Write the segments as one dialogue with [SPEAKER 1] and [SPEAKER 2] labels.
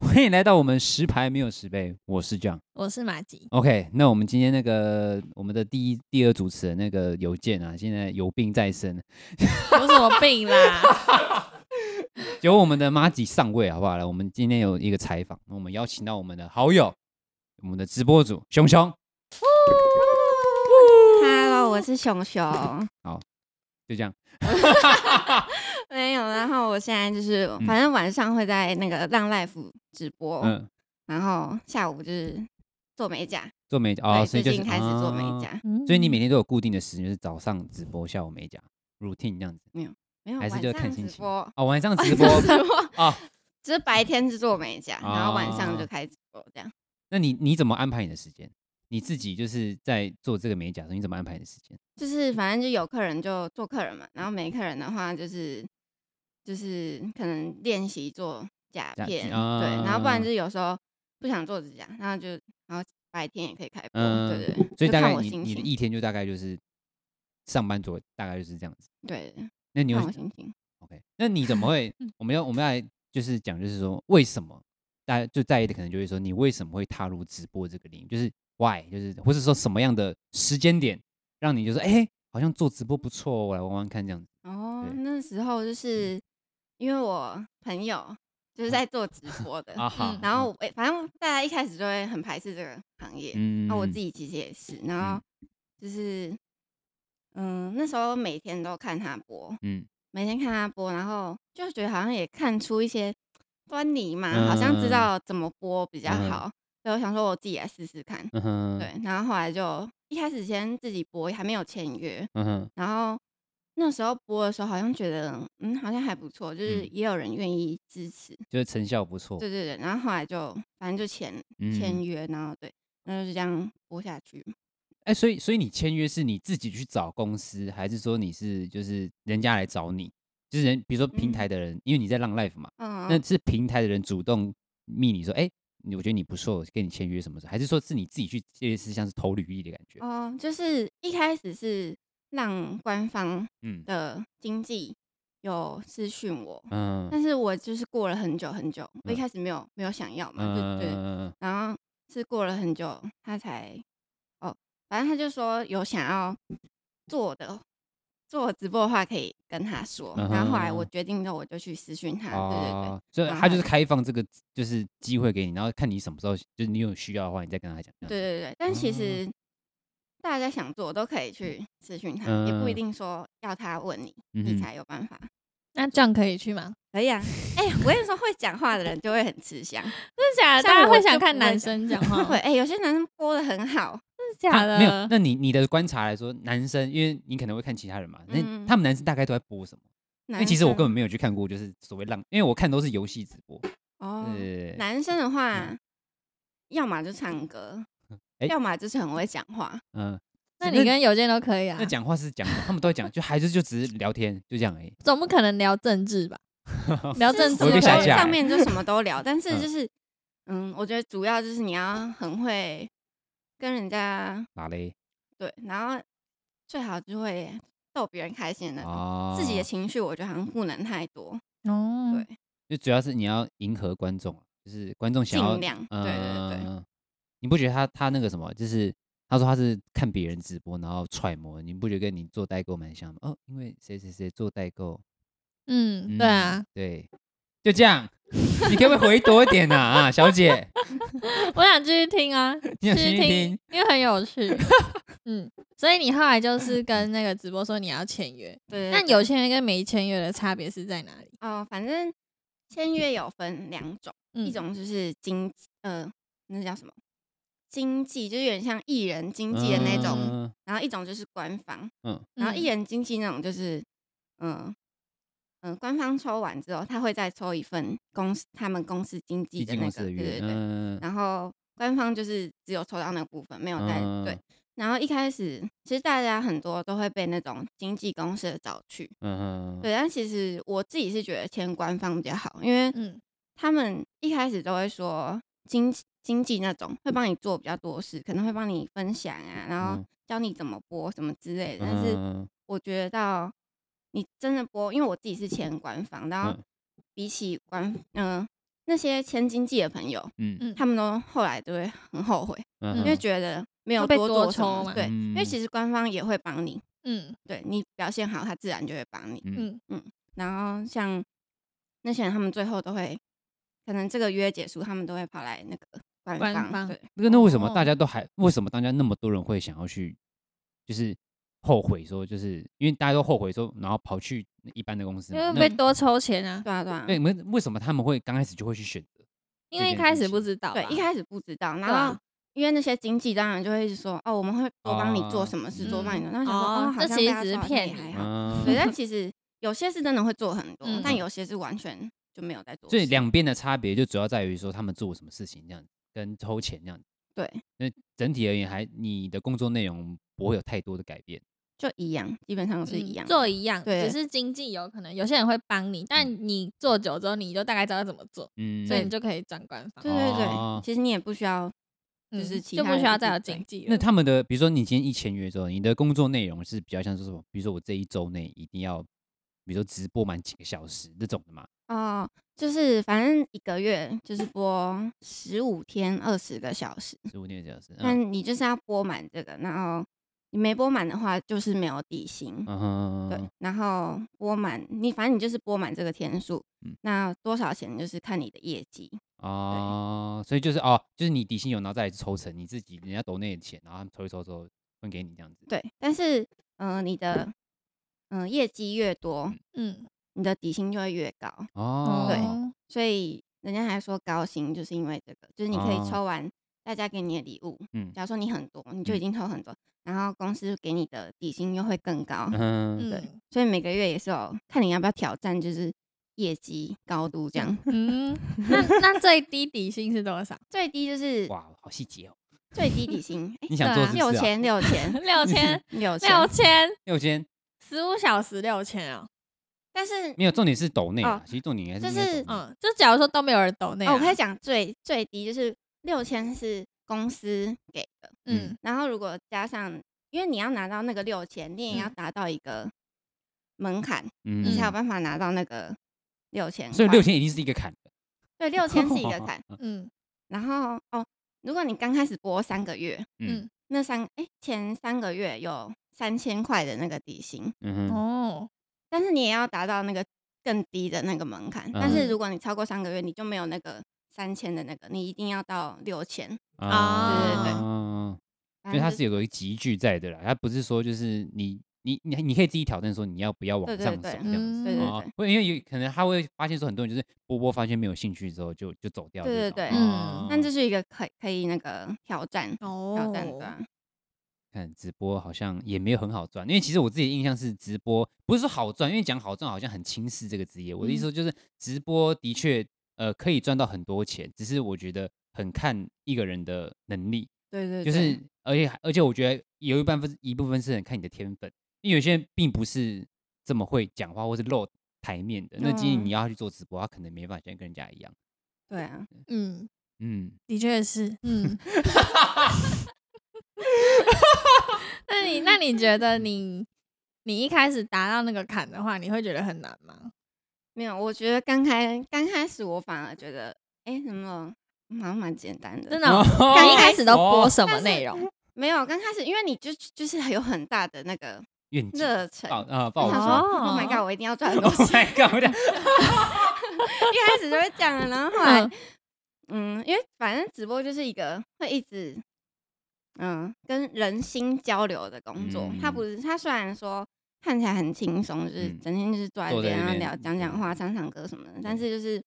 [SPEAKER 1] 欢迎来到我们十排没有十杯，我是 John。
[SPEAKER 2] 我是马吉，
[SPEAKER 1] OK，那我们今天那个我们的第一、第二主持人那个邮件啊，现在有病在身，
[SPEAKER 2] 有什么病 啦？
[SPEAKER 1] 由我们的马吉上位好不好？来，我们今天有一个采访，那我们邀请到我们的好友，我们的直播主熊熊，
[SPEAKER 3] Hello，我是熊熊。
[SPEAKER 1] 就这样。
[SPEAKER 3] 没有，然后我现在就是，
[SPEAKER 1] 嗯
[SPEAKER 3] 反正晚上会在那个浪 life 直播，
[SPEAKER 1] 嗯，
[SPEAKER 3] 然后下午就是做美甲，
[SPEAKER 1] 做美甲哦，
[SPEAKER 3] 对
[SPEAKER 1] 所以就
[SPEAKER 3] 最
[SPEAKER 1] 是
[SPEAKER 3] 近开始做美
[SPEAKER 1] 哦
[SPEAKER 3] 甲，
[SPEAKER 1] 所以你每天都有固定的时间，就是早上直播，下午美甲，routine 这样子，
[SPEAKER 3] 没有
[SPEAKER 1] 还
[SPEAKER 3] 晚
[SPEAKER 1] 是就看
[SPEAKER 3] 上
[SPEAKER 1] 心
[SPEAKER 3] 直
[SPEAKER 1] 情
[SPEAKER 3] 播
[SPEAKER 1] 哦，，晚上
[SPEAKER 3] 晚
[SPEAKER 1] 直
[SPEAKER 3] 上
[SPEAKER 1] 播
[SPEAKER 3] 直播，
[SPEAKER 1] 哦。
[SPEAKER 3] 就是白天是做美甲，然后晚上
[SPEAKER 1] 哦
[SPEAKER 3] 就开直播这样。
[SPEAKER 1] 那你你怎么安排你的时间？你自己就是在做这个美甲的时候，你怎么安排你的时间？
[SPEAKER 3] 就是反正就有客人就做客人嘛，然后没客人的话就是就是可能练习做甲
[SPEAKER 1] 甲
[SPEAKER 3] 片，
[SPEAKER 1] 片啊
[SPEAKER 3] 对，然后不然就是有时候不想做指甲，然后就然后白天也可以开播，
[SPEAKER 1] 嗯，
[SPEAKER 3] 对对对，
[SPEAKER 1] 所以
[SPEAKER 3] 就
[SPEAKER 1] 大
[SPEAKER 3] 看
[SPEAKER 1] 概
[SPEAKER 3] 我
[SPEAKER 1] 你
[SPEAKER 3] 心
[SPEAKER 1] 你的
[SPEAKER 3] 情，
[SPEAKER 1] 一天就大概就是上班左右，大概就是这样子。
[SPEAKER 3] 对，对
[SPEAKER 1] 那你有
[SPEAKER 3] 看我心嗯情。
[SPEAKER 1] OK？那你怎么会？我们要我们要来就是讲，就是说为什么大家就在意的可能就是说你为什么会踏入直播这个领域？就是 why？就是或者说什么样的时间点让你就说哎、诶好像做直播不错哦，我来玩玩看这样子。
[SPEAKER 3] 哦
[SPEAKER 1] 对，嗯
[SPEAKER 3] 那时候就是因为我朋友就是在做直播的，
[SPEAKER 1] 啊哈，
[SPEAKER 3] 呃嗯然后我、诶反正大家一开始就会很排斥这个行业，
[SPEAKER 1] 嗯，
[SPEAKER 3] 啊，我
[SPEAKER 1] 嗯
[SPEAKER 3] 自己其实也是，然后就是，嗯、那时候每天都看他播，
[SPEAKER 1] 嗯
[SPEAKER 3] 每天看他播，然后就觉得好像也看出一些端倪嘛，好像知
[SPEAKER 1] 嗯
[SPEAKER 3] 道怎么播比较
[SPEAKER 1] 嗯
[SPEAKER 3] 好，所以我想说我自己来试试看，
[SPEAKER 1] 嗯哼，
[SPEAKER 3] 对，然后后来就一开始先自己播，还没有签约，
[SPEAKER 1] 嗯哼，
[SPEAKER 3] 然后那时候播的时候好像觉得，嗯，好像还不错，就是
[SPEAKER 1] 嗯
[SPEAKER 3] 也有人愿意支持，
[SPEAKER 1] 就是成效不错。
[SPEAKER 3] 对对对，然后后来就反正就签签
[SPEAKER 1] 嗯
[SPEAKER 3] 约，然后对，那就是这样播下去。
[SPEAKER 1] 哎、所以所以你签约是你自己去找公司，还是说你是就是人家来找你？就是人，比如说平台的人，因为你在浪 life 嘛，
[SPEAKER 3] 嗯，
[SPEAKER 1] 那是平台的人主动密你说，哎、你我觉得你不错，跟你签约什么的，还是说是你自己去类似像是投履历的感觉？
[SPEAKER 3] 哦，就是一开始是让官方
[SPEAKER 1] 嗯
[SPEAKER 3] 的经济有私讯我，
[SPEAKER 1] 嗯
[SPEAKER 3] 但是我就是过了很久很久，我
[SPEAKER 1] 嗯
[SPEAKER 3] 一开始没有没有想要嘛，对
[SPEAKER 1] 嗯
[SPEAKER 3] 对对，
[SPEAKER 1] 嗯
[SPEAKER 3] 然后是过了很久，他才哦，反正他就说有想要做的。做直播的话可以跟他说，然后后来我
[SPEAKER 1] 嗯哼
[SPEAKER 3] 决定之后我就去私讯他，啊对对对，
[SPEAKER 1] 哦，所以
[SPEAKER 3] 然后
[SPEAKER 1] 他就是
[SPEAKER 3] 还
[SPEAKER 1] 开放这个就是机会给你，然后看你什么时候就是你有需要的话，你再跟他讲。这样
[SPEAKER 3] 对
[SPEAKER 1] 子，
[SPEAKER 3] 对对，但其
[SPEAKER 1] 哦
[SPEAKER 3] 实大家想做都可以去咨询他，也不一
[SPEAKER 1] 嗯
[SPEAKER 3] 定说要他问你，
[SPEAKER 1] 嗯
[SPEAKER 3] 你
[SPEAKER 1] 哼
[SPEAKER 3] 才有办法。
[SPEAKER 2] 那这样可以去吗？
[SPEAKER 3] 可以 啊，哎、我跟你说，会讲话的人就会很吃香，
[SPEAKER 2] 真的假的？
[SPEAKER 3] 像
[SPEAKER 2] 大家
[SPEAKER 3] 我
[SPEAKER 2] 会
[SPEAKER 3] 就
[SPEAKER 2] 想
[SPEAKER 3] 不
[SPEAKER 2] 看
[SPEAKER 3] 会
[SPEAKER 2] 男
[SPEAKER 3] 想
[SPEAKER 2] 生讲话？
[SPEAKER 1] 哦
[SPEAKER 3] 会，哎、有些男生播的很好，
[SPEAKER 2] 真的假
[SPEAKER 1] 啊他没有，
[SPEAKER 2] 的？
[SPEAKER 1] 那你你的观察来说，男生因为你可能会看其他人嘛，那、
[SPEAKER 3] 嗯
[SPEAKER 1] 他们男生大概都在播什么？因
[SPEAKER 3] 因
[SPEAKER 1] 为其实我根本没有去看过，就是所谓浪，因为我看都是游戏直播。
[SPEAKER 3] 哦，
[SPEAKER 1] 对，嗯
[SPEAKER 3] 男生的话，要么就唱歌，
[SPEAKER 1] 哎
[SPEAKER 3] 要么就是很会讲话，
[SPEAKER 1] 嗯，
[SPEAKER 2] 那你跟邮件都可以啊
[SPEAKER 1] 那，讲话是讲什么，他们都在讲，就还是就只是聊天，就这样而已。
[SPEAKER 2] 总不可能聊政治 吧？聊
[SPEAKER 3] 就是
[SPEAKER 2] 政治
[SPEAKER 1] 我会被
[SPEAKER 2] 的
[SPEAKER 1] 下
[SPEAKER 2] 话
[SPEAKER 1] 架欸
[SPEAKER 3] 上面就什么 都聊，但是
[SPEAKER 1] 嗯
[SPEAKER 3] 就是，嗯，我觉得主要就是你要很会跟人家
[SPEAKER 1] 哪嘞？
[SPEAKER 3] 对，然后最好就会逗别人开心的那种。
[SPEAKER 1] 哦，
[SPEAKER 3] 自己的情绪，我觉得好像不能太多，
[SPEAKER 2] 哦，
[SPEAKER 3] 对，
[SPEAKER 1] 就主要是你要迎合观众啊，就是观众想要
[SPEAKER 3] 尽量对对对
[SPEAKER 1] 嗯你不觉得他他那个什么，就是他说他是看别人直播然后揣摩，你不觉得跟你做代购蛮像吗？哦，因为谁谁谁做代购，
[SPEAKER 2] 嗯，对啊
[SPEAKER 1] 嗯，，对，就这 样，你可不可以回多一点呐、啊？小姐，
[SPEAKER 2] 我想继续听啊，
[SPEAKER 1] 你想
[SPEAKER 2] 继续
[SPEAKER 1] 听一听？
[SPEAKER 2] 因为很 有趣。嗯，所以你后来就是跟那个直播说你要签约，
[SPEAKER 3] 对，
[SPEAKER 2] 那
[SPEAKER 3] 对
[SPEAKER 2] 有签约跟没签约的差别是在哪里？
[SPEAKER 3] 哦，反正签约有分两种，
[SPEAKER 2] 嗯
[SPEAKER 3] 一种就是经呃，那叫什么？经纪就是有点像艺人经纪的那种，
[SPEAKER 1] 嗯
[SPEAKER 3] 然后一种就是官方，
[SPEAKER 1] 嗯
[SPEAKER 3] 然后
[SPEAKER 2] 嗯
[SPEAKER 3] 艺人经纪那种就是，嗯、呃、嗯、官方抽完之后，他会再抽一份公司他们公司经纪
[SPEAKER 1] 基
[SPEAKER 3] 的
[SPEAKER 1] 金
[SPEAKER 3] 那
[SPEAKER 1] 公
[SPEAKER 3] 个，
[SPEAKER 1] 司的
[SPEAKER 3] 对
[SPEAKER 1] 约，
[SPEAKER 3] 对对，
[SPEAKER 1] 嗯
[SPEAKER 3] 然后官方就是只有抽到那个部分，没有带、对
[SPEAKER 1] 嗯。
[SPEAKER 3] 然后一开始其实大家很多都会被那种经纪公司的找去，
[SPEAKER 1] 嗯嗯，
[SPEAKER 3] 对，但其实我自己是觉得签官方比较好，因为
[SPEAKER 2] 嗯
[SPEAKER 3] 他们一开始都会说经经济那种会帮你做比较多事，可能会帮你分享啊，然后
[SPEAKER 1] 嗯
[SPEAKER 3] 教你怎么播什么之类的。但是
[SPEAKER 1] 嗯
[SPEAKER 3] 我觉得到你真的播，因为我自己是签官方，然后
[SPEAKER 1] 嗯
[SPEAKER 3] 比起官嗯、那些签经纪的朋友，
[SPEAKER 1] 嗯
[SPEAKER 2] 嗯
[SPEAKER 3] 他们都后来都会很后悔，
[SPEAKER 1] 嗯，
[SPEAKER 3] 因为觉得没有
[SPEAKER 2] 会被
[SPEAKER 3] 多
[SPEAKER 2] 多
[SPEAKER 3] 做什么
[SPEAKER 2] 抽嘛
[SPEAKER 3] 对，因为
[SPEAKER 1] 嗯
[SPEAKER 3] 其实官方也会帮你，
[SPEAKER 2] 嗯
[SPEAKER 3] 对你表现好，他自然就会帮你。
[SPEAKER 2] 嗯
[SPEAKER 3] 然后像那些人，他们最后都会，可能这个约结束，他们都会跑来那个官
[SPEAKER 2] 官
[SPEAKER 3] 方，
[SPEAKER 2] 方
[SPEAKER 3] 对，
[SPEAKER 1] 那那为什么
[SPEAKER 2] 哦
[SPEAKER 1] 大家都还为什么大家那么多人会想要去，就是后悔说，就是因为大家都后悔说，然后跑去一般的公司
[SPEAKER 2] 因
[SPEAKER 1] 嘛，
[SPEAKER 2] 为
[SPEAKER 1] 那
[SPEAKER 2] 被多抽钱啊，
[SPEAKER 3] 对啊，对啊，
[SPEAKER 1] 对，你们为什么他们会刚开始就会去选择？
[SPEAKER 2] 因为一开始不知道吧，
[SPEAKER 3] 对，一开始不知道，
[SPEAKER 2] 对
[SPEAKER 3] 然
[SPEAKER 2] 啊
[SPEAKER 3] 后因为那些经纪当然就会一直说，哦，我们会多帮你做什么事，
[SPEAKER 1] 哦
[SPEAKER 3] 多帮你做，那我想说，
[SPEAKER 2] 哦
[SPEAKER 3] 哦，好
[SPEAKER 2] 这其
[SPEAKER 3] 像被
[SPEAKER 2] 实
[SPEAKER 3] 他
[SPEAKER 2] 只是
[SPEAKER 3] 抓
[SPEAKER 2] 骗
[SPEAKER 3] 也
[SPEAKER 2] 你
[SPEAKER 3] 还好，
[SPEAKER 1] 嗯，
[SPEAKER 3] 对，但其实有些是真的会做很多
[SPEAKER 2] 嗯，
[SPEAKER 3] 但有些是完全就没有在做事，
[SPEAKER 1] 所以两边的差别就主要在于说他们做什么事情这样，跟抽钱这样。
[SPEAKER 3] 对
[SPEAKER 1] 那整体而言还你的工作内容不会有太多的改变。
[SPEAKER 3] 就一样，基本上
[SPEAKER 2] 嗯
[SPEAKER 3] 是一样，
[SPEAKER 2] 做一样，
[SPEAKER 3] 对嗯
[SPEAKER 2] 只是经济有可能有些人会帮你，但你做久之后你就大概知道怎么做，
[SPEAKER 1] 嗯，
[SPEAKER 2] 所以你就可以转官方
[SPEAKER 3] 对，对
[SPEAKER 1] 哦
[SPEAKER 3] 对，其实你也不需要，
[SPEAKER 2] 嗯
[SPEAKER 3] 就是其
[SPEAKER 2] 就
[SPEAKER 3] 他
[SPEAKER 2] 不需
[SPEAKER 3] 人
[SPEAKER 2] 要
[SPEAKER 3] 一
[SPEAKER 2] 再
[SPEAKER 3] 直
[SPEAKER 2] 有
[SPEAKER 3] 对
[SPEAKER 2] 经济了。
[SPEAKER 1] 那他们的，比如说你今天一签约之后，你的工作内容是比较像是什么？比如说我这一周内一定要，比如说直播满几个小时这种的嘛。
[SPEAKER 3] 哦，就是反正一个月就是播十五天二十个小时，
[SPEAKER 1] 十五天小时。嗯
[SPEAKER 3] 但你就是要播满这个，然后你没播满的话就是没有底薪，
[SPEAKER 1] 嗯哼
[SPEAKER 3] 对，然后播满你反正你就是播满这个天数，
[SPEAKER 1] 嗯
[SPEAKER 3] 那多少钱就是看你的业绩，
[SPEAKER 1] 哦，所以就是哦，就是你底薪有，然后再来抽成，你自己人家抖内的钱，然后他们抽一抽之后分给你这样子。
[SPEAKER 3] 对，但是呃你的嗯、呃业绩越多，
[SPEAKER 2] 嗯，
[SPEAKER 3] 你的底薪就会越高，
[SPEAKER 1] 哦，
[SPEAKER 3] 嗯对所以人家还说高薪就是因为这个，就是你可
[SPEAKER 1] 哦
[SPEAKER 3] 以抽完大家给你的礼物，
[SPEAKER 1] 嗯
[SPEAKER 3] 假如说你很多，你就
[SPEAKER 1] 嗯
[SPEAKER 3] 已经抽很多，然后公司给你的底薪又会更高，
[SPEAKER 1] 嗯，
[SPEAKER 3] 对
[SPEAKER 2] 嗯
[SPEAKER 3] 所以每个月也是有看你要不要挑战，就是业绩高度这 样。
[SPEAKER 2] 嗯，那那最低底薪是多少？
[SPEAKER 3] 最低就是
[SPEAKER 1] 哇，好细节哦。
[SPEAKER 3] 最低底薪，哎
[SPEAKER 1] 你想做
[SPEAKER 2] 对啊
[SPEAKER 1] 是
[SPEAKER 3] 六
[SPEAKER 1] 不是啊？
[SPEAKER 3] 千 六千
[SPEAKER 2] 六千，
[SPEAKER 3] 六千，
[SPEAKER 2] 六千，
[SPEAKER 1] 六千
[SPEAKER 2] 十五小时六千啊。
[SPEAKER 3] 但是
[SPEAKER 1] 没有，重点是抖内啊
[SPEAKER 3] 哦，
[SPEAKER 1] 其实重点应该是应
[SPEAKER 3] 就
[SPEAKER 1] 该
[SPEAKER 3] 是
[SPEAKER 1] 抖内
[SPEAKER 2] 嗯，就假如说都没有人抖那、
[SPEAKER 3] 哦，我可以，讲最最低就是六千是公司给的，
[SPEAKER 2] 嗯
[SPEAKER 3] 然后如果加上，因为你要拿到那个六千，你也要
[SPEAKER 2] 嗯
[SPEAKER 3] 达到一个门槛，
[SPEAKER 1] 嗯
[SPEAKER 3] 你才有办法拿到那个六千。
[SPEAKER 1] 所以六千一定是一个坎，
[SPEAKER 3] 对六千是一 个坎，
[SPEAKER 2] 嗯
[SPEAKER 3] 然后哦，如果你刚开始播三个月，
[SPEAKER 1] 嗯
[SPEAKER 2] 嗯
[SPEAKER 3] 那三哎前三个月有三千块的那个底薪，
[SPEAKER 1] 嗯哼，
[SPEAKER 2] 哦，
[SPEAKER 3] 但是你也要达到那个更低的那个门槛。但
[SPEAKER 1] 嗯
[SPEAKER 3] 是如果你超过三个月，你就没有那个三千的那个，你一定要到六千。哦对对对
[SPEAKER 1] 嗯啊
[SPEAKER 3] 反
[SPEAKER 1] 所以
[SPEAKER 3] 正
[SPEAKER 1] 它
[SPEAKER 3] 就是
[SPEAKER 1] 有个集聚在的啦，它不是说就是你你你你可以自己挑战说你要不要往
[SPEAKER 3] 对对
[SPEAKER 1] 上走
[SPEAKER 3] 对嗯
[SPEAKER 1] 这样
[SPEAKER 2] 嗯
[SPEAKER 1] 子
[SPEAKER 3] 对对
[SPEAKER 1] 啊，会因为有可能他会发现说很多人就是波波发现没有兴趣之后就就走掉这
[SPEAKER 3] 对对
[SPEAKER 1] 种，
[SPEAKER 3] 对嗯
[SPEAKER 1] 啊
[SPEAKER 3] 但这是一个可可以那个挑战。
[SPEAKER 2] 哦
[SPEAKER 3] 挑战对啊，
[SPEAKER 1] 看直播好像也没有很好赚，因为其实我自己的印象是直播不是说好赚，因为讲好赚好像很轻视这个职业。我的意
[SPEAKER 3] 嗯
[SPEAKER 1] 思说就是直播的确呃可以赚到很多钱，只是我觉得很看一个人的能力，
[SPEAKER 3] 对对，
[SPEAKER 1] 就
[SPEAKER 3] 对
[SPEAKER 1] 是而且而且我觉得有一半分一部分是很看你的天分，因为有些人并不是这么会讲话或是露台面的。那今天
[SPEAKER 3] 嗯
[SPEAKER 1] 你要他去做直播，他可能没办法像跟人家一样。
[SPEAKER 3] 对啊，
[SPEAKER 2] 嗯，
[SPEAKER 1] 嗯，
[SPEAKER 2] 的确是，嗯。 那你那你觉得你你一开始达到那个坎的话，你会觉得很难吗？
[SPEAKER 3] 没有，我觉得刚开刚开始我反而觉得，哎，怎么好像蛮简单的，
[SPEAKER 2] 真的哦，
[SPEAKER 1] 刚
[SPEAKER 2] 刚一开始都
[SPEAKER 1] 哦
[SPEAKER 2] 播什么
[SPEAKER 3] 但是
[SPEAKER 2] 内容？
[SPEAKER 3] 没有，刚开始因为你就就是有很大的那个
[SPEAKER 1] 愿景
[SPEAKER 3] 热忱，
[SPEAKER 1] 啊，
[SPEAKER 3] 我
[SPEAKER 1] 报
[SPEAKER 3] 想
[SPEAKER 1] 纸。
[SPEAKER 3] 说、“Oh
[SPEAKER 2] 哦
[SPEAKER 3] o h my god，我一定要赚很多
[SPEAKER 1] 哦我
[SPEAKER 3] 钱。
[SPEAKER 1] my god！我的
[SPEAKER 3] 一开始就会这样了，啊然后后来
[SPEAKER 2] 嗯，
[SPEAKER 3] 嗯，因为反正直播就是一个会一直，嗯，跟人心交流的工作。他
[SPEAKER 1] 嗯
[SPEAKER 3] 不是他虽然说看起来很轻松，就是
[SPEAKER 1] 嗯
[SPEAKER 3] 整天就是坐在
[SPEAKER 1] 坐
[SPEAKER 3] 那
[SPEAKER 1] 在那
[SPEAKER 3] 边然后
[SPEAKER 1] 边
[SPEAKER 3] 聊讲讲话、唱唱歌什么的，但
[SPEAKER 1] 嗯
[SPEAKER 3] 是就是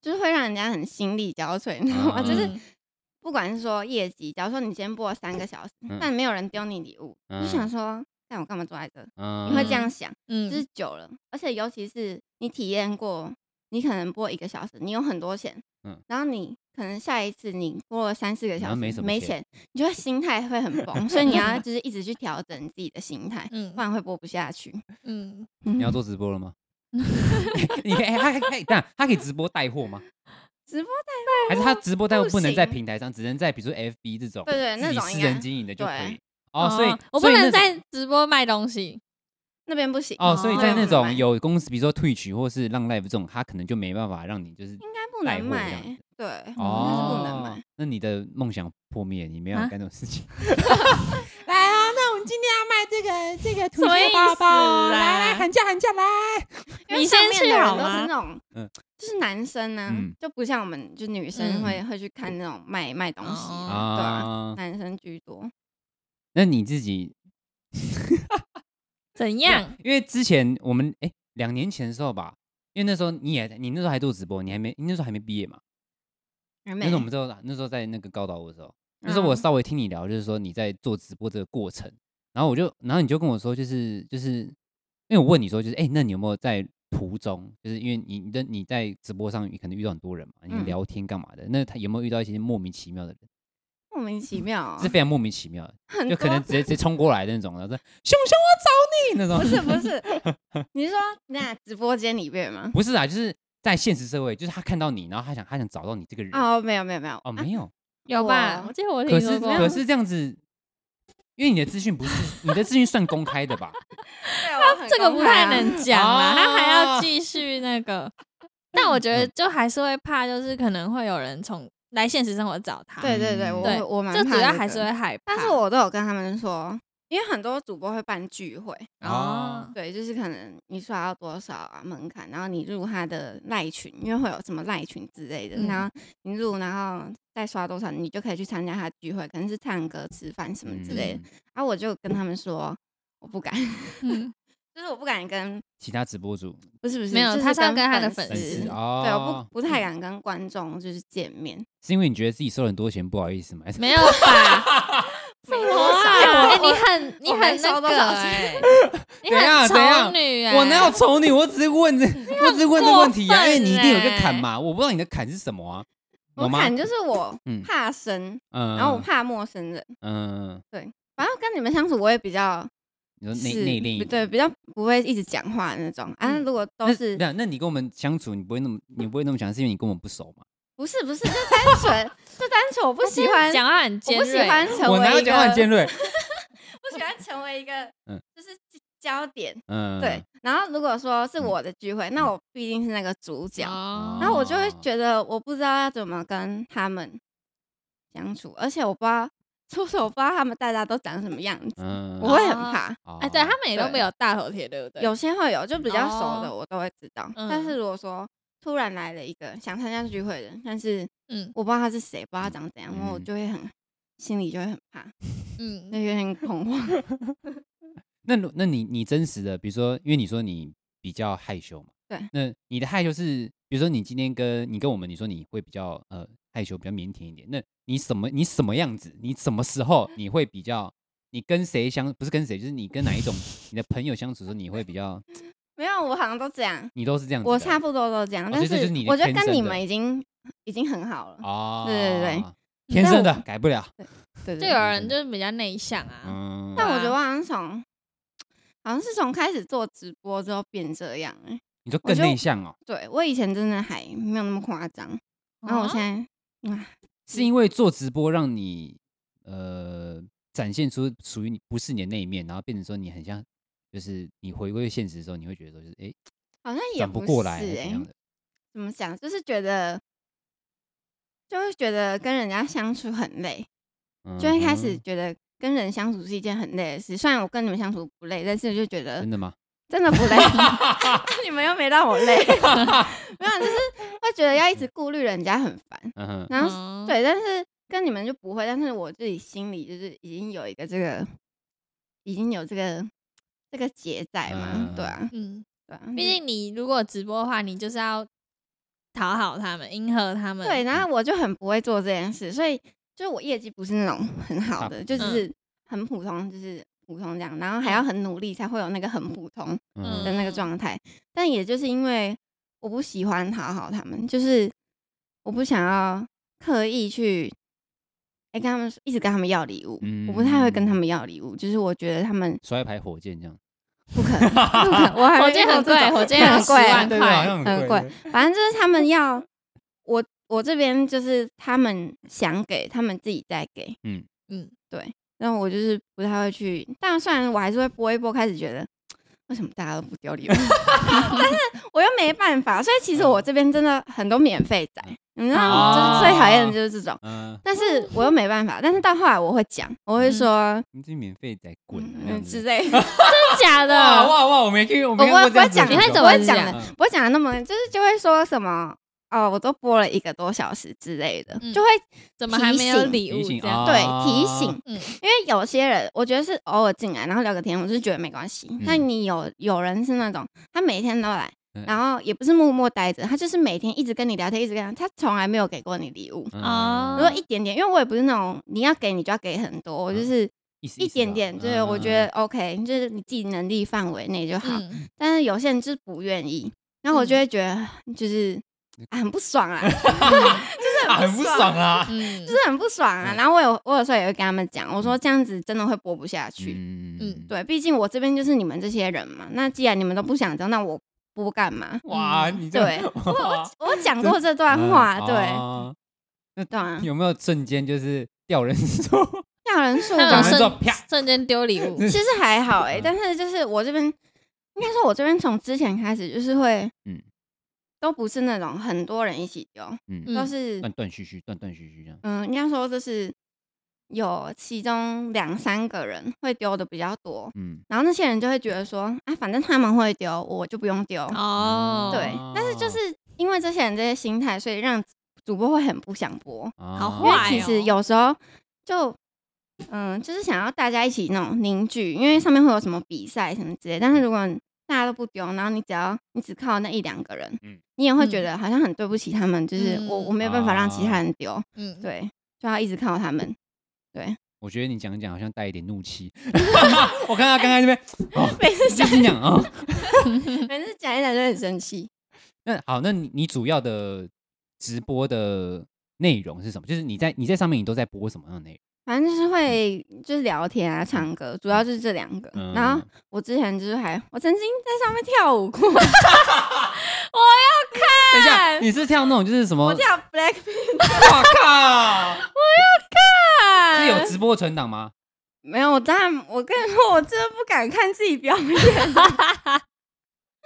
[SPEAKER 3] 就是会让人家很心力交瘁，你知道吗？就是
[SPEAKER 1] 啊
[SPEAKER 2] 嗯
[SPEAKER 3] 不管是说业绩，假如说你今天播了三个小时，
[SPEAKER 1] 嗯
[SPEAKER 3] 但没有人丢你礼物，你就
[SPEAKER 1] 嗯
[SPEAKER 3] 想说，但我干嘛坐在这？
[SPEAKER 1] 嗯
[SPEAKER 3] 你会这样想。
[SPEAKER 2] 嗯，
[SPEAKER 3] 就是久了，而且尤其是你体验过，你可能播一个小时，你有很多钱，
[SPEAKER 1] 嗯
[SPEAKER 3] 然后你可能下一次你播了三四个
[SPEAKER 1] 然
[SPEAKER 3] 小
[SPEAKER 1] 后
[SPEAKER 3] 时
[SPEAKER 1] 没什么钱
[SPEAKER 3] 钱，你就会心态会很崩，所以你要就是一直去调整自己的心态，
[SPEAKER 2] 嗯
[SPEAKER 3] 不然会播不下去。
[SPEAKER 2] 嗯，
[SPEAKER 3] 你
[SPEAKER 1] 你要做直播了 吗？ 你哎，他可以，但他可以直播带货吗？
[SPEAKER 3] 直播
[SPEAKER 1] 还是他直播带货
[SPEAKER 3] 不
[SPEAKER 1] 不能在
[SPEAKER 3] 行
[SPEAKER 1] 平台上，只能在比如说 FB 这种
[SPEAKER 3] 对对
[SPEAKER 1] 自己
[SPEAKER 3] 那种应
[SPEAKER 1] 私
[SPEAKER 3] 该
[SPEAKER 1] 人经营的就可以
[SPEAKER 3] 对。
[SPEAKER 1] 哦，所以
[SPEAKER 2] 我不
[SPEAKER 1] 所以那
[SPEAKER 2] 能
[SPEAKER 1] 种
[SPEAKER 2] 在直播卖东西，
[SPEAKER 3] 那边不行
[SPEAKER 1] 哦，所以在那
[SPEAKER 3] 不能卖
[SPEAKER 1] 种有公司，比如说 Twitch 或是浪 Live 这种，他可能就没办法让你就是
[SPEAKER 3] 应该不
[SPEAKER 1] 带
[SPEAKER 3] 能
[SPEAKER 1] 货这样
[SPEAKER 3] 卖
[SPEAKER 1] 子，
[SPEAKER 3] 对，
[SPEAKER 1] 哦，
[SPEAKER 3] 嗯那是不能卖。
[SPEAKER 1] 那你的梦想破灭，你没有
[SPEAKER 2] 啊
[SPEAKER 1] 干这种事情。 来啊，那我们今天要卖这个这个土
[SPEAKER 2] 什么意思啦
[SPEAKER 1] 价喊价哦来。
[SPEAKER 3] 因为
[SPEAKER 2] 你先
[SPEAKER 3] 上面的
[SPEAKER 2] 去
[SPEAKER 3] 人
[SPEAKER 2] 好
[SPEAKER 3] 都
[SPEAKER 2] 吗
[SPEAKER 3] 是那种，
[SPEAKER 1] 嗯
[SPEAKER 3] 就是男生呢、
[SPEAKER 1] 嗯
[SPEAKER 3] 就不像我们就女生会、会去看那种卖卖东西，
[SPEAKER 2] 哦
[SPEAKER 3] 对啊，
[SPEAKER 1] 啊，
[SPEAKER 3] 男生居多。
[SPEAKER 1] 那你自己
[SPEAKER 2] 怎样？
[SPEAKER 1] 因为之前我们哎两年前的时候吧，因为那时候你也你那时候还做直播，你还没你那时候还没毕业嘛？那
[SPEAKER 3] 那
[SPEAKER 1] 时候我们之后那时候在那个高岛屋的时候，那时候
[SPEAKER 3] 嗯
[SPEAKER 1] 我稍微听你聊，就是说你在做直播这个过程，然后我就然后你就跟我说，就是就是因为我问你说，就是哎、诶那你有没有在途中，就是因为你你的你在直播上可能遇到很多人嘛，你
[SPEAKER 3] 嗯
[SPEAKER 1] 聊天干嘛的？那他有没有遇到一些莫名其妙的人？
[SPEAKER 3] 莫名其妙 哦、
[SPEAKER 1] 是非常莫名其妙的，
[SPEAKER 3] 很
[SPEAKER 1] 就可能
[SPEAKER 3] 多
[SPEAKER 1] 直接直接冲过来的那种，然后说熊熊我找你那种。
[SPEAKER 3] 不是不是， 你是说那直播间里面吗？
[SPEAKER 1] 不是啊，就是在现实社会，就是他看到你，然后他想他想找到你这个人。哦，
[SPEAKER 3] 哦，没有没有没有，啊
[SPEAKER 1] 没有，
[SPEAKER 2] 有吧？
[SPEAKER 3] 我
[SPEAKER 2] 我记得我
[SPEAKER 1] 可
[SPEAKER 2] 听
[SPEAKER 1] 是
[SPEAKER 2] 说过，啊
[SPEAKER 1] 可是这样子，因为你的资讯不是你的资讯算公开的吧？
[SPEAKER 3] 他
[SPEAKER 2] 哦这个不太
[SPEAKER 3] 啊
[SPEAKER 2] 能讲啦，
[SPEAKER 1] 哦
[SPEAKER 2] 他还要继续那个。 嗯但我觉得就还是会怕，就是可能会有人从来现实生活找他，
[SPEAKER 3] 对对对，
[SPEAKER 1] 嗯
[SPEAKER 3] 我
[SPEAKER 2] 对
[SPEAKER 3] 我蛮
[SPEAKER 2] 这
[SPEAKER 3] 怕
[SPEAKER 2] 主要
[SPEAKER 3] 个
[SPEAKER 2] 还是会，害怕。
[SPEAKER 3] 但是我都有跟他们说，因为很多主播会办聚会，
[SPEAKER 1] 哦
[SPEAKER 2] 哦，
[SPEAKER 3] 对，就是可能你刷到多少啊门槛，然后你入他的赖群，因为会有什么赖群之类的，
[SPEAKER 2] 嗯
[SPEAKER 3] 然后你入，然后再刷多少，你就可以去参加他的聚会，可能是唱歌、吃饭什么之类的。
[SPEAKER 1] 嗯
[SPEAKER 3] 然后我就跟他们说，我不敢，
[SPEAKER 2] 嗯，
[SPEAKER 3] 就是我不敢跟
[SPEAKER 1] 其他直播主
[SPEAKER 3] 不是不是，
[SPEAKER 2] 没有
[SPEAKER 3] 就是
[SPEAKER 2] 他是要
[SPEAKER 3] 跟
[SPEAKER 2] 跟他的
[SPEAKER 3] 粉
[SPEAKER 2] 粉
[SPEAKER 1] 丝
[SPEAKER 2] 丝
[SPEAKER 1] 哦，
[SPEAKER 3] 对，我不不太敢跟观众就是见面。
[SPEAKER 1] 是因为你觉得自己收了很多钱不好意思吗？还是
[SPEAKER 2] 没有吧？
[SPEAKER 3] 什
[SPEAKER 2] 哇，哎，你 很你
[SPEAKER 3] 我没
[SPEAKER 2] 很
[SPEAKER 3] 收
[SPEAKER 2] 那
[SPEAKER 3] 多
[SPEAKER 2] 个
[SPEAKER 3] 少
[SPEAKER 2] 哎，你
[SPEAKER 1] 怎样
[SPEAKER 2] 很
[SPEAKER 1] 怎样
[SPEAKER 2] 丑女哎，
[SPEAKER 1] 我哪有丑女？我只是问这，我只是问这个问题啊，因为你一定有一个坎
[SPEAKER 2] 过分欸
[SPEAKER 1] 嘛，我不知道你的坎是什么啊，
[SPEAKER 3] 我
[SPEAKER 1] 有吗？
[SPEAKER 3] 看就是我
[SPEAKER 1] 嗯
[SPEAKER 3] 怕生，
[SPEAKER 1] 嗯
[SPEAKER 3] 然后我怕陌生人，
[SPEAKER 1] 嗯，
[SPEAKER 3] 反正跟你们相处我也比较
[SPEAKER 1] 你说
[SPEAKER 3] 是
[SPEAKER 1] 呃内内敛一点，
[SPEAKER 3] 对，比较不会一直讲话那种
[SPEAKER 2] 嗯
[SPEAKER 3] 啊。如果都
[SPEAKER 1] 那
[SPEAKER 3] 是
[SPEAKER 1] 那那你跟我们相处，你不会那么你不会那么想，是因为你跟我们不熟嘛？
[SPEAKER 3] 不是不是，就单纯就单纯，我不喜欢，
[SPEAKER 2] 讲话很
[SPEAKER 3] 我
[SPEAKER 2] 尖
[SPEAKER 3] 不喜
[SPEAKER 2] 锐，
[SPEAKER 3] 欢成
[SPEAKER 1] 我哪
[SPEAKER 3] 为
[SPEAKER 1] 有
[SPEAKER 3] 一
[SPEAKER 1] 讲话很尖
[SPEAKER 3] 个，
[SPEAKER 1] 锐？
[SPEAKER 3] 不喜欢成为一个
[SPEAKER 1] 嗯，
[SPEAKER 3] 就是焦点。
[SPEAKER 1] 嗯，
[SPEAKER 3] 对，然后如果说是我的聚会，那我必定是那个主角，
[SPEAKER 2] 哦
[SPEAKER 3] 然后我就会觉得我不知道要怎么跟他们相处，而且我不知道，出手我不知道他们大家都长什么样子，
[SPEAKER 1] 嗯
[SPEAKER 3] 我会很
[SPEAKER 2] 哦
[SPEAKER 3] 怕。
[SPEAKER 2] 哎，对他们也都
[SPEAKER 3] 对
[SPEAKER 2] 没有大头贴，对不对？
[SPEAKER 3] 有些会有，就比较熟的
[SPEAKER 2] 哦
[SPEAKER 3] 我都会知道，但是
[SPEAKER 2] 嗯
[SPEAKER 3] 如果说突然来了一个想参加聚会的人，但是
[SPEAKER 2] 嗯
[SPEAKER 3] 我不知道他是谁，不知道他长怎样，然后我
[SPEAKER 1] 嗯
[SPEAKER 3] 就会很心里就会很怕，
[SPEAKER 2] 嗯
[SPEAKER 3] 就有点恐慌。
[SPEAKER 1] 那如那你你真实的，比如说，因为你说你比较害羞嘛，
[SPEAKER 3] 对，
[SPEAKER 1] 那你的害羞是，比如说你今天跟你跟我们，你说你会比较呃害羞，比较腼腆一点，那你什么你什么样子，你什么时候你会比较，你跟谁相不是跟谁，就是你跟哪一种你的朋友相处的时候，你会比较，
[SPEAKER 3] 没有，我好像都这样，
[SPEAKER 1] 你都是这样子的，
[SPEAKER 3] 我差不多都这
[SPEAKER 1] 嗯
[SPEAKER 3] 样，
[SPEAKER 1] 哦所
[SPEAKER 3] 但
[SPEAKER 1] 以这就是你的
[SPEAKER 3] 我觉得
[SPEAKER 1] 天
[SPEAKER 3] 跟你
[SPEAKER 1] 生的
[SPEAKER 3] 们已经已经很好了。
[SPEAKER 1] 哦，
[SPEAKER 3] 对对对，
[SPEAKER 1] 天
[SPEAKER 3] 但
[SPEAKER 1] 生的
[SPEAKER 3] 我啊
[SPEAKER 1] 改不了，
[SPEAKER 3] 对
[SPEAKER 2] 就
[SPEAKER 3] 对
[SPEAKER 2] 有
[SPEAKER 3] 对，
[SPEAKER 2] 人就是比较内向啊，
[SPEAKER 1] 嗯，
[SPEAKER 3] 但我
[SPEAKER 2] 啊
[SPEAKER 3] 觉得我好像从好像是从开始做直播之后变这样哎、
[SPEAKER 1] 你说
[SPEAKER 3] 我
[SPEAKER 1] 更
[SPEAKER 3] 就
[SPEAKER 1] 内向哦，
[SPEAKER 3] 对我以前真的还没有那么夸张，
[SPEAKER 2] 哦
[SPEAKER 3] 然后哦我现在。嗯
[SPEAKER 1] 是因为做直播让你呃展现出属于你不是你的那一面，然后变成说你很像，就是你回归现实的时候，你会觉得说就是哎
[SPEAKER 3] 好像也
[SPEAKER 1] 转
[SPEAKER 3] 不
[SPEAKER 1] 不过来
[SPEAKER 3] 是
[SPEAKER 1] 怎
[SPEAKER 3] 哎、
[SPEAKER 1] 样的，
[SPEAKER 3] 怎么讲，就是觉得，就会觉得跟人家相处很累，就会开始
[SPEAKER 1] 嗯
[SPEAKER 3] 觉得跟人相处是一件很累的事。虽然我跟你们相处不累，但是我就觉
[SPEAKER 1] 哼
[SPEAKER 3] 得
[SPEAKER 1] 真的吗？
[SPEAKER 3] 真的不累， 你们又没让我累， 没有，就是会觉得要一直顾虑人家很烦。
[SPEAKER 1] 嗯哼，
[SPEAKER 3] 然后、
[SPEAKER 2] 嗯
[SPEAKER 3] 对，但是跟你们就不会，但是我自己心里就是已经有一个这个，已经有这个这个结在嘛，
[SPEAKER 1] 嗯
[SPEAKER 3] 对啊，
[SPEAKER 2] 嗯，
[SPEAKER 3] 对啊，
[SPEAKER 2] 毕竟你如果直播的话，你就是要讨好他们，迎合他们。嗯
[SPEAKER 3] 对，然后我就很不会做这件事，所以就是我业绩不是那种很好的，就只
[SPEAKER 2] 嗯
[SPEAKER 3] 是很普通，就是普通这样，然后还要很努力才会有那个很普通
[SPEAKER 1] 嗯
[SPEAKER 2] 嗯
[SPEAKER 1] 哼
[SPEAKER 3] 的那个状态。但也就是因为我不喜欢讨好他们，就是我不想要刻意去。哎、跟他们一直跟他们要礼物，我不太会跟
[SPEAKER 2] 嗯
[SPEAKER 3] 他们要礼物，就是我觉得他们
[SPEAKER 1] 刷一排火箭这样，
[SPEAKER 3] 不可能，不可 能，我还
[SPEAKER 2] 火
[SPEAKER 3] 没
[SPEAKER 2] 箭
[SPEAKER 3] 遇到
[SPEAKER 2] 很
[SPEAKER 3] 这种
[SPEAKER 2] 贵，火箭很
[SPEAKER 3] 很
[SPEAKER 2] 贵，
[SPEAKER 3] 贵啊
[SPEAKER 2] 万
[SPEAKER 3] 对
[SPEAKER 2] 块。
[SPEAKER 1] 像
[SPEAKER 3] 很贵。反正就是他们要我，我这边就是他们想给，他们自己再给。
[SPEAKER 1] 嗯
[SPEAKER 2] 嗯，
[SPEAKER 3] 对。然后我就是不太会去，但虽然我还是会播一播，开始觉得为什么大家都不丢礼物，但 是我又没办法，所以其实我这边真的很多免费仔，你知道，
[SPEAKER 1] 哦
[SPEAKER 3] 吗？就是最讨厌的就是这种。
[SPEAKER 1] 嗯，
[SPEAKER 3] 但是我又没办法，但是到后来我会讲，我会说
[SPEAKER 1] 你自己免费在滚啊这样
[SPEAKER 3] 嗯
[SPEAKER 1] 子
[SPEAKER 3] 之类的，
[SPEAKER 2] 真假
[SPEAKER 1] 哇
[SPEAKER 2] 的？
[SPEAKER 1] 哇哇！我没听，我
[SPEAKER 3] 我
[SPEAKER 1] 没
[SPEAKER 3] 不
[SPEAKER 1] 看
[SPEAKER 3] 会
[SPEAKER 1] 过
[SPEAKER 3] 不
[SPEAKER 1] 这样子的嗯
[SPEAKER 3] 会讲，
[SPEAKER 2] 你会怎
[SPEAKER 3] 不
[SPEAKER 2] 么
[SPEAKER 3] 会讲
[SPEAKER 2] 讲
[SPEAKER 3] 的，
[SPEAKER 1] 啊
[SPEAKER 3] 不会讲的那么，就是就会说什么哦，我都播了一个多小时之类的，
[SPEAKER 2] 嗯
[SPEAKER 3] 就会
[SPEAKER 2] 怎么还没有礼
[SPEAKER 1] 提
[SPEAKER 2] 物
[SPEAKER 1] 醒
[SPEAKER 2] 这样？
[SPEAKER 1] 啊
[SPEAKER 3] 对提醒，
[SPEAKER 2] 嗯
[SPEAKER 3] 因为有些人我觉得是偶尔进来然后聊个天，我是觉得没关系。但你有有人是那种他每天都来
[SPEAKER 1] 嗯，
[SPEAKER 3] 然后也不是默默待着，他就是每天一直跟你聊天，一直跟他，他从来没有给过你礼物。
[SPEAKER 1] 嗯
[SPEAKER 2] 哦
[SPEAKER 3] 如果一点点，因为我也不是那种你要给你就要给很多，我就是
[SPEAKER 1] 意思哦嗯
[SPEAKER 3] 一点点，就是我觉，得
[SPEAKER 1] 思
[SPEAKER 3] OK，就是你自己能力范围内就好。
[SPEAKER 2] 嗯，
[SPEAKER 3] 但是有些人就是不愿意，然后我
[SPEAKER 1] 嗯
[SPEAKER 3] 就会觉得就是、啊很不爽啊，
[SPEAKER 1] 吧啊很不爽啊。
[SPEAKER 2] 嗯
[SPEAKER 3] 就是很不爽啊。
[SPEAKER 1] 嗯
[SPEAKER 3] 然后我有我有时候也会跟他们讲，我说这样子真的会播不下去。
[SPEAKER 1] 嗯
[SPEAKER 2] 嗯，
[SPEAKER 3] 对，毕竟我这边就是你们这些人嘛。那既然你们都不想教，那我播干嘛？
[SPEAKER 1] 哇，
[SPEAKER 2] 嗯
[SPEAKER 1] 你这
[SPEAKER 3] 对
[SPEAKER 1] 我
[SPEAKER 3] 我讲过这段话，对、
[SPEAKER 1] 哦
[SPEAKER 3] 对啊
[SPEAKER 1] 嗯有没有瞬间就是掉人 数？
[SPEAKER 3] 要人数
[SPEAKER 1] 讲
[SPEAKER 2] 他
[SPEAKER 3] 吧
[SPEAKER 2] 有
[SPEAKER 1] 完之后
[SPEAKER 2] 瞬
[SPEAKER 1] 啪
[SPEAKER 2] 瞬间丢礼 物
[SPEAKER 1] 嗯，
[SPEAKER 3] 其实还好哎、
[SPEAKER 1] 嗯
[SPEAKER 3] 但是就是我这边，应该说我这边从之前开始就是会，
[SPEAKER 1] 嗯
[SPEAKER 3] 嗯，都不是那种很多人一起丢，
[SPEAKER 1] 嗯，
[SPEAKER 2] 嗯
[SPEAKER 3] 都是
[SPEAKER 1] 断断续续，断断续续这样。
[SPEAKER 3] 嗯，应该说就是有其中两三个人会丢的比较多，
[SPEAKER 1] 嗯，
[SPEAKER 3] 然后那些人就会觉得说啊，反正他们会丢，我就不用丢。
[SPEAKER 2] 哦，
[SPEAKER 3] 对，但是就是因为这些人这些心态，所以让主播会很不想播。
[SPEAKER 1] 好
[SPEAKER 3] 因为
[SPEAKER 2] 坏
[SPEAKER 3] 其
[SPEAKER 2] 哦
[SPEAKER 3] 实有时候就嗯，就是想要大家一起那种凝聚，因为上面会有什么比赛什么之类，但是如果大家都不丢，然后你只要你只靠那一两个人，
[SPEAKER 1] 嗯
[SPEAKER 3] 你也会觉得好像很对不起他们，就是我
[SPEAKER 2] 嗯
[SPEAKER 3] 我没有办法让其他人丢，
[SPEAKER 2] 嗯，
[SPEAKER 3] 对，就要一直靠他们。
[SPEAKER 1] 我觉得你讲一讲好像带一点怒 气。 我看到刚才这边，哦，
[SPEAKER 3] 每次
[SPEAKER 1] 就是讲啊。哦
[SPEAKER 3] 每次讲一讲就很生气。
[SPEAKER 1] 那好，那你你主要的直播的内容是什么？就是你在你在上面你都在播什么样的内容？
[SPEAKER 3] 反正就是会就是聊天啊，唱歌，主要就是这两个。
[SPEAKER 1] 嗯
[SPEAKER 3] 然后我之前就是还我曾经在上面跳舞过，
[SPEAKER 1] 等一下，你是跳那种就是什么？
[SPEAKER 3] 我
[SPEAKER 1] 我
[SPEAKER 3] 跳 Blackpink
[SPEAKER 1] 靠！
[SPEAKER 2] 啊
[SPEAKER 1] 是有直播存档吗？
[SPEAKER 3] 没有，我当然我跟你说，我真的不敢看自己表 演。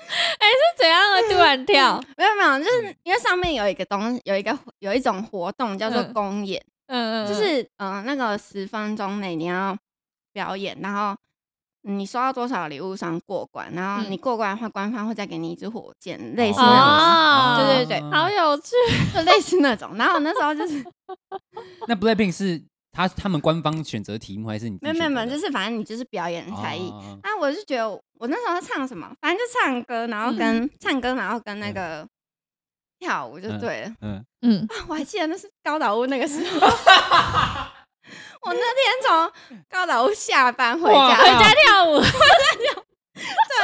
[SPEAKER 2] 是怎样啊的突然 跳？
[SPEAKER 3] 没有没有，就是因为上面有一个东有一个有一种活动叫做
[SPEAKER 2] 嗯
[SPEAKER 3] 公演，
[SPEAKER 2] 嗯，嗯
[SPEAKER 3] 就
[SPEAKER 2] 嗯
[SPEAKER 3] 是嗯、呃那个十分钟内你要表演，然后你收到多少礼物算过关，然后
[SPEAKER 2] 嗯
[SPEAKER 3] 你过关的话，官方会再给你一支火箭，类似
[SPEAKER 2] 哦
[SPEAKER 3] 那种。
[SPEAKER 2] 哦
[SPEAKER 3] 对对对
[SPEAKER 2] 好有趣，
[SPEAKER 3] 就类似那种。然后我那时候 就是
[SPEAKER 1] 那 Blackpink 是他他们官方选择题目还是你自
[SPEAKER 3] 没有
[SPEAKER 1] 己
[SPEAKER 3] 没有
[SPEAKER 1] 选
[SPEAKER 3] 没
[SPEAKER 1] 择的？
[SPEAKER 3] 有，就是反正你就是表演才艺。
[SPEAKER 1] 哦
[SPEAKER 3] 啊，我就觉得我那时候唱什么，反正就唱歌，然后跟、
[SPEAKER 2] 嗯
[SPEAKER 3] 唱歌，然后跟那个跳舞就对了。
[SPEAKER 1] 嗯，
[SPEAKER 2] 嗯，
[SPEAKER 3] 啊，我还记得那是高岛屋那个时候。 我那天从高岛屋下班回
[SPEAKER 1] 哇
[SPEAKER 3] 家，
[SPEAKER 1] 回
[SPEAKER 2] 回家跳舞，
[SPEAKER 3] 对，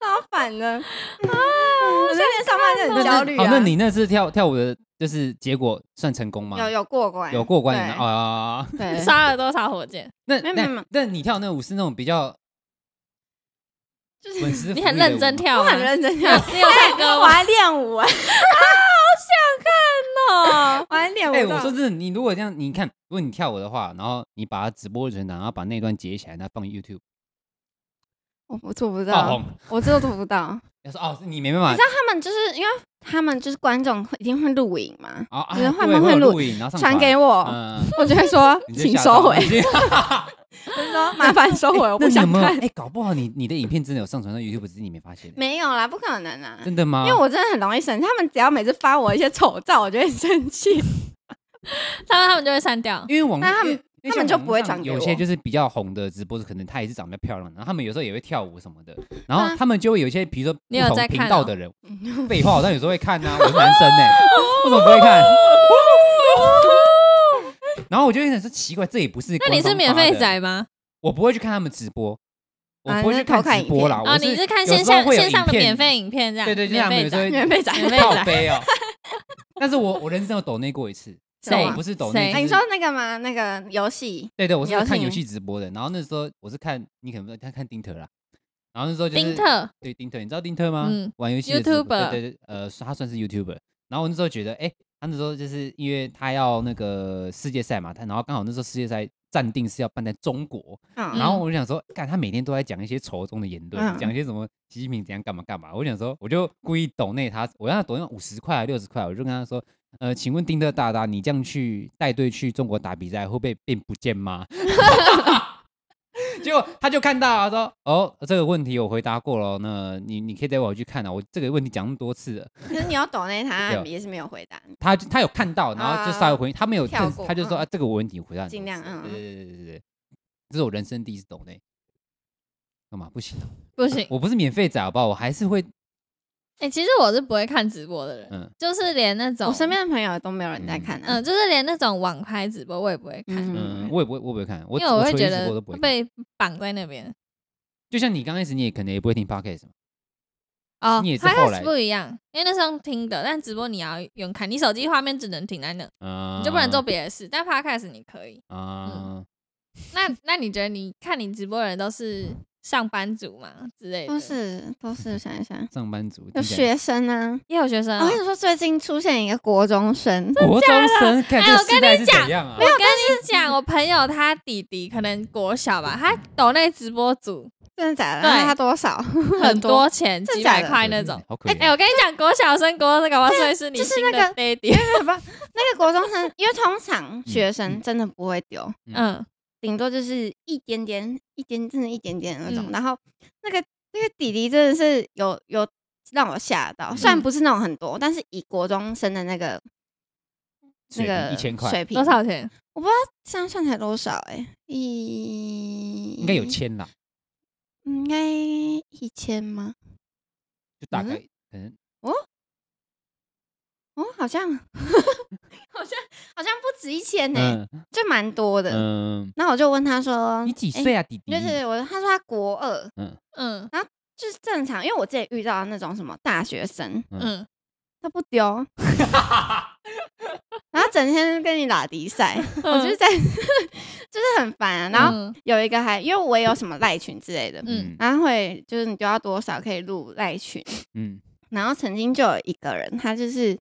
[SPEAKER 3] 然后反 了。啊我那天上班就
[SPEAKER 1] 那
[SPEAKER 3] 很焦
[SPEAKER 1] 那
[SPEAKER 3] 虑
[SPEAKER 1] 好
[SPEAKER 3] 啊。，
[SPEAKER 1] 那你那次跳跳舞的，就是结果算成功吗？
[SPEAKER 3] 有有过关，
[SPEAKER 1] 有过关
[SPEAKER 3] 对
[SPEAKER 1] 的啊啊啊！啊
[SPEAKER 3] 对，
[SPEAKER 2] 刷了多少火箭？
[SPEAKER 1] 那
[SPEAKER 3] 没有没有没
[SPEAKER 1] 那
[SPEAKER 3] 有
[SPEAKER 1] 那你跳那舞是那种比较
[SPEAKER 3] 就是
[SPEAKER 1] 粉丝
[SPEAKER 2] 你
[SPEAKER 1] 福
[SPEAKER 2] 很
[SPEAKER 1] 利的
[SPEAKER 2] 认真
[SPEAKER 1] 舞吗，
[SPEAKER 2] 跳
[SPEAKER 3] 我
[SPEAKER 2] 吗，
[SPEAKER 3] 很认 真跳。
[SPEAKER 2] 你有唱歌
[SPEAKER 3] 我
[SPEAKER 2] 吗？
[SPEAKER 3] 还练舞
[SPEAKER 2] 哦，
[SPEAKER 3] 啊，我还练舞。
[SPEAKER 1] 哎，我说真的，你如果这样，你看，如果你跳舞的话，然后你把它直播存档，然后把那段截起来，然后放 YouTube
[SPEAKER 3] 我我做不
[SPEAKER 1] 爆
[SPEAKER 3] 到，
[SPEAKER 1] 红。
[SPEAKER 3] 我真的做不到。
[SPEAKER 1] 要说哦，是你没办法
[SPEAKER 3] 啊你知道他们就是因为他们就是观众会一定会录影嘛，
[SPEAKER 1] 啊，啊
[SPEAKER 3] 就是他
[SPEAKER 1] 对
[SPEAKER 3] 们
[SPEAKER 1] 会
[SPEAKER 3] 会
[SPEAKER 1] 有
[SPEAKER 3] 录
[SPEAKER 1] 录影，然后上
[SPEAKER 3] 传给我，
[SPEAKER 1] 嗯，
[SPEAKER 3] 我就会说
[SPEAKER 1] 你就
[SPEAKER 3] 请
[SPEAKER 1] 吓
[SPEAKER 3] 收
[SPEAKER 1] 到
[SPEAKER 3] 回。
[SPEAKER 1] 你就
[SPEAKER 3] 我说 麻烦收回，我
[SPEAKER 1] 那
[SPEAKER 3] 不
[SPEAKER 1] 你有
[SPEAKER 3] 想
[SPEAKER 1] 没有？
[SPEAKER 3] 看。
[SPEAKER 1] 哎，搞不好你你的影片真的有上传到 YouTube，只是你没发现。
[SPEAKER 3] 没有啦，不可能啊，
[SPEAKER 1] 真的吗？
[SPEAKER 3] 因为我真的很容易生气。他们只要每次发我一些丑照，我就会生气。
[SPEAKER 2] 他们他们就会删掉。
[SPEAKER 1] 因为网
[SPEAKER 3] 那他们
[SPEAKER 1] 因为因为
[SPEAKER 3] 他们
[SPEAKER 1] 像
[SPEAKER 3] 就不会
[SPEAKER 1] 网上
[SPEAKER 3] 转给
[SPEAKER 1] 有
[SPEAKER 3] 我
[SPEAKER 1] 些就是比较红的直播主，可能她也是长得比较漂亮，然后他们有时候也会跳舞什么的，然后
[SPEAKER 3] 啊
[SPEAKER 1] 他们就会有一些，比如说
[SPEAKER 2] 你有
[SPEAKER 1] 不同
[SPEAKER 2] 在
[SPEAKER 1] 频
[SPEAKER 2] 看
[SPEAKER 1] 道
[SPEAKER 2] 哦
[SPEAKER 1] 的人，废话，我但有时候会看啊，我是男生呢、为什么不会 看？然后我就有点说奇怪，这也不是
[SPEAKER 2] 那你
[SPEAKER 1] 官
[SPEAKER 2] 是
[SPEAKER 1] 方
[SPEAKER 2] 免
[SPEAKER 1] 发
[SPEAKER 2] 费
[SPEAKER 1] 的
[SPEAKER 2] 仔吗？
[SPEAKER 1] 我不会去看他们直播，我
[SPEAKER 3] 啊
[SPEAKER 1] 不会
[SPEAKER 3] 那
[SPEAKER 1] 去
[SPEAKER 3] 偷看
[SPEAKER 1] 直
[SPEAKER 3] 影
[SPEAKER 1] 播
[SPEAKER 3] 片
[SPEAKER 1] 啦。啊我
[SPEAKER 2] 哦，你是看
[SPEAKER 1] 有
[SPEAKER 2] 线
[SPEAKER 1] 时候
[SPEAKER 2] 上
[SPEAKER 1] 会有
[SPEAKER 2] 线上
[SPEAKER 1] 影
[SPEAKER 2] 的
[SPEAKER 1] 片
[SPEAKER 2] 免费影片这样？
[SPEAKER 1] 对对，就
[SPEAKER 2] 免
[SPEAKER 1] 像
[SPEAKER 2] 费
[SPEAKER 1] 有时候
[SPEAKER 2] 仔。
[SPEAKER 3] 免费仔，
[SPEAKER 2] 免费
[SPEAKER 1] 靠
[SPEAKER 2] 仔
[SPEAKER 1] 背哦。但是我我人生有抖内过一次，但
[SPEAKER 3] 谁
[SPEAKER 1] 我不是抖内，
[SPEAKER 2] 谁
[SPEAKER 3] 啊
[SPEAKER 1] 就是
[SPEAKER 3] 你说那个吗？那个游戏
[SPEAKER 1] 对对，我是
[SPEAKER 3] 了
[SPEAKER 1] 看
[SPEAKER 3] 解
[SPEAKER 1] 游戏直播的，然后那时候我是看你可能不知道，看看丁特啦，然后那时候就是
[SPEAKER 2] 丁特
[SPEAKER 1] 对丁特，你知道丁特吗？
[SPEAKER 2] 嗯
[SPEAKER 1] 玩游戏的直播
[SPEAKER 2] YouTuber
[SPEAKER 1] 对对对，呃，他算是 YouTuber。然后我那时候觉得，哎，他那时候就是因为他要那个世界赛嘛，他然后刚好那时候世界赛暂定是要办在中国，
[SPEAKER 3] 嗯，
[SPEAKER 1] 然后我就想说，看他每天都在讲一些仇中的言论，
[SPEAKER 3] 嗯
[SPEAKER 1] 讲一些什么习近平怎样干嘛干嘛。我就想说，我就故意抖内他，我让他抖内五十块六十块，我就跟他说，呃，请问丁特大大，你这样去带队去中国打比赛，会被变不见吗？ 结果他就看到啊，说哦，这个问题我回答过了，那你你可以带我去看啊，我这个问题讲那么多次了。
[SPEAKER 3] 可是你要懂那他
[SPEAKER 1] 对
[SPEAKER 3] 也是没有回答你，
[SPEAKER 1] 他就他有看到，然后就稍微回，他没有
[SPEAKER 3] 跳
[SPEAKER 1] 正，
[SPEAKER 3] 过
[SPEAKER 1] 他就说
[SPEAKER 3] 嗯
[SPEAKER 1] 啊，这个我问题回答你
[SPEAKER 3] 尽量嗯
[SPEAKER 1] 对对对对对对，这是我人生第一次抖内。干嘛不行啊？
[SPEAKER 2] 不行。
[SPEAKER 1] 我不是免费仔好不好？我还是会
[SPEAKER 2] 哎，其实我是不会看直播的人，
[SPEAKER 1] 嗯，
[SPEAKER 2] 就是连那种
[SPEAKER 3] 我身边的朋友都没有人在看啊。
[SPEAKER 2] 啊嗯，就是连那种网拍直播我也不会看，因
[SPEAKER 3] 嗯
[SPEAKER 1] 嗯，我也不会，我也不会看，我
[SPEAKER 2] 为我会
[SPEAKER 1] 纯
[SPEAKER 2] 觉
[SPEAKER 1] 粹直
[SPEAKER 2] 得
[SPEAKER 1] 播都不会看。
[SPEAKER 2] 被绑在那边。
[SPEAKER 1] 就像你刚开始，你也可能也不会听 podcast 嘛，
[SPEAKER 2] 哦
[SPEAKER 1] 你也是
[SPEAKER 2] p
[SPEAKER 1] 后
[SPEAKER 2] o
[SPEAKER 1] 来
[SPEAKER 2] d 不一样，因为那是用听的，但直播你要用看，你手机画面只能停在那，
[SPEAKER 1] 啊，
[SPEAKER 2] 你就不能做别的事。但 podcast 你可以。
[SPEAKER 1] 啊。
[SPEAKER 2] 那那你觉得你看你直播的人都是上班族吗之类的？
[SPEAKER 3] 都，是都是，想一想，
[SPEAKER 1] 上班族
[SPEAKER 3] 有
[SPEAKER 1] 听起来
[SPEAKER 3] 学生啊。
[SPEAKER 2] 也有学生、哦
[SPEAKER 3] 我跟你说，最近出现一个国中生，
[SPEAKER 1] 国中生，看
[SPEAKER 2] 哎
[SPEAKER 1] 这
[SPEAKER 2] 我
[SPEAKER 1] 个
[SPEAKER 2] 跟
[SPEAKER 1] 时代
[SPEAKER 2] 你
[SPEAKER 1] 是
[SPEAKER 2] 讲
[SPEAKER 1] 怎样啊
[SPEAKER 2] 我？跟你讲，我朋友他弟弟可能国小吧，他抖内直播组
[SPEAKER 3] 真的假
[SPEAKER 2] 对
[SPEAKER 3] 的？那他多少？
[SPEAKER 2] 很多钱，
[SPEAKER 3] 真
[SPEAKER 2] 几
[SPEAKER 3] 假
[SPEAKER 2] 百
[SPEAKER 3] 的
[SPEAKER 2] 块那种。
[SPEAKER 1] 好可
[SPEAKER 2] 哎、
[SPEAKER 1] 怜。
[SPEAKER 2] 哎我跟你讲，国小生、国二生、搞不好以是你
[SPEAKER 3] 就是
[SPEAKER 2] 新
[SPEAKER 3] 那
[SPEAKER 2] 的
[SPEAKER 3] 个
[SPEAKER 2] 爹
[SPEAKER 3] 因
[SPEAKER 2] 爹。
[SPEAKER 3] 为吧，那个国中生，因为通常学生真的不会丢，
[SPEAKER 2] 嗯，
[SPEAKER 3] 顶多就是一点点、一点，真的一点点那种。
[SPEAKER 2] 嗯
[SPEAKER 3] 然后那个那个弟弟真的是有有让我吓到，虽然
[SPEAKER 1] 嗯
[SPEAKER 3] 不是那种很多，但是以国中生的那个那
[SPEAKER 1] 水平
[SPEAKER 3] 个
[SPEAKER 1] 一千块
[SPEAKER 3] 水平
[SPEAKER 2] 多少钱？
[SPEAKER 3] 这样算才多少、欸？哎，一
[SPEAKER 1] 应该有，千啦，
[SPEAKER 3] 应该一千吗？
[SPEAKER 1] 就大概
[SPEAKER 3] 嗯
[SPEAKER 1] 可能
[SPEAKER 3] 哦，好像 好像好像不止一千呢、
[SPEAKER 1] 嗯
[SPEAKER 3] 就蛮多的。
[SPEAKER 1] 嗯，
[SPEAKER 3] 那、我就问他说：“
[SPEAKER 1] 你几
[SPEAKER 3] 欸
[SPEAKER 1] 岁啊，弟弟？
[SPEAKER 3] 就是我，他说他国二，
[SPEAKER 2] 嗯
[SPEAKER 3] 就是正常，因为我之前遇到那种什么大学生，
[SPEAKER 1] 嗯
[SPEAKER 2] 嗯，
[SPEAKER 3] 他不丢， 然后整天跟你打比赛，我
[SPEAKER 2] 嗯
[SPEAKER 3] 就在 就是很烦啊。然后
[SPEAKER 2] 嗯
[SPEAKER 3] 有一个还因为我也有什么赖群之类的，
[SPEAKER 2] 嗯
[SPEAKER 3] 然后会就是你丢到多少可以入赖群，
[SPEAKER 1] 嗯
[SPEAKER 3] 然后曾经就有一个人，他就是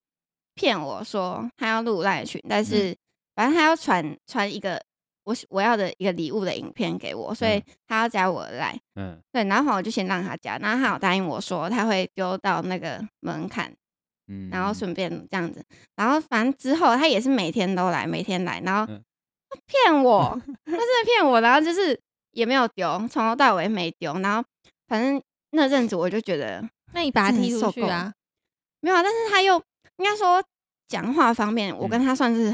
[SPEAKER 3] 骗我说他要入赖群，
[SPEAKER 2] 嗯
[SPEAKER 3] 但是反正他要传传一个我喜我要的一个礼物的影片给我，所以
[SPEAKER 1] 嗯
[SPEAKER 3] 他要加我的赖。
[SPEAKER 1] 嗯
[SPEAKER 3] 对，然后反正我就先让他加，然后他有答应我说他会丢到那个门槛，
[SPEAKER 1] 嗯，
[SPEAKER 3] 然后顺便这样子，然后反正之后他也是每天都来，每天来，然后
[SPEAKER 1] 嗯
[SPEAKER 3] 他骗我， 他真的骗我，然后就是也没有丢，从头到尾没丢，然后反正那阵子我就觉得
[SPEAKER 2] 那你把他
[SPEAKER 3] 真的
[SPEAKER 2] 踢出
[SPEAKER 3] 受
[SPEAKER 2] 去
[SPEAKER 3] 够
[SPEAKER 2] 啊？
[SPEAKER 3] 没有啊，但是他又应该说讲话方面，我跟他算是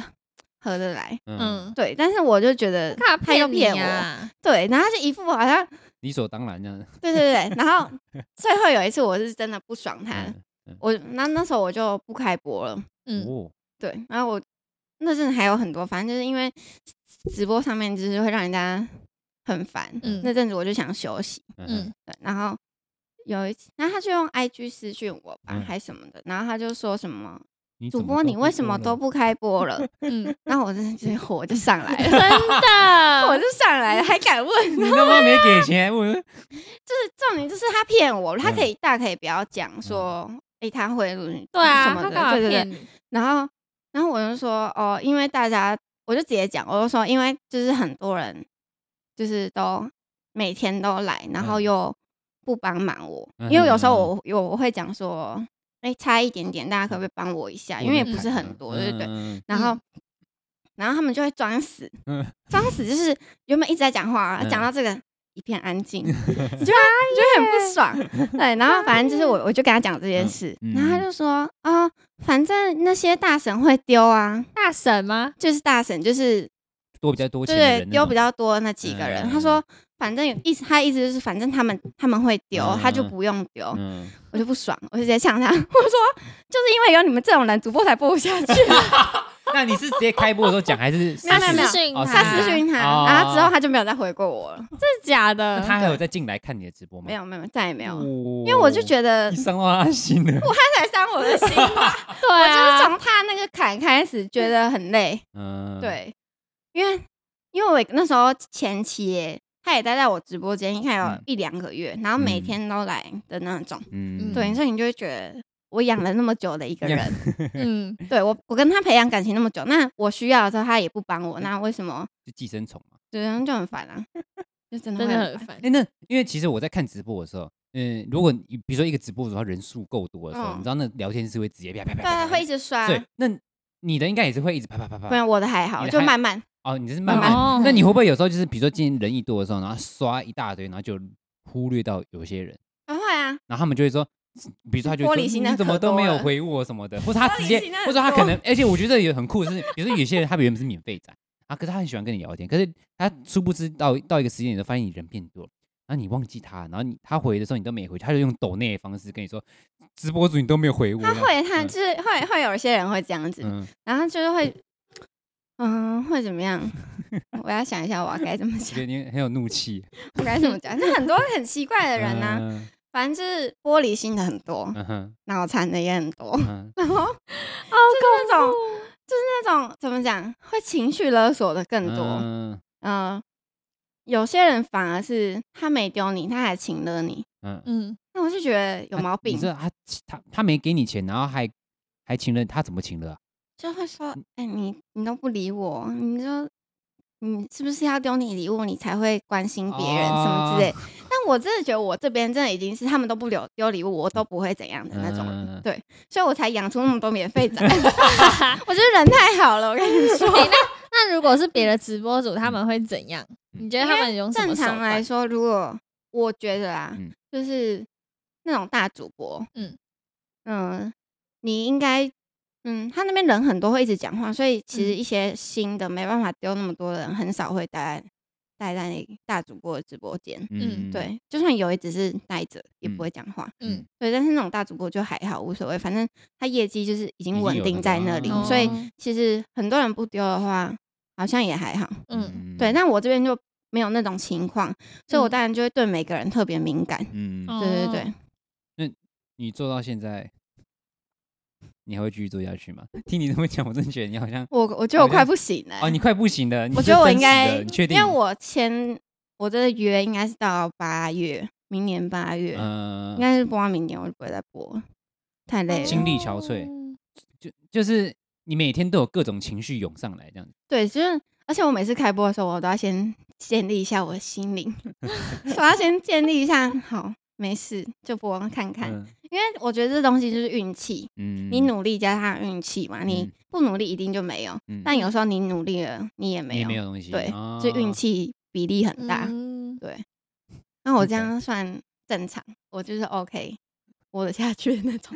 [SPEAKER 3] 合得来，
[SPEAKER 1] 嗯，
[SPEAKER 2] 嗯，
[SPEAKER 3] 对，但是我就觉得
[SPEAKER 2] 干嘛
[SPEAKER 3] 他又
[SPEAKER 2] 你
[SPEAKER 3] 骗我，
[SPEAKER 2] 啊？
[SPEAKER 3] 对，然后他就一副好像
[SPEAKER 1] 理所当然这样。
[SPEAKER 3] 对对对，然 后最后有一次我是真的不爽他，
[SPEAKER 1] 嗯
[SPEAKER 3] 我那那时候我就不开播了，
[SPEAKER 2] 嗯，
[SPEAKER 1] 哦，
[SPEAKER 3] 对，然后我那阵还有很多，反正就是因为直播上面就是会让人家很烦，
[SPEAKER 2] 嗯
[SPEAKER 3] 那阵子我就想休息，
[SPEAKER 1] 嗯
[SPEAKER 3] 对，然后有一次，然后他就用 IG 私讯我吧，
[SPEAKER 1] 嗯
[SPEAKER 3] 还什么的，然后他就说什么
[SPEAKER 1] 你
[SPEAKER 3] 主
[SPEAKER 1] 怎
[SPEAKER 3] 播
[SPEAKER 1] 都
[SPEAKER 3] 你
[SPEAKER 1] 不
[SPEAKER 3] 为什
[SPEAKER 1] 播
[SPEAKER 3] 么
[SPEAKER 1] 呢
[SPEAKER 3] 都不开播了？
[SPEAKER 2] 嗯，
[SPEAKER 3] 然后我真的就火就上 来了，
[SPEAKER 2] 真 的，
[SPEAKER 3] 我就上来了，还敢问？
[SPEAKER 1] 你他妈没给钱， 我
[SPEAKER 3] 就是重点就是他骗我，他
[SPEAKER 1] 嗯
[SPEAKER 3] 可以大可以不要讲说，诶，他贿赂你，
[SPEAKER 2] 对啊，
[SPEAKER 3] 什
[SPEAKER 2] 他
[SPEAKER 3] 么
[SPEAKER 2] 干嘛
[SPEAKER 3] 的，对对
[SPEAKER 2] 骗
[SPEAKER 3] 对。
[SPEAKER 2] 你？
[SPEAKER 3] 然后，然后我就说，哦，因为大家，我就直接讲，我就说，因为就是很多人，就是都每天都来，然后
[SPEAKER 1] 嗯
[SPEAKER 3] 又不帮忙我，
[SPEAKER 1] 嗯
[SPEAKER 3] 因为有时候
[SPEAKER 1] 嗯嗯
[SPEAKER 3] 我有我会讲说，啊
[SPEAKER 1] 嗯
[SPEAKER 3] 诶，差一点点，大家可不可以帮我一下？因为也不是很多，对对对。
[SPEAKER 1] 对，
[SPEAKER 3] 然后然后他们就会装死
[SPEAKER 1] 嗯，
[SPEAKER 3] 装死就是原本一直在讲话，
[SPEAKER 1] 嗯
[SPEAKER 3] 讲到这个一片安 静， 你就会你就会很不爽。对，然后反正就是我我就跟他讲这件事
[SPEAKER 1] 嗯嗯，
[SPEAKER 3] 然后他就说啊、哦反正那些大神会丢啊，
[SPEAKER 2] 大神吗？
[SPEAKER 3] 就是大神就是
[SPEAKER 1] 多比较多钱的
[SPEAKER 3] 对
[SPEAKER 1] 人那种，哦
[SPEAKER 3] 丢比较多那几个人。
[SPEAKER 1] 嗯
[SPEAKER 3] 他说反正有意思，他的意思就是反正他们他们会丢
[SPEAKER 1] 嗯，
[SPEAKER 3] 他就不用丢。
[SPEAKER 1] 嗯，
[SPEAKER 3] 我就不爽，我就直接呛他，我说 就是因为有你们这种人，主播才播不下去。啊
[SPEAKER 1] 那你是直接开播的时候讲，还是
[SPEAKER 3] 没有没有没
[SPEAKER 2] 私
[SPEAKER 3] 有
[SPEAKER 2] 讯
[SPEAKER 1] 哦
[SPEAKER 2] 他，
[SPEAKER 3] 他私讯他，
[SPEAKER 1] 哦
[SPEAKER 3] 然后之后他就没有再回过我了，
[SPEAKER 2] 是假的
[SPEAKER 1] 那。他还有再进来看你的直播吗？
[SPEAKER 3] 没有没有再也没有了，
[SPEAKER 1] 哦，
[SPEAKER 3] 因为我就觉得
[SPEAKER 1] 你伤到他心了。
[SPEAKER 3] 他才伤我的 心，我
[SPEAKER 2] 对
[SPEAKER 3] 就是
[SPEAKER 2] 啊，
[SPEAKER 3] 从他那个坎开始觉得很累，
[SPEAKER 1] 嗯，，
[SPEAKER 3] 对，因为因为我那时候前期耶他也待在我直播间，应该有
[SPEAKER 1] 嗯
[SPEAKER 3] 一两个月，然后每天都来的那种，
[SPEAKER 1] 嗯，
[SPEAKER 3] 对，所以你就会觉得我养了那么久的一个
[SPEAKER 1] 养
[SPEAKER 3] 人，
[SPEAKER 2] 嗯，
[SPEAKER 3] 对我我跟他培养感情那么久，那我需要的时候他也不帮我，那为什么？
[SPEAKER 1] 就寄生虫嘛。
[SPEAKER 3] 对，就很烦啊， 就真的
[SPEAKER 2] 真
[SPEAKER 3] 会
[SPEAKER 2] 的
[SPEAKER 3] 很
[SPEAKER 2] 很
[SPEAKER 3] 烦。
[SPEAKER 2] 烦
[SPEAKER 1] 哎、。那因为其实我在看直播的时候，嗯，如果你比如说一个直播主他人数够多的时候，
[SPEAKER 3] 嗯
[SPEAKER 1] 你知道那聊天室会直接啪啪啪
[SPEAKER 3] 对啊，
[SPEAKER 1] 啪啪啪，
[SPEAKER 3] 会一直刷。
[SPEAKER 1] 对，那你的应该也是会一直啪啪啪
[SPEAKER 3] 不嗯
[SPEAKER 1] 啪。
[SPEAKER 3] 然我的还好，
[SPEAKER 1] 你的
[SPEAKER 3] 就
[SPEAKER 1] 还
[SPEAKER 3] 慢慢。
[SPEAKER 1] 哦，你是慢慢，
[SPEAKER 3] 慢
[SPEAKER 2] 慢
[SPEAKER 1] 那你会不会有时候就是比如说今天人一多的时候，然后刷一大堆，然后就忽略到有些人，
[SPEAKER 3] 不会啊，
[SPEAKER 1] 然后他们就会说。比如说，他就会
[SPEAKER 3] 玻璃
[SPEAKER 1] 说
[SPEAKER 3] 心
[SPEAKER 1] 你
[SPEAKER 3] 的
[SPEAKER 1] 怎么
[SPEAKER 3] 可
[SPEAKER 1] 都
[SPEAKER 3] 多
[SPEAKER 1] 没有
[SPEAKER 3] 了
[SPEAKER 1] 回我什么的，或者他直接
[SPEAKER 3] 玻璃心的，
[SPEAKER 1] 或者他
[SPEAKER 3] 很
[SPEAKER 1] 可能，而且我觉得有很酷的是，比如说有些人他原本是免费仔啊，可是他很喜欢跟你聊天，可是他殊不知到到一个时间，你就发现你人变多，然后你忘记他，然后你他回的时候你都没回，他就用抖内的方式跟你说，直播主你都没有回我，
[SPEAKER 3] 他
[SPEAKER 1] 这样
[SPEAKER 3] 会，他就是会会有一些人会这样子，
[SPEAKER 1] 嗯，
[SPEAKER 3] 然后就是会，嗯，会怎么样？我要想一下，我要该怎么 讲
[SPEAKER 1] 觉得，你很有怒气
[SPEAKER 3] 我该怎么讲？就很多很奇怪的人啊呐、
[SPEAKER 1] 嗯
[SPEAKER 3] 反正就是玻璃心的很多，
[SPEAKER 1] 嗯哼，
[SPEAKER 3] 脑残的也很多，
[SPEAKER 1] 嗯
[SPEAKER 3] 然后
[SPEAKER 2] 哦，
[SPEAKER 3] 那种就是那种怎么讲，会情绪勒索的更多。嗯、
[SPEAKER 1] 嗯
[SPEAKER 3] 有些人反而是他没丢你，他还请了你，
[SPEAKER 1] 嗯，
[SPEAKER 2] 嗯，
[SPEAKER 3] 那我就觉得有
[SPEAKER 1] 啊
[SPEAKER 3] 毛病
[SPEAKER 1] 你。说他他他没给你钱，然后还还请了他怎么请了啊？
[SPEAKER 3] 就会说，哎、你你都不理我，你就你是不是要丢你礼物，你才会关心别人什
[SPEAKER 1] 哦
[SPEAKER 3] 么之类？但我真的觉得我这边真的已经是他们都不留丢礼物，我都不会怎样的那种人，
[SPEAKER 1] 嗯
[SPEAKER 3] 对，所以我才养出那么多免费仔。 我觉得人太好了，我跟你说。
[SPEAKER 2] 哎，那那如果是别的直播主，他们会怎样？
[SPEAKER 1] 嗯
[SPEAKER 2] 你觉得他们用什么
[SPEAKER 3] 正
[SPEAKER 2] 手
[SPEAKER 3] 常来
[SPEAKER 2] 段？
[SPEAKER 3] 说，如果我觉得啊，
[SPEAKER 1] 嗯
[SPEAKER 3] 就是那种大主播，
[SPEAKER 2] 嗯
[SPEAKER 3] 嗯你应该，嗯，他那边人很多，会一直讲话，所以其实一些新的没办法丢那么多的人，很少会待在待在大主播的直播间。
[SPEAKER 2] 嗯，
[SPEAKER 3] 对，就算有，也只是待着，也
[SPEAKER 1] 嗯
[SPEAKER 3] 不会讲话。
[SPEAKER 2] 嗯
[SPEAKER 3] 嗯，对，但是那种大主播就还好，无所谓，反正他业绩就是已
[SPEAKER 1] 已
[SPEAKER 3] 经
[SPEAKER 1] 经
[SPEAKER 3] 稳
[SPEAKER 1] 有
[SPEAKER 3] 定
[SPEAKER 1] 很
[SPEAKER 3] 在
[SPEAKER 1] 多
[SPEAKER 3] 那
[SPEAKER 1] 了
[SPEAKER 3] 里，
[SPEAKER 1] 哦
[SPEAKER 3] 嗯所以其实很多人不丢的话，好像也还好。
[SPEAKER 2] 嗯，
[SPEAKER 3] 对，但我这边就没有那种情况，所以我当然就会对每个人特别敏感。
[SPEAKER 1] 嗯，
[SPEAKER 2] 哦
[SPEAKER 3] 对对对，
[SPEAKER 1] 你做到现在，你还会继续做下去吗？ 听你这么讲，我真的觉得你好像
[SPEAKER 3] 我我觉得我快不行了、
[SPEAKER 1] 哦，你快不行了。你
[SPEAKER 3] 我
[SPEAKER 1] 是
[SPEAKER 3] 觉得我
[SPEAKER 1] 真
[SPEAKER 3] 应
[SPEAKER 1] 实的
[SPEAKER 3] 该，
[SPEAKER 1] 你确定？
[SPEAKER 3] 因为我签我这个约应该是到八月，明年八月，应
[SPEAKER 1] 嗯，
[SPEAKER 3] 该是播到明年，我就不会再播了，太累
[SPEAKER 1] 经
[SPEAKER 3] 了。
[SPEAKER 1] 历憔悴就就是你每天都有各种情绪涌上来，这样子。
[SPEAKER 3] 对，就是而且我每次开播的时候，我都要先建立一下我的 心灵，我要先建立一下，好，没事就播看看，
[SPEAKER 1] 嗯
[SPEAKER 3] 因为我觉得这东西就是运气，
[SPEAKER 1] 嗯
[SPEAKER 3] 你努力加上运气嘛，你
[SPEAKER 1] 嗯
[SPEAKER 3] 不努力一定就没有。
[SPEAKER 1] 嗯
[SPEAKER 3] 但有时候你努力了，你也没
[SPEAKER 1] 你也
[SPEAKER 3] 有，
[SPEAKER 1] 没有东西，
[SPEAKER 3] 对，
[SPEAKER 1] 哦
[SPEAKER 3] 就运。气比例很大。
[SPEAKER 2] 嗯，
[SPEAKER 3] 那我
[SPEAKER 1] OK
[SPEAKER 3] 这样算正常，我就是 OK，播得下去的那种。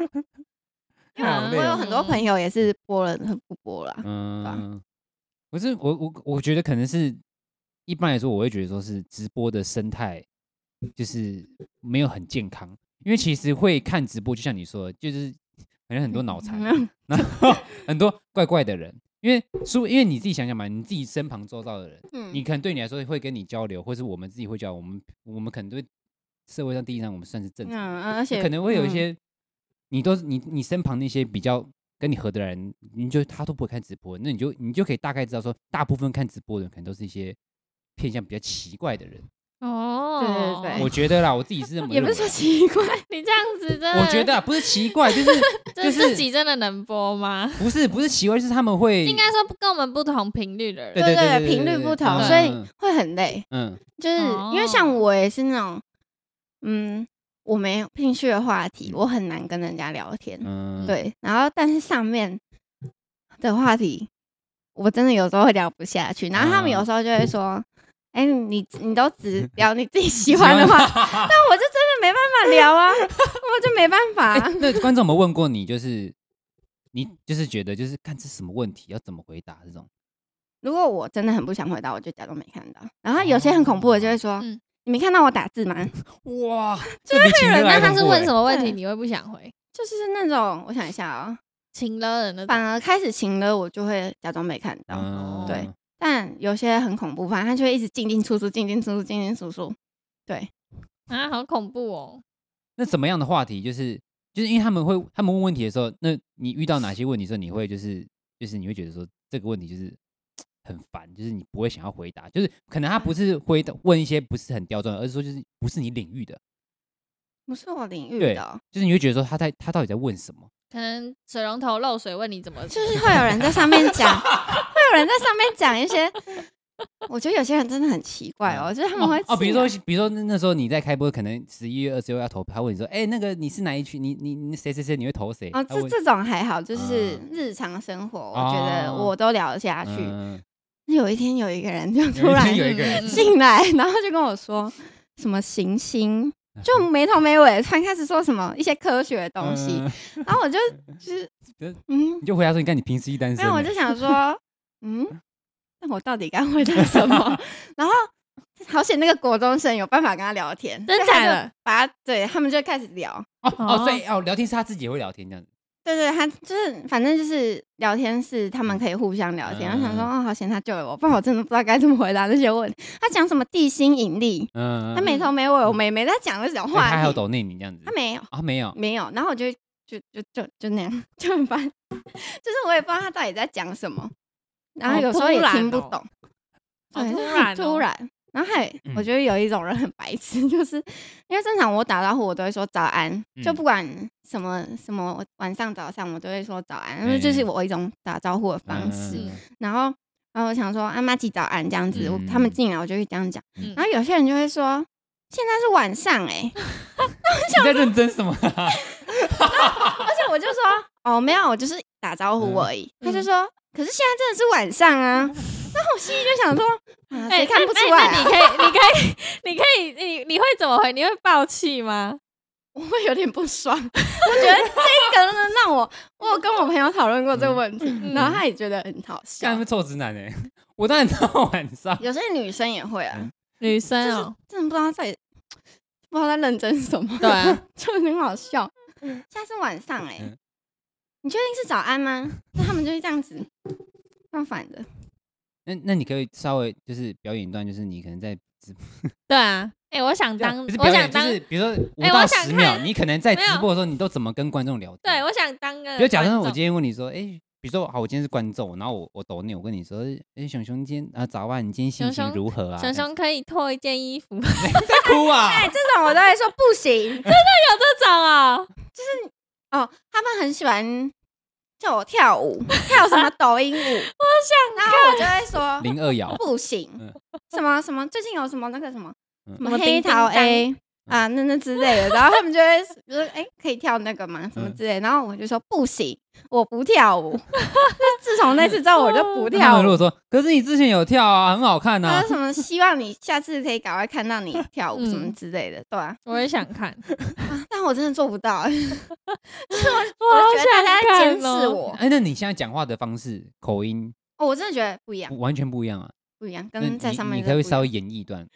[SPEAKER 3] 因为
[SPEAKER 1] 好
[SPEAKER 2] 啊
[SPEAKER 1] 累
[SPEAKER 3] 我有
[SPEAKER 1] 哦
[SPEAKER 3] 很多朋友也是播了不播 了，吧
[SPEAKER 1] 嗯，不是我我我觉得可能是一般来说，我会觉得说是直播的生态就是没有很健康，因为其实会看直播，就像你说的，就是好像很多脑残，然后很多怪怪的人，因为说，因为你自己想想嘛，你自己身旁周遭的人，
[SPEAKER 3] 嗯
[SPEAKER 1] 你可能对你来说会跟你交流，或是我们自己会交流，我们我们可能对社会上地义上我们算是正常人，
[SPEAKER 3] 嗯，而且
[SPEAKER 1] 可能会有一
[SPEAKER 3] 嗯
[SPEAKER 1] 些，你都你你身旁那些比较跟你合得来的人，你就他都不会看直播，那你就你就可以大概知道说，大部分看直播的人可能都是一些偏向比较奇怪的人，
[SPEAKER 2] 哦，
[SPEAKER 3] 对对对
[SPEAKER 1] 我觉得啦，我自己是 这么
[SPEAKER 3] 也
[SPEAKER 1] 认
[SPEAKER 3] 不
[SPEAKER 1] 为
[SPEAKER 3] 是说奇怪，
[SPEAKER 2] 你这样子真的，
[SPEAKER 1] 我觉得啊不是奇怪，就是
[SPEAKER 2] 就是
[SPEAKER 1] 就是
[SPEAKER 2] 自己真的能 播吗？
[SPEAKER 1] 不是不是奇怪，就是他们会
[SPEAKER 2] 应该说不跟我们不同频率的人，
[SPEAKER 1] 对对
[SPEAKER 3] 对
[SPEAKER 1] 对
[SPEAKER 3] 频
[SPEAKER 1] 对
[SPEAKER 3] 率
[SPEAKER 1] 对
[SPEAKER 3] 不同，
[SPEAKER 1] 嗯
[SPEAKER 3] 所
[SPEAKER 1] 嗯
[SPEAKER 3] 以会很累。
[SPEAKER 1] 嗯
[SPEAKER 3] 就是因为像
[SPEAKER 2] 哦
[SPEAKER 3] 我也是那种，嗯，我没有兴趣的话题，我很难跟人家聊天。
[SPEAKER 1] 嗯，
[SPEAKER 3] 对，然后但是上面的话题我真的有时候会聊不下去，然后他们
[SPEAKER 1] 啊
[SPEAKER 3] 有时候就会说：“哎、你你都只聊你自己喜欢的话，但我就真的没办法聊啊，我就没办法、啊
[SPEAKER 1] 哎那观众有没有问过你，就是你就是觉得就是看这什么问题要怎么回答这种？
[SPEAKER 3] 如果我真的很不想回答，我就假装没看到。然后有些很恐怖的就会说：“
[SPEAKER 2] 嗯
[SPEAKER 3] 你没看到我打字吗
[SPEAKER 1] 哇，这比情人
[SPEAKER 2] 那他是问什
[SPEAKER 1] 么？
[SPEAKER 2] 么问题，
[SPEAKER 3] 对
[SPEAKER 2] 你会不想回？？”
[SPEAKER 3] 就是那种，我想一下啊、
[SPEAKER 2] 情了人的
[SPEAKER 3] 反而开始情了，我就会假装没看到。
[SPEAKER 1] 嗯
[SPEAKER 3] 对，但有些很恐怖，反正他就会一直进进出出，进进出出，进进出出。对，
[SPEAKER 2] 啊，好恐怖哦！
[SPEAKER 1] 那怎么样的话题就是就是因为他们会他们问问题的时候，那你遇到哪些问题的时候，你会就是就是你会觉得说这个问题就是很烦，就是你不会想要回答，就是可能他不是回答问一些不是很刁钻，而是说就是不是你领域的，
[SPEAKER 3] 不是我领域
[SPEAKER 1] 对
[SPEAKER 3] 的哦、
[SPEAKER 1] 就是你会觉得说他在他到底在问什么？
[SPEAKER 2] 可能水龙头漏水，问你怎么
[SPEAKER 3] 就是会有人在上面讲， 会有人在上面讲一些。我觉得有些人真的很奇怪哦，就是他们会
[SPEAKER 1] 哦哦，比如
[SPEAKER 3] 请
[SPEAKER 1] 说比如说那那时候你在开播，可能十一月二十六要投票，他问你说，哎、那个你是哪一区？你你你谁谁谁你会投谁？
[SPEAKER 3] 啊，
[SPEAKER 1] 他
[SPEAKER 3] 这
[SPEAKER 1] 问
[SPEAKER 3] 这种还好，就是
[SPEAKER 1] 嗯
[SPEAKER 3] 日常生活，我觉得
[SPEAKER 1] 哦
[SPEAKER 3] 我都聊得下去。
[SPEAKER 1] 嗯
[SPEAKER 3] 那有一天有一个人就突
[SPEAKER 1] 有一
[SPEAKER 3] 然
[SPEAKER 1] 天有一个人
[SPEAKER 2] 嗯
[SPEAKER 3] 进来，然后就跟我说什么行星，就没头没尾，突然开始说什么一些科学的东西，
[SPEAKER 1] 嗯
[SPEAKER 3] 然后我就 就是
[SPEAKER 1] 这
[SPEAKER 3] 嗯，
[SPEAKER 1] 你就回答说，你看你平时一单身
[SPEAKER 3] 没
[SPEAKER 1] 欸，
[SPEAKER 3] 有，我就想说，嗯，那我到底该回答 什么？然后好险那个国中生有办法跟他聊天，
[SPEAKER 2] 真
[SPEAKER 3] 所以他
[SPEAKER 2] 假
[SPEAKER 3] 就
[SPEAKER 2] 的
[SPEAKER 3] 把他对他们就开始聊，
[SPEAKER 1] 哦哦，所
[SPEAKER 2] 哦
[SPEAKER 1] 以哦，聊天是他自己也会聊天这样子。
[SPEAKER 3] 对对，他就是反正就是聊天是他们可以互相聊天。
[SPEAKER 1] 嗯
[SPEAKER 3] 我想说，哦，好险他救了我，不然我真的不知道该怎么回答这些问题。他讲什么地心引力，
[SPEAKER 1] 嗯，
[SPEAKER 3] 他没头没尾，我们也没在讲这种
[SPEAKER 1] 所以他还
[SPEAKER 3] 话
[SPEAKER 1] 有
[SPEAKER 3] 题，
[SPEAKER 1] 抖内你这样子
[SPEAKER 3] 他没有
[SPEAKER 1] 啊？没有，
[SPEAKER 3] 没有，然后我就就就就就那样，就很烦， 就是我也不知道他到底在讲什么，然后
[SPEAKER 2] 好
[SPEAKER 3] 有时候也
[SPEAKER 2] 突然
[SPEAKER 3] 听不
[SPEAKER 2] 哦
[SPEAKER 3] 懂。
[SPEAKER 2] 好
[SPEAKER 3] 对，
[SPEAKER 2] 突
[SPEAKER 3] 就
[SPEAKER 2] 然
[SPEAKER 3] 很 突
[SPEAKER 2] 哦
[SPEAKER 3] 然。然后还有
[SPEAKER 1] 嗯
[SPEAKER 3] 我觉得有一种人很白痴，就是因为正常我打招呼我都会说早安，就
[SPEAKER 1] 嗯
[SPEAKER 3] 不管什么什么晚上早上我都会说早安，因为这
[SPEAKER 1] 哎
[SPEAKER 3] 是我一种打招呼的方式。
[SPEAKER 1] 嗯
[SPEAKER 3] 然后然后我想说阿妈吉早安这样子，我他
[SPEAKER 1] 嗯
[SPEAKER 3] 们进来我就会这样讲。
[SPEAKER 1] 嗯
[SPEAKER 3] 然后有些人就会说现在是晚上哎、
[SPEAKER 1] 你在认真什么？
[SPEAKER 3] 而且我就说哦没有，我就是打招呼
[SPEAKER 1] 嗯
[SPEAKER 3] 而已。他
[SPEAKER 2] 嗯
[SPEAKER 3] 就说可是现在真的是晚上啊，然后我心里就 想说啊谁看不出来、
[SPEAKER 2] 哎那
[SPEAKER 3] 啊？
[SPEAKER 2] 那你可以， 你可以，你可以，你你会怎么回？你会爆气吗？
[SPEAKER 3] 我会有点不爽， 我觉得这个呢让我，我有跟我朋友讨论过这个问题，然后他也觉得很好
[SPEAKER 1] 嗯干
[SPEAKER 3] 笑
[SPEAKER 1] 他们。臭直男哎！我当然知道晚 上，
[SPEAKER 3] 有些女生也会啊，
[SPEAKER 2] 女
[SPEAKER 3] 就
[SPEAKER 2] 生
[SPEAKER 3] 是
[SPEAKER 2] 哦，
[SPEAKER 3] 真的不知道在不知道在认真什么，
[SPEAKER 2] 对 啊
[SPEAKER 3] 就很好笑。现在是晚上哎、
[SPEAKER 1] 嗯
[SPEAKER 3] 你确定是早安吗？那他们就是这样子，相反的，
[SPEAKER 1] 那那你可以稍微就是表演一段，就是你可能在直
[SPEAKER 2] 对啊。哎，我想当，
[SPEAKER 1] 不是
[SPEAKER 2] 我
[SPEAKER 1] 表
[SPEAKER 2] 想
[SPEAKER 1] 演，就
[SPEAKER 2] 当，
[SPEAKER 1] 是比如说五
[SPEAKER 2] 哎
[SPEAKER 1] 到
[SPEAKER 2] 我想
[SPEAKER 1] 十秒，
[SPEAKER 2] 看
[SPEAKER 1] 你可能在
[SPEAKER 2] 没
[SPEAKER 1] 直
[SPEAKER 2] 有
[SPEAKER 1] 播的时候，你都怎么跟观众聊天？
[SPEAKER 2] 对我想当个观众，
[SPEAKER 1] 就假设我今天问你说，哎、比如说好，我今天是观众，然后我我抖你，我跟你说，哎、熊熊今天啊早安，你今天心
[SPEAKER 2] 熊
[SPEAKER 1] 情
[SPEAKER 2] 熊
[SPEAKER 1] 如何啊？
[SPEAKER 2] 熊熊可以脱一件衣服， 有
[SPEAKER 1] 这样 在哭啊
[SPEAKER 3] 哎、！这种我都会说不行
[SPEAKER 2] 这种哦，
[SPEAKER 3] 哦。他们很喜欢叫我跳舞，跳什么抖音舞， 我想，然后我就会说
[SPEAKER 1] 零二爻，
[SPEAKER 3] 不行
[SPEAKER 1] 嗯，
[SPEAKER 3] 什么什么，最近有什么那个什么
[SPEAKER 1] 嗯
[SPEAKER 3] 什么黑桃 A 啊，那那之类的，然后他们就会说，哎，可以跳那个吗？什么
[SPEAKER 1] 嗯
[SPEAKER 3] 之类的，然后我就说不行，我不跳舞。 自从那次之后，我就不
[SPEAKER 1] 那他
[SPEAKER 3] 跳
[SPEAKER 1] 们如果。
[SPEAKER 3] 舞
[SPEAKER 1] 说，可是你之前有跳啊，很好看
[SPEAKER 3] 他
[SPEAKER 1] 啊
[SPEAKER 3] 说，什么？希望你下次可以赶快看到你跳舞
[SPEAKER 2] 嗯
[SPEAKER 3] 什么之类的，对啊。
[SPEAKER 2] 我也想看，
[SPEAKER 3] 啊但我真的做不到，就是我
[SPEAKER 2] 我好
[SPEAKER 3] 我觉得大家在监
[SPEAKER 2] 想看
[SPEAKER 3] 视
[SPEAKER 2] 哦。
[SPEAKER 3] 我。
[SPEAKER 1] 哎、那你现在讲话的方式、口音
[SPEAKER 3] 哦，我真的觉得不一样
[SPEAKER 1] 不，完全不一样啊。
[SPEAKER 3] 不一样，
[SPEAKER 1] 那
[SPEAKER 3] 跟在
[SPEAKER 1] 你
[SPEAKER 3] 上面
[SPEAKER 1] 你
[SPEAKER 3] 真
[SPEAKER 1] 可不
[SPEAKER 3] 的
[SPEAKER 1] 可以
[SPEAKER 3] 不一
[SPEAKER 1] 稍
[SPEAKER 3] 样
[SPEAKER 1] 微演绎一段？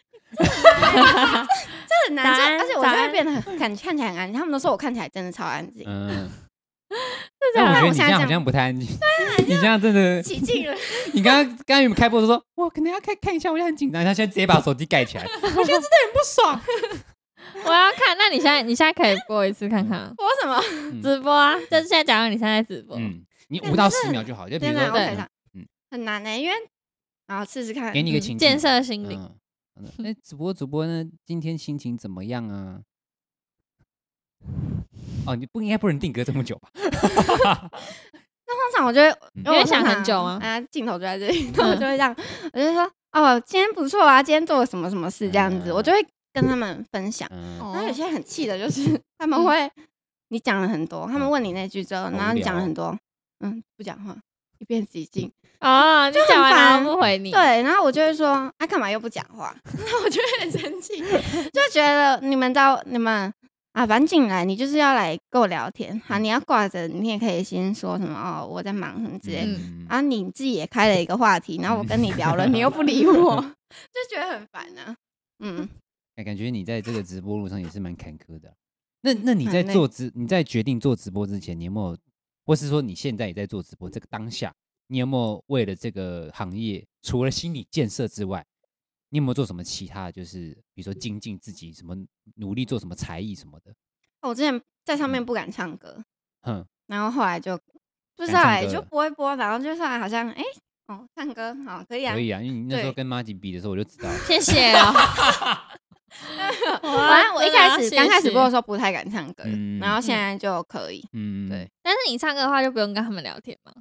[SPEAKER 3] 这很难，
[SPEAKER 2] 早
[SPEAKER 3] 这
[SPEAKER 2] 安
[SPEAKER 3] 而且我
[SPEAKER 2] 早
[SPEAKER 3] 就会
[SPEAKER 2] 安
[SPEAKER 3] 变得很看看起来很安静。他们都说我看起来真的超安静，
[SPEAKER 1] 嗯，
[SPEAKER 2] 这
[SPEAKER 1] 但
[SPEAKER 2] 样
[SPEAKER 1] 我觉得
[SPEAKER 3] 我
[SPEAKER 1] 你
[SPEAKER 3] 现
[SPEAKER 1] 这样
[SPEAKER 3] 在这
[SPEAKER 1] 好
[SPEAKER 3] 样
[SPEAKER 1] 像不太安静。啊 你这样真的，
[SPEAKER 3] 起劲了。
[SPEAKER 1] 你刚刚刚刚你们开播的时候说，我可能要看看一下，我现在很紧张，他现在直接把手机盖起来， 我现在真的很不爽。
[SPEAKER 2] 我要看，那你现在你现在可以播一次看看啊，
[SPEAKER 3] 播什么？
[SPEAKER 2] 直播啊，就是现在假如你现在直播，
[SPEAKER 1] 嗯，你
[SPEAKER 3] 对
[SPEAKER 1] 五到
[SPEAKER 3] 可是
[SPEAKER 1] 十秒就好，就比
[SPEAKER 3] 真
[SPEAKER 1] 如
[SPEAKER 3] 的
[SPEAKER 1] 说，
[SPEAKER 3] 我
[SPEAKER 2] 对
[SPEAKER 3] 可以
[SPEAKER 1] 嗯
[SPEAKER 3] 唱
[SPEAKER 1] 嗯，
[SPEAKER 3] 很难呢、因为啊，试试看
[SPEAKER 1] 给。你一个
[SPEAKER 2] 嗯
[SPEAKER 1] 情境
[SPEAKER 2] 建设心灵，
[SPEAKER 1] 嗯，好的那主播主播呢，今天心情怎么样啊？哦，你不应该不能定格这么久吧？
[SPEAKER 3] 通常我就会，
[SPEAKER 1] 嗯
[SPEAKER 2] 你
[SPEAKER 3] 因为我
[SPEAKER 2] 会想
[SPEAKER 3] 通常
[SPEAKER 2] 很久吗
[SPEAKER 3] 啊，镜头就在这 里，然后我就会这样，我就说哦，今天不错啊，今天做了什么什么事这样子，
[SPEAKER 1] 嗯
[SPEAKER 3] 我就会跟他们分享。
[SPEAKER 1] 嗯，
[SPEAKER 2] 哦
[SPEAKER 3] 然后有些很气的，就是他们会，你讲了很多，他们问你那句之后，
[SPEAKER 1] 嗯好
[SPEAKER 3] 然后你
[SPEAKER 1] 无
[SPEAKER 3] 讲了
[SPEAKER 1] 聊哦
[SPEAKER 3] 很多，嗯，不讲话，一遍几进。
[SPEAKER 2] 哦，你
[SPEAKER 3] 就很
[SPEAKER 2] 讲完然
[SPEAKER 3] 烦
[SPEAKER 2] 后不回你，
[SPEAKER 3] 对，，然后我就会说，啊，干嘛又不讲话？ 那我就会很生气， 就觉得你们到你们啊，反正进来你就是要来跟我聊天，好，你要挂着，你也可以先说什么哦，我在忙什么之类的。
[SPEAKER 1] 嗯
[SPEAKER 3] 啊，你自己也开了一个话题，然后我跟你聊 了，你又不理我，就觉得很烦啊。嗯，
[SPEAKER 1] 哎感觉你在这个直播路上也是蛮坎坷的。那那你
[SPEAKER 3] 很
[SPEAKER 1] 在
[SPEAKER 3] 累
[SPEAKER 1] 做直，你在决定做直播之前，你有没有，或是说你现在也在做直播这个当下，你有没有为了这个行业，除了心理建设之外，你有没有做什么其他的，就是比如说精进自己，什么努力做什么才艺什么的？
[SPEAKER 3] 哦我之前在上面不敢唱歌，
[SPEAKER 1] 哼，
[SPEAKER 3] 然后后来就不知
[SPEAKER 1] 敢
[SPEAKER 3] 道
[SPEAKER 1] 唱
[SPEAKER 3] 哎、
[SPEAKER 1] 歌
[SPEAKER 3] 就
[SPEAKER 1] 了
[SPEAKER 3] 不会播，然后就上来好像哎、哦，唱歌好可以啊
[SPEAKER 1] 可，以啊，因为你那时候
[SPEAKER 3] 对
[SPEAKER 1] 跟妈吉比的时候，我就知道了。
[SPEAKER 2] 谢谢 哦。
[SPEAKER 3] 反正我一开
[SPEAKER 2] 真
[SPEAKER 3] 始
[SPEAKER 2] 的要
[SPEAKER 3] 刚开始
[SPEAKER 2] 谢谢
[SPEAKER 3] 播的时候不太敢唱歌，
[SPEAKER 1] 嗯
[SPEAKER 3] 然后现在就可以
[SPEAKER 1] 嗯，
[SPEAKER 3] 对。
[SPEAKER 2] 但是你唱歌的话就不用跟他们聊天嘛，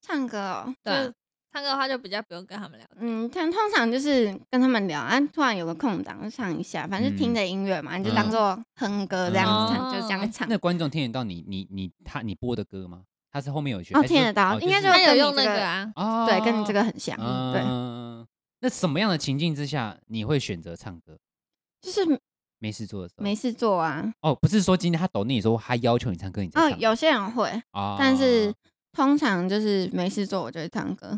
[SPEAKER 3] 唱歌哦。
[SPEAKER 2] 对啊
[SPEAKER 3] 就，
[SPEAKER 2] 唱歌的话就比较不用跟他们聊天。
[SPEAKER 3] 嗯，但通常就是跟他们聊，啊，突然有个空档就唱一下，反正就听着音乐嘛，你就当做哼歌这样子
[SPEAKER 2] 嗯
[SPEAKER 3] 唱，就这样唱。
[SPEAKER 1] 那观众听得到你你你他你播的歌吗？他是后面有学哎
[SPEAKER 3] 哦听得到应该
[SPEAKER 2] 他
[SPEAKER 3] 就
[SPEAKER 2] 有
[SPEAKER 3] 跟你
[SPEAKER 2] 用那
[SPEAKER 3] 这个
[SPEAKER 2] 个啊，
[SPEAKER 1] 哦，
[SPEAKER 3] 对，跟你这个很像。对，
[SPEAKER 1] 嗯，那什么样的情境之下你会选择唱歌？
[SPEAKER 3] 就是
[SPEAKER 1] 没事做的时候，
[SPEAKER 3] 没事做啊。
[SPEAKER 1] 哦，不是说今天他抖你的时候，他要求你唱歌，你才
[SPEAKER 3] 哦，
[SPEAKER 1] 唱
[SPEAKER 3] 有些人会，
[SPEAKER 1] 啊
[SPEAKER 3] 但是通常就是没事做，我就会唱歌，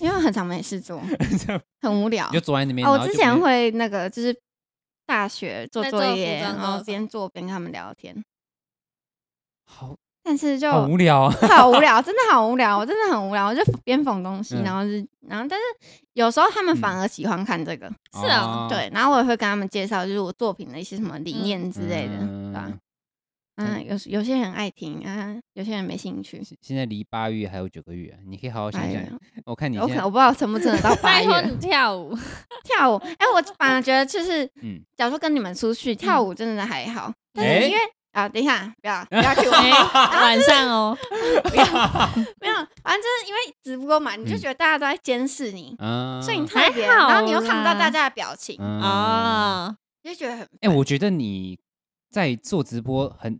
[SPEAKER 3] 因为很常没事做，
[SPEAKER 1] 这样
[SPEAKER 3] 很无聊
[SPEAKER 1] 你就。坐在那边。
[SPEAKER 3] 哦，我
[SPEAKER 1] 然后
[SPEAKER 3] 之
[SPEAKER 1] 就
[SPEAKER 3] 前
[SPEAKER 1] 没
[SPEAKER 3] 会那个就是大学做
[SPEAKER 2] 在
[SPEAKER 3] 作
[SPEAKER 2] 做服
[SPEAKER 3] 业，
[SPEAKER 2] 装
[SPEAKER 3] 然
[SPEAKER 2] 歌
[SPEAKER 3] 后
[SPEAKER 2] 手
[SPEAKER 3] 边做边跟他们聊天，
[SPEAKER 1] 好
[SPEAKER 3] 但是就
[SPEAKER 1] 好无聊啊，
[SPEAKER 3] 好无聊，真的好无聊，我真的很无聊，我就边缝东西，
[SPEAKER 1] 嗯
[SPEAKER 3] 然后是，然后但是有时候他们反而喜欢看这个，
[SPEAKER 1] 嗯
[SPEAKER 2] 是啊
[SPEAKER 3] 对，然后我也会跟他们介绍，就是我作品的一些什么理念之类的，对啊吧、
[SPEAKER 1] 嗯
[SPEAKER 3] 嗯，有时有些人爱听啊，有些人没兴趣。啊
[SPEAKER 1] 现现在离八月还有九个月，你可以好好想
[SPEAKER 3] 哎
[SPEAKER 1] 想
[SPEAKER 3] 呀。
[SPEAKER 1] 我看你
[SPEAKER 3] 我
[SPEAKER 1] 现
[SPEAKER 3] 可我
[SPEAKER 1] 在，
[SPEAKER 3] 不知道撑不撑得到八
[SPEAKER 2] 拜托
[SPEAKER 3] 月
[SPEAKER 2] 你跳舞，
[SPEAKER 3] 跳舞。哎、我反而觉得就是，
[SPEAKER 1] 嗯，
[SPEAKER 3] 假如说跟你们出去跳舞，真的还好。但
[SPEAKER 1] 哎
[SPEAKER 3] 是因为啊，等一下，不要不要 Q
[SPEAKER 2] 哎
[SPEAKER 3] 我，
[SPEAKER 2] 晚上哦，
[SPEAKER 3] 没有，反正就是因为直播嘛，你就
[SPEAKER 1] 嗯
[SPEAKER 3] 觉得大家都在监视你，
[SPEAKER 1] 啊，
[SPEAKER 3] 所以你特别，
[SPEAKER 2] 还好
[SPEAKER 3] 然后你又看不到
[SPEAKER 2] 啦
[SPEAKER 3] 大家的表情，
[SPEAKER 1] 啊，
[SPEAKER 2] 哦，
[SPEAKER 3] 你就觉得很
[SPEAKER 1] 哎，我觉得你在做直播很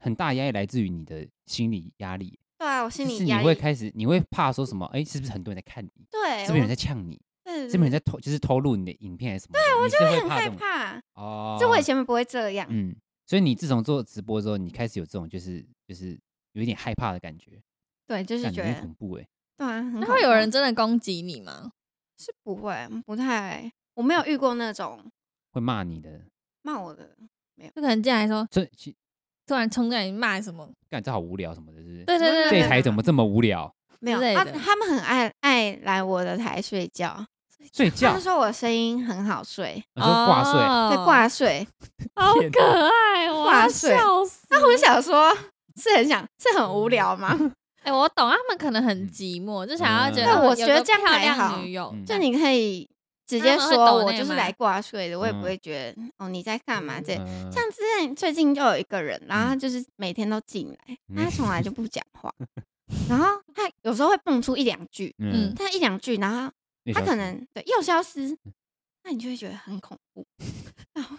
[SPEAKER 1] 很大压力来自于你的心理压力。
[SPEAKER 3] 对啊，我心
[SPEAKER 1] 就是
[SPEAKER 3] 里
[SPEAKER 1] 你
[SPEAKER 3] 压
[SPEAKER 1] 会
[SPEAKER 3] 力。
[SPEAKER 1] 开始，你会怕说什么？哎，是不是很多人在看你？
[SPEAKER 3] 对，
[SPEAKER 1] 是不是有人在呛你？
[SPEAKER 3] 在
[SPEAKER 1] 是不是有人在偷，就是偷录你的影片还是什么的？对，我就
[SPEAKER 3] 很害怕，
[SPEAKER 1] 哦。
[SPEAKER 3] 就我以前不会这样。
[SPEAKER 1] 嗯，所以你自从做直播之后，你开始有这种就是就是有一点害怕的感觉，
[SPEAKER 3] 对，就是
[SPEAKER 1] 感
[SPEAKER 3] 觉
[SPEAKER 1] 觉很
[SPEAKER 3] 得
[SPEAKER 1] 恐怖哎、
[SPEAKER 3] 对啊。
[SPEAKER 2] 那
[SPEAKER 3] 然
[SPEAKER 2] 会有人真的攻击你吗？
[SPEAKER 3] 是不会，不太，我没有遇过那种
[SPEAKER 1] 会骂你的。
[SPEAKER 3] 骂我的，
[SPEAKER 2] 就可能进来说，
[SPEAKER 1] 所以其
[SPEAKER 2] 突然冲在你骂什么？
[SPEAKER 1] 干这好无聊什么的，是不是？
[SPEAKER 2] 对对对
[SPEAKER 3] 没
[SPEAKER 1] 这
[SPEAKER 3] 有
[SPEAKER 1] 一台怎么这么无聊？
[SPEAKER 3] 没有
[SPEAKER 2] 之类
[SPEAKER 3] 啊。
[SPEAKER 2] 的
[SPEAKER 3] 他们很爱爱来我的台睡觉，
[SPEAKER 1] 睡
[SPEAKER 3] 他
[SPEAKER 1] 觉
[SPEAKER 3] 们，说我哦声音很好睡，
[SPEAKER 1] 我说挂睡，
[SPEAKER 3] 会挂睡。
[SPEAKER 2] 哦好
[SPEAKER 1] 天
[SPEAKER 2] 可
[SPEAKER 1] 哪
[SPEAKER 2] 爱，我
[SPEAKER 3] 挂
[SPEAKER 2] 要
[SPEAKER 3] 睡
[SPEAKER 2] 笑死。
[SPEAKER 1] 嗯
[SPEAKER 3] 那我想说，是很想，是很无聊吗？
[SPEAKER 2] 哎，我懂，他们可能很寂寞，就想要觉
[SPEAKER 1] 嗯
[SPEAKER 2] 得
[SPEAKER 3] 但我
[SPEAKER 2] 有
[SPEAKER 3] 觉得
[SPEAKER 2] 个
[SPEAKER 3] 这样
[SPEAKER 2] 漂
[SPEAKER 3] 还
[SPEAKER 2] 亮
[SPEAKER 3] 好
[SPEAKER 2] 女友
[SPEAKER 1] 嗯，
[SPEAKER 3] 就你可以直
[SPEAKER 2] 他
[SPEAKER 3] 接
[SPEAKER 2] 们会
[SPEAKER 3] 说，
[SPEAKER 2] 抖
[SPEAKER 3] 我
[SPEAKER 2] 内
[SPEAKER 3] 就是
[SPEAKER 2] 吗
[SPEAKER 3] 来挂睡的，我也不
[SPEAKER 1] 嗯
[SPEAKER 3] 会觉得哦你在干嘛这。
[SPEAKER 1] 嗯
[SPEAKER 3] 像之前最近就有一个人，然后他就是每天都进来，
[SPEAKER 1] 嗯
[SPEAKER 3] 但他从来就不讲 话，然后他有时候会蹦出一两句，
[SPEAKER 2] 嗯
[SPEAKER 3] 但一两句，然后他可能对又消失，
[SPEAKER 1] 嗯
[SPEAKER 3] 那你就会觉得很恐怖， 然后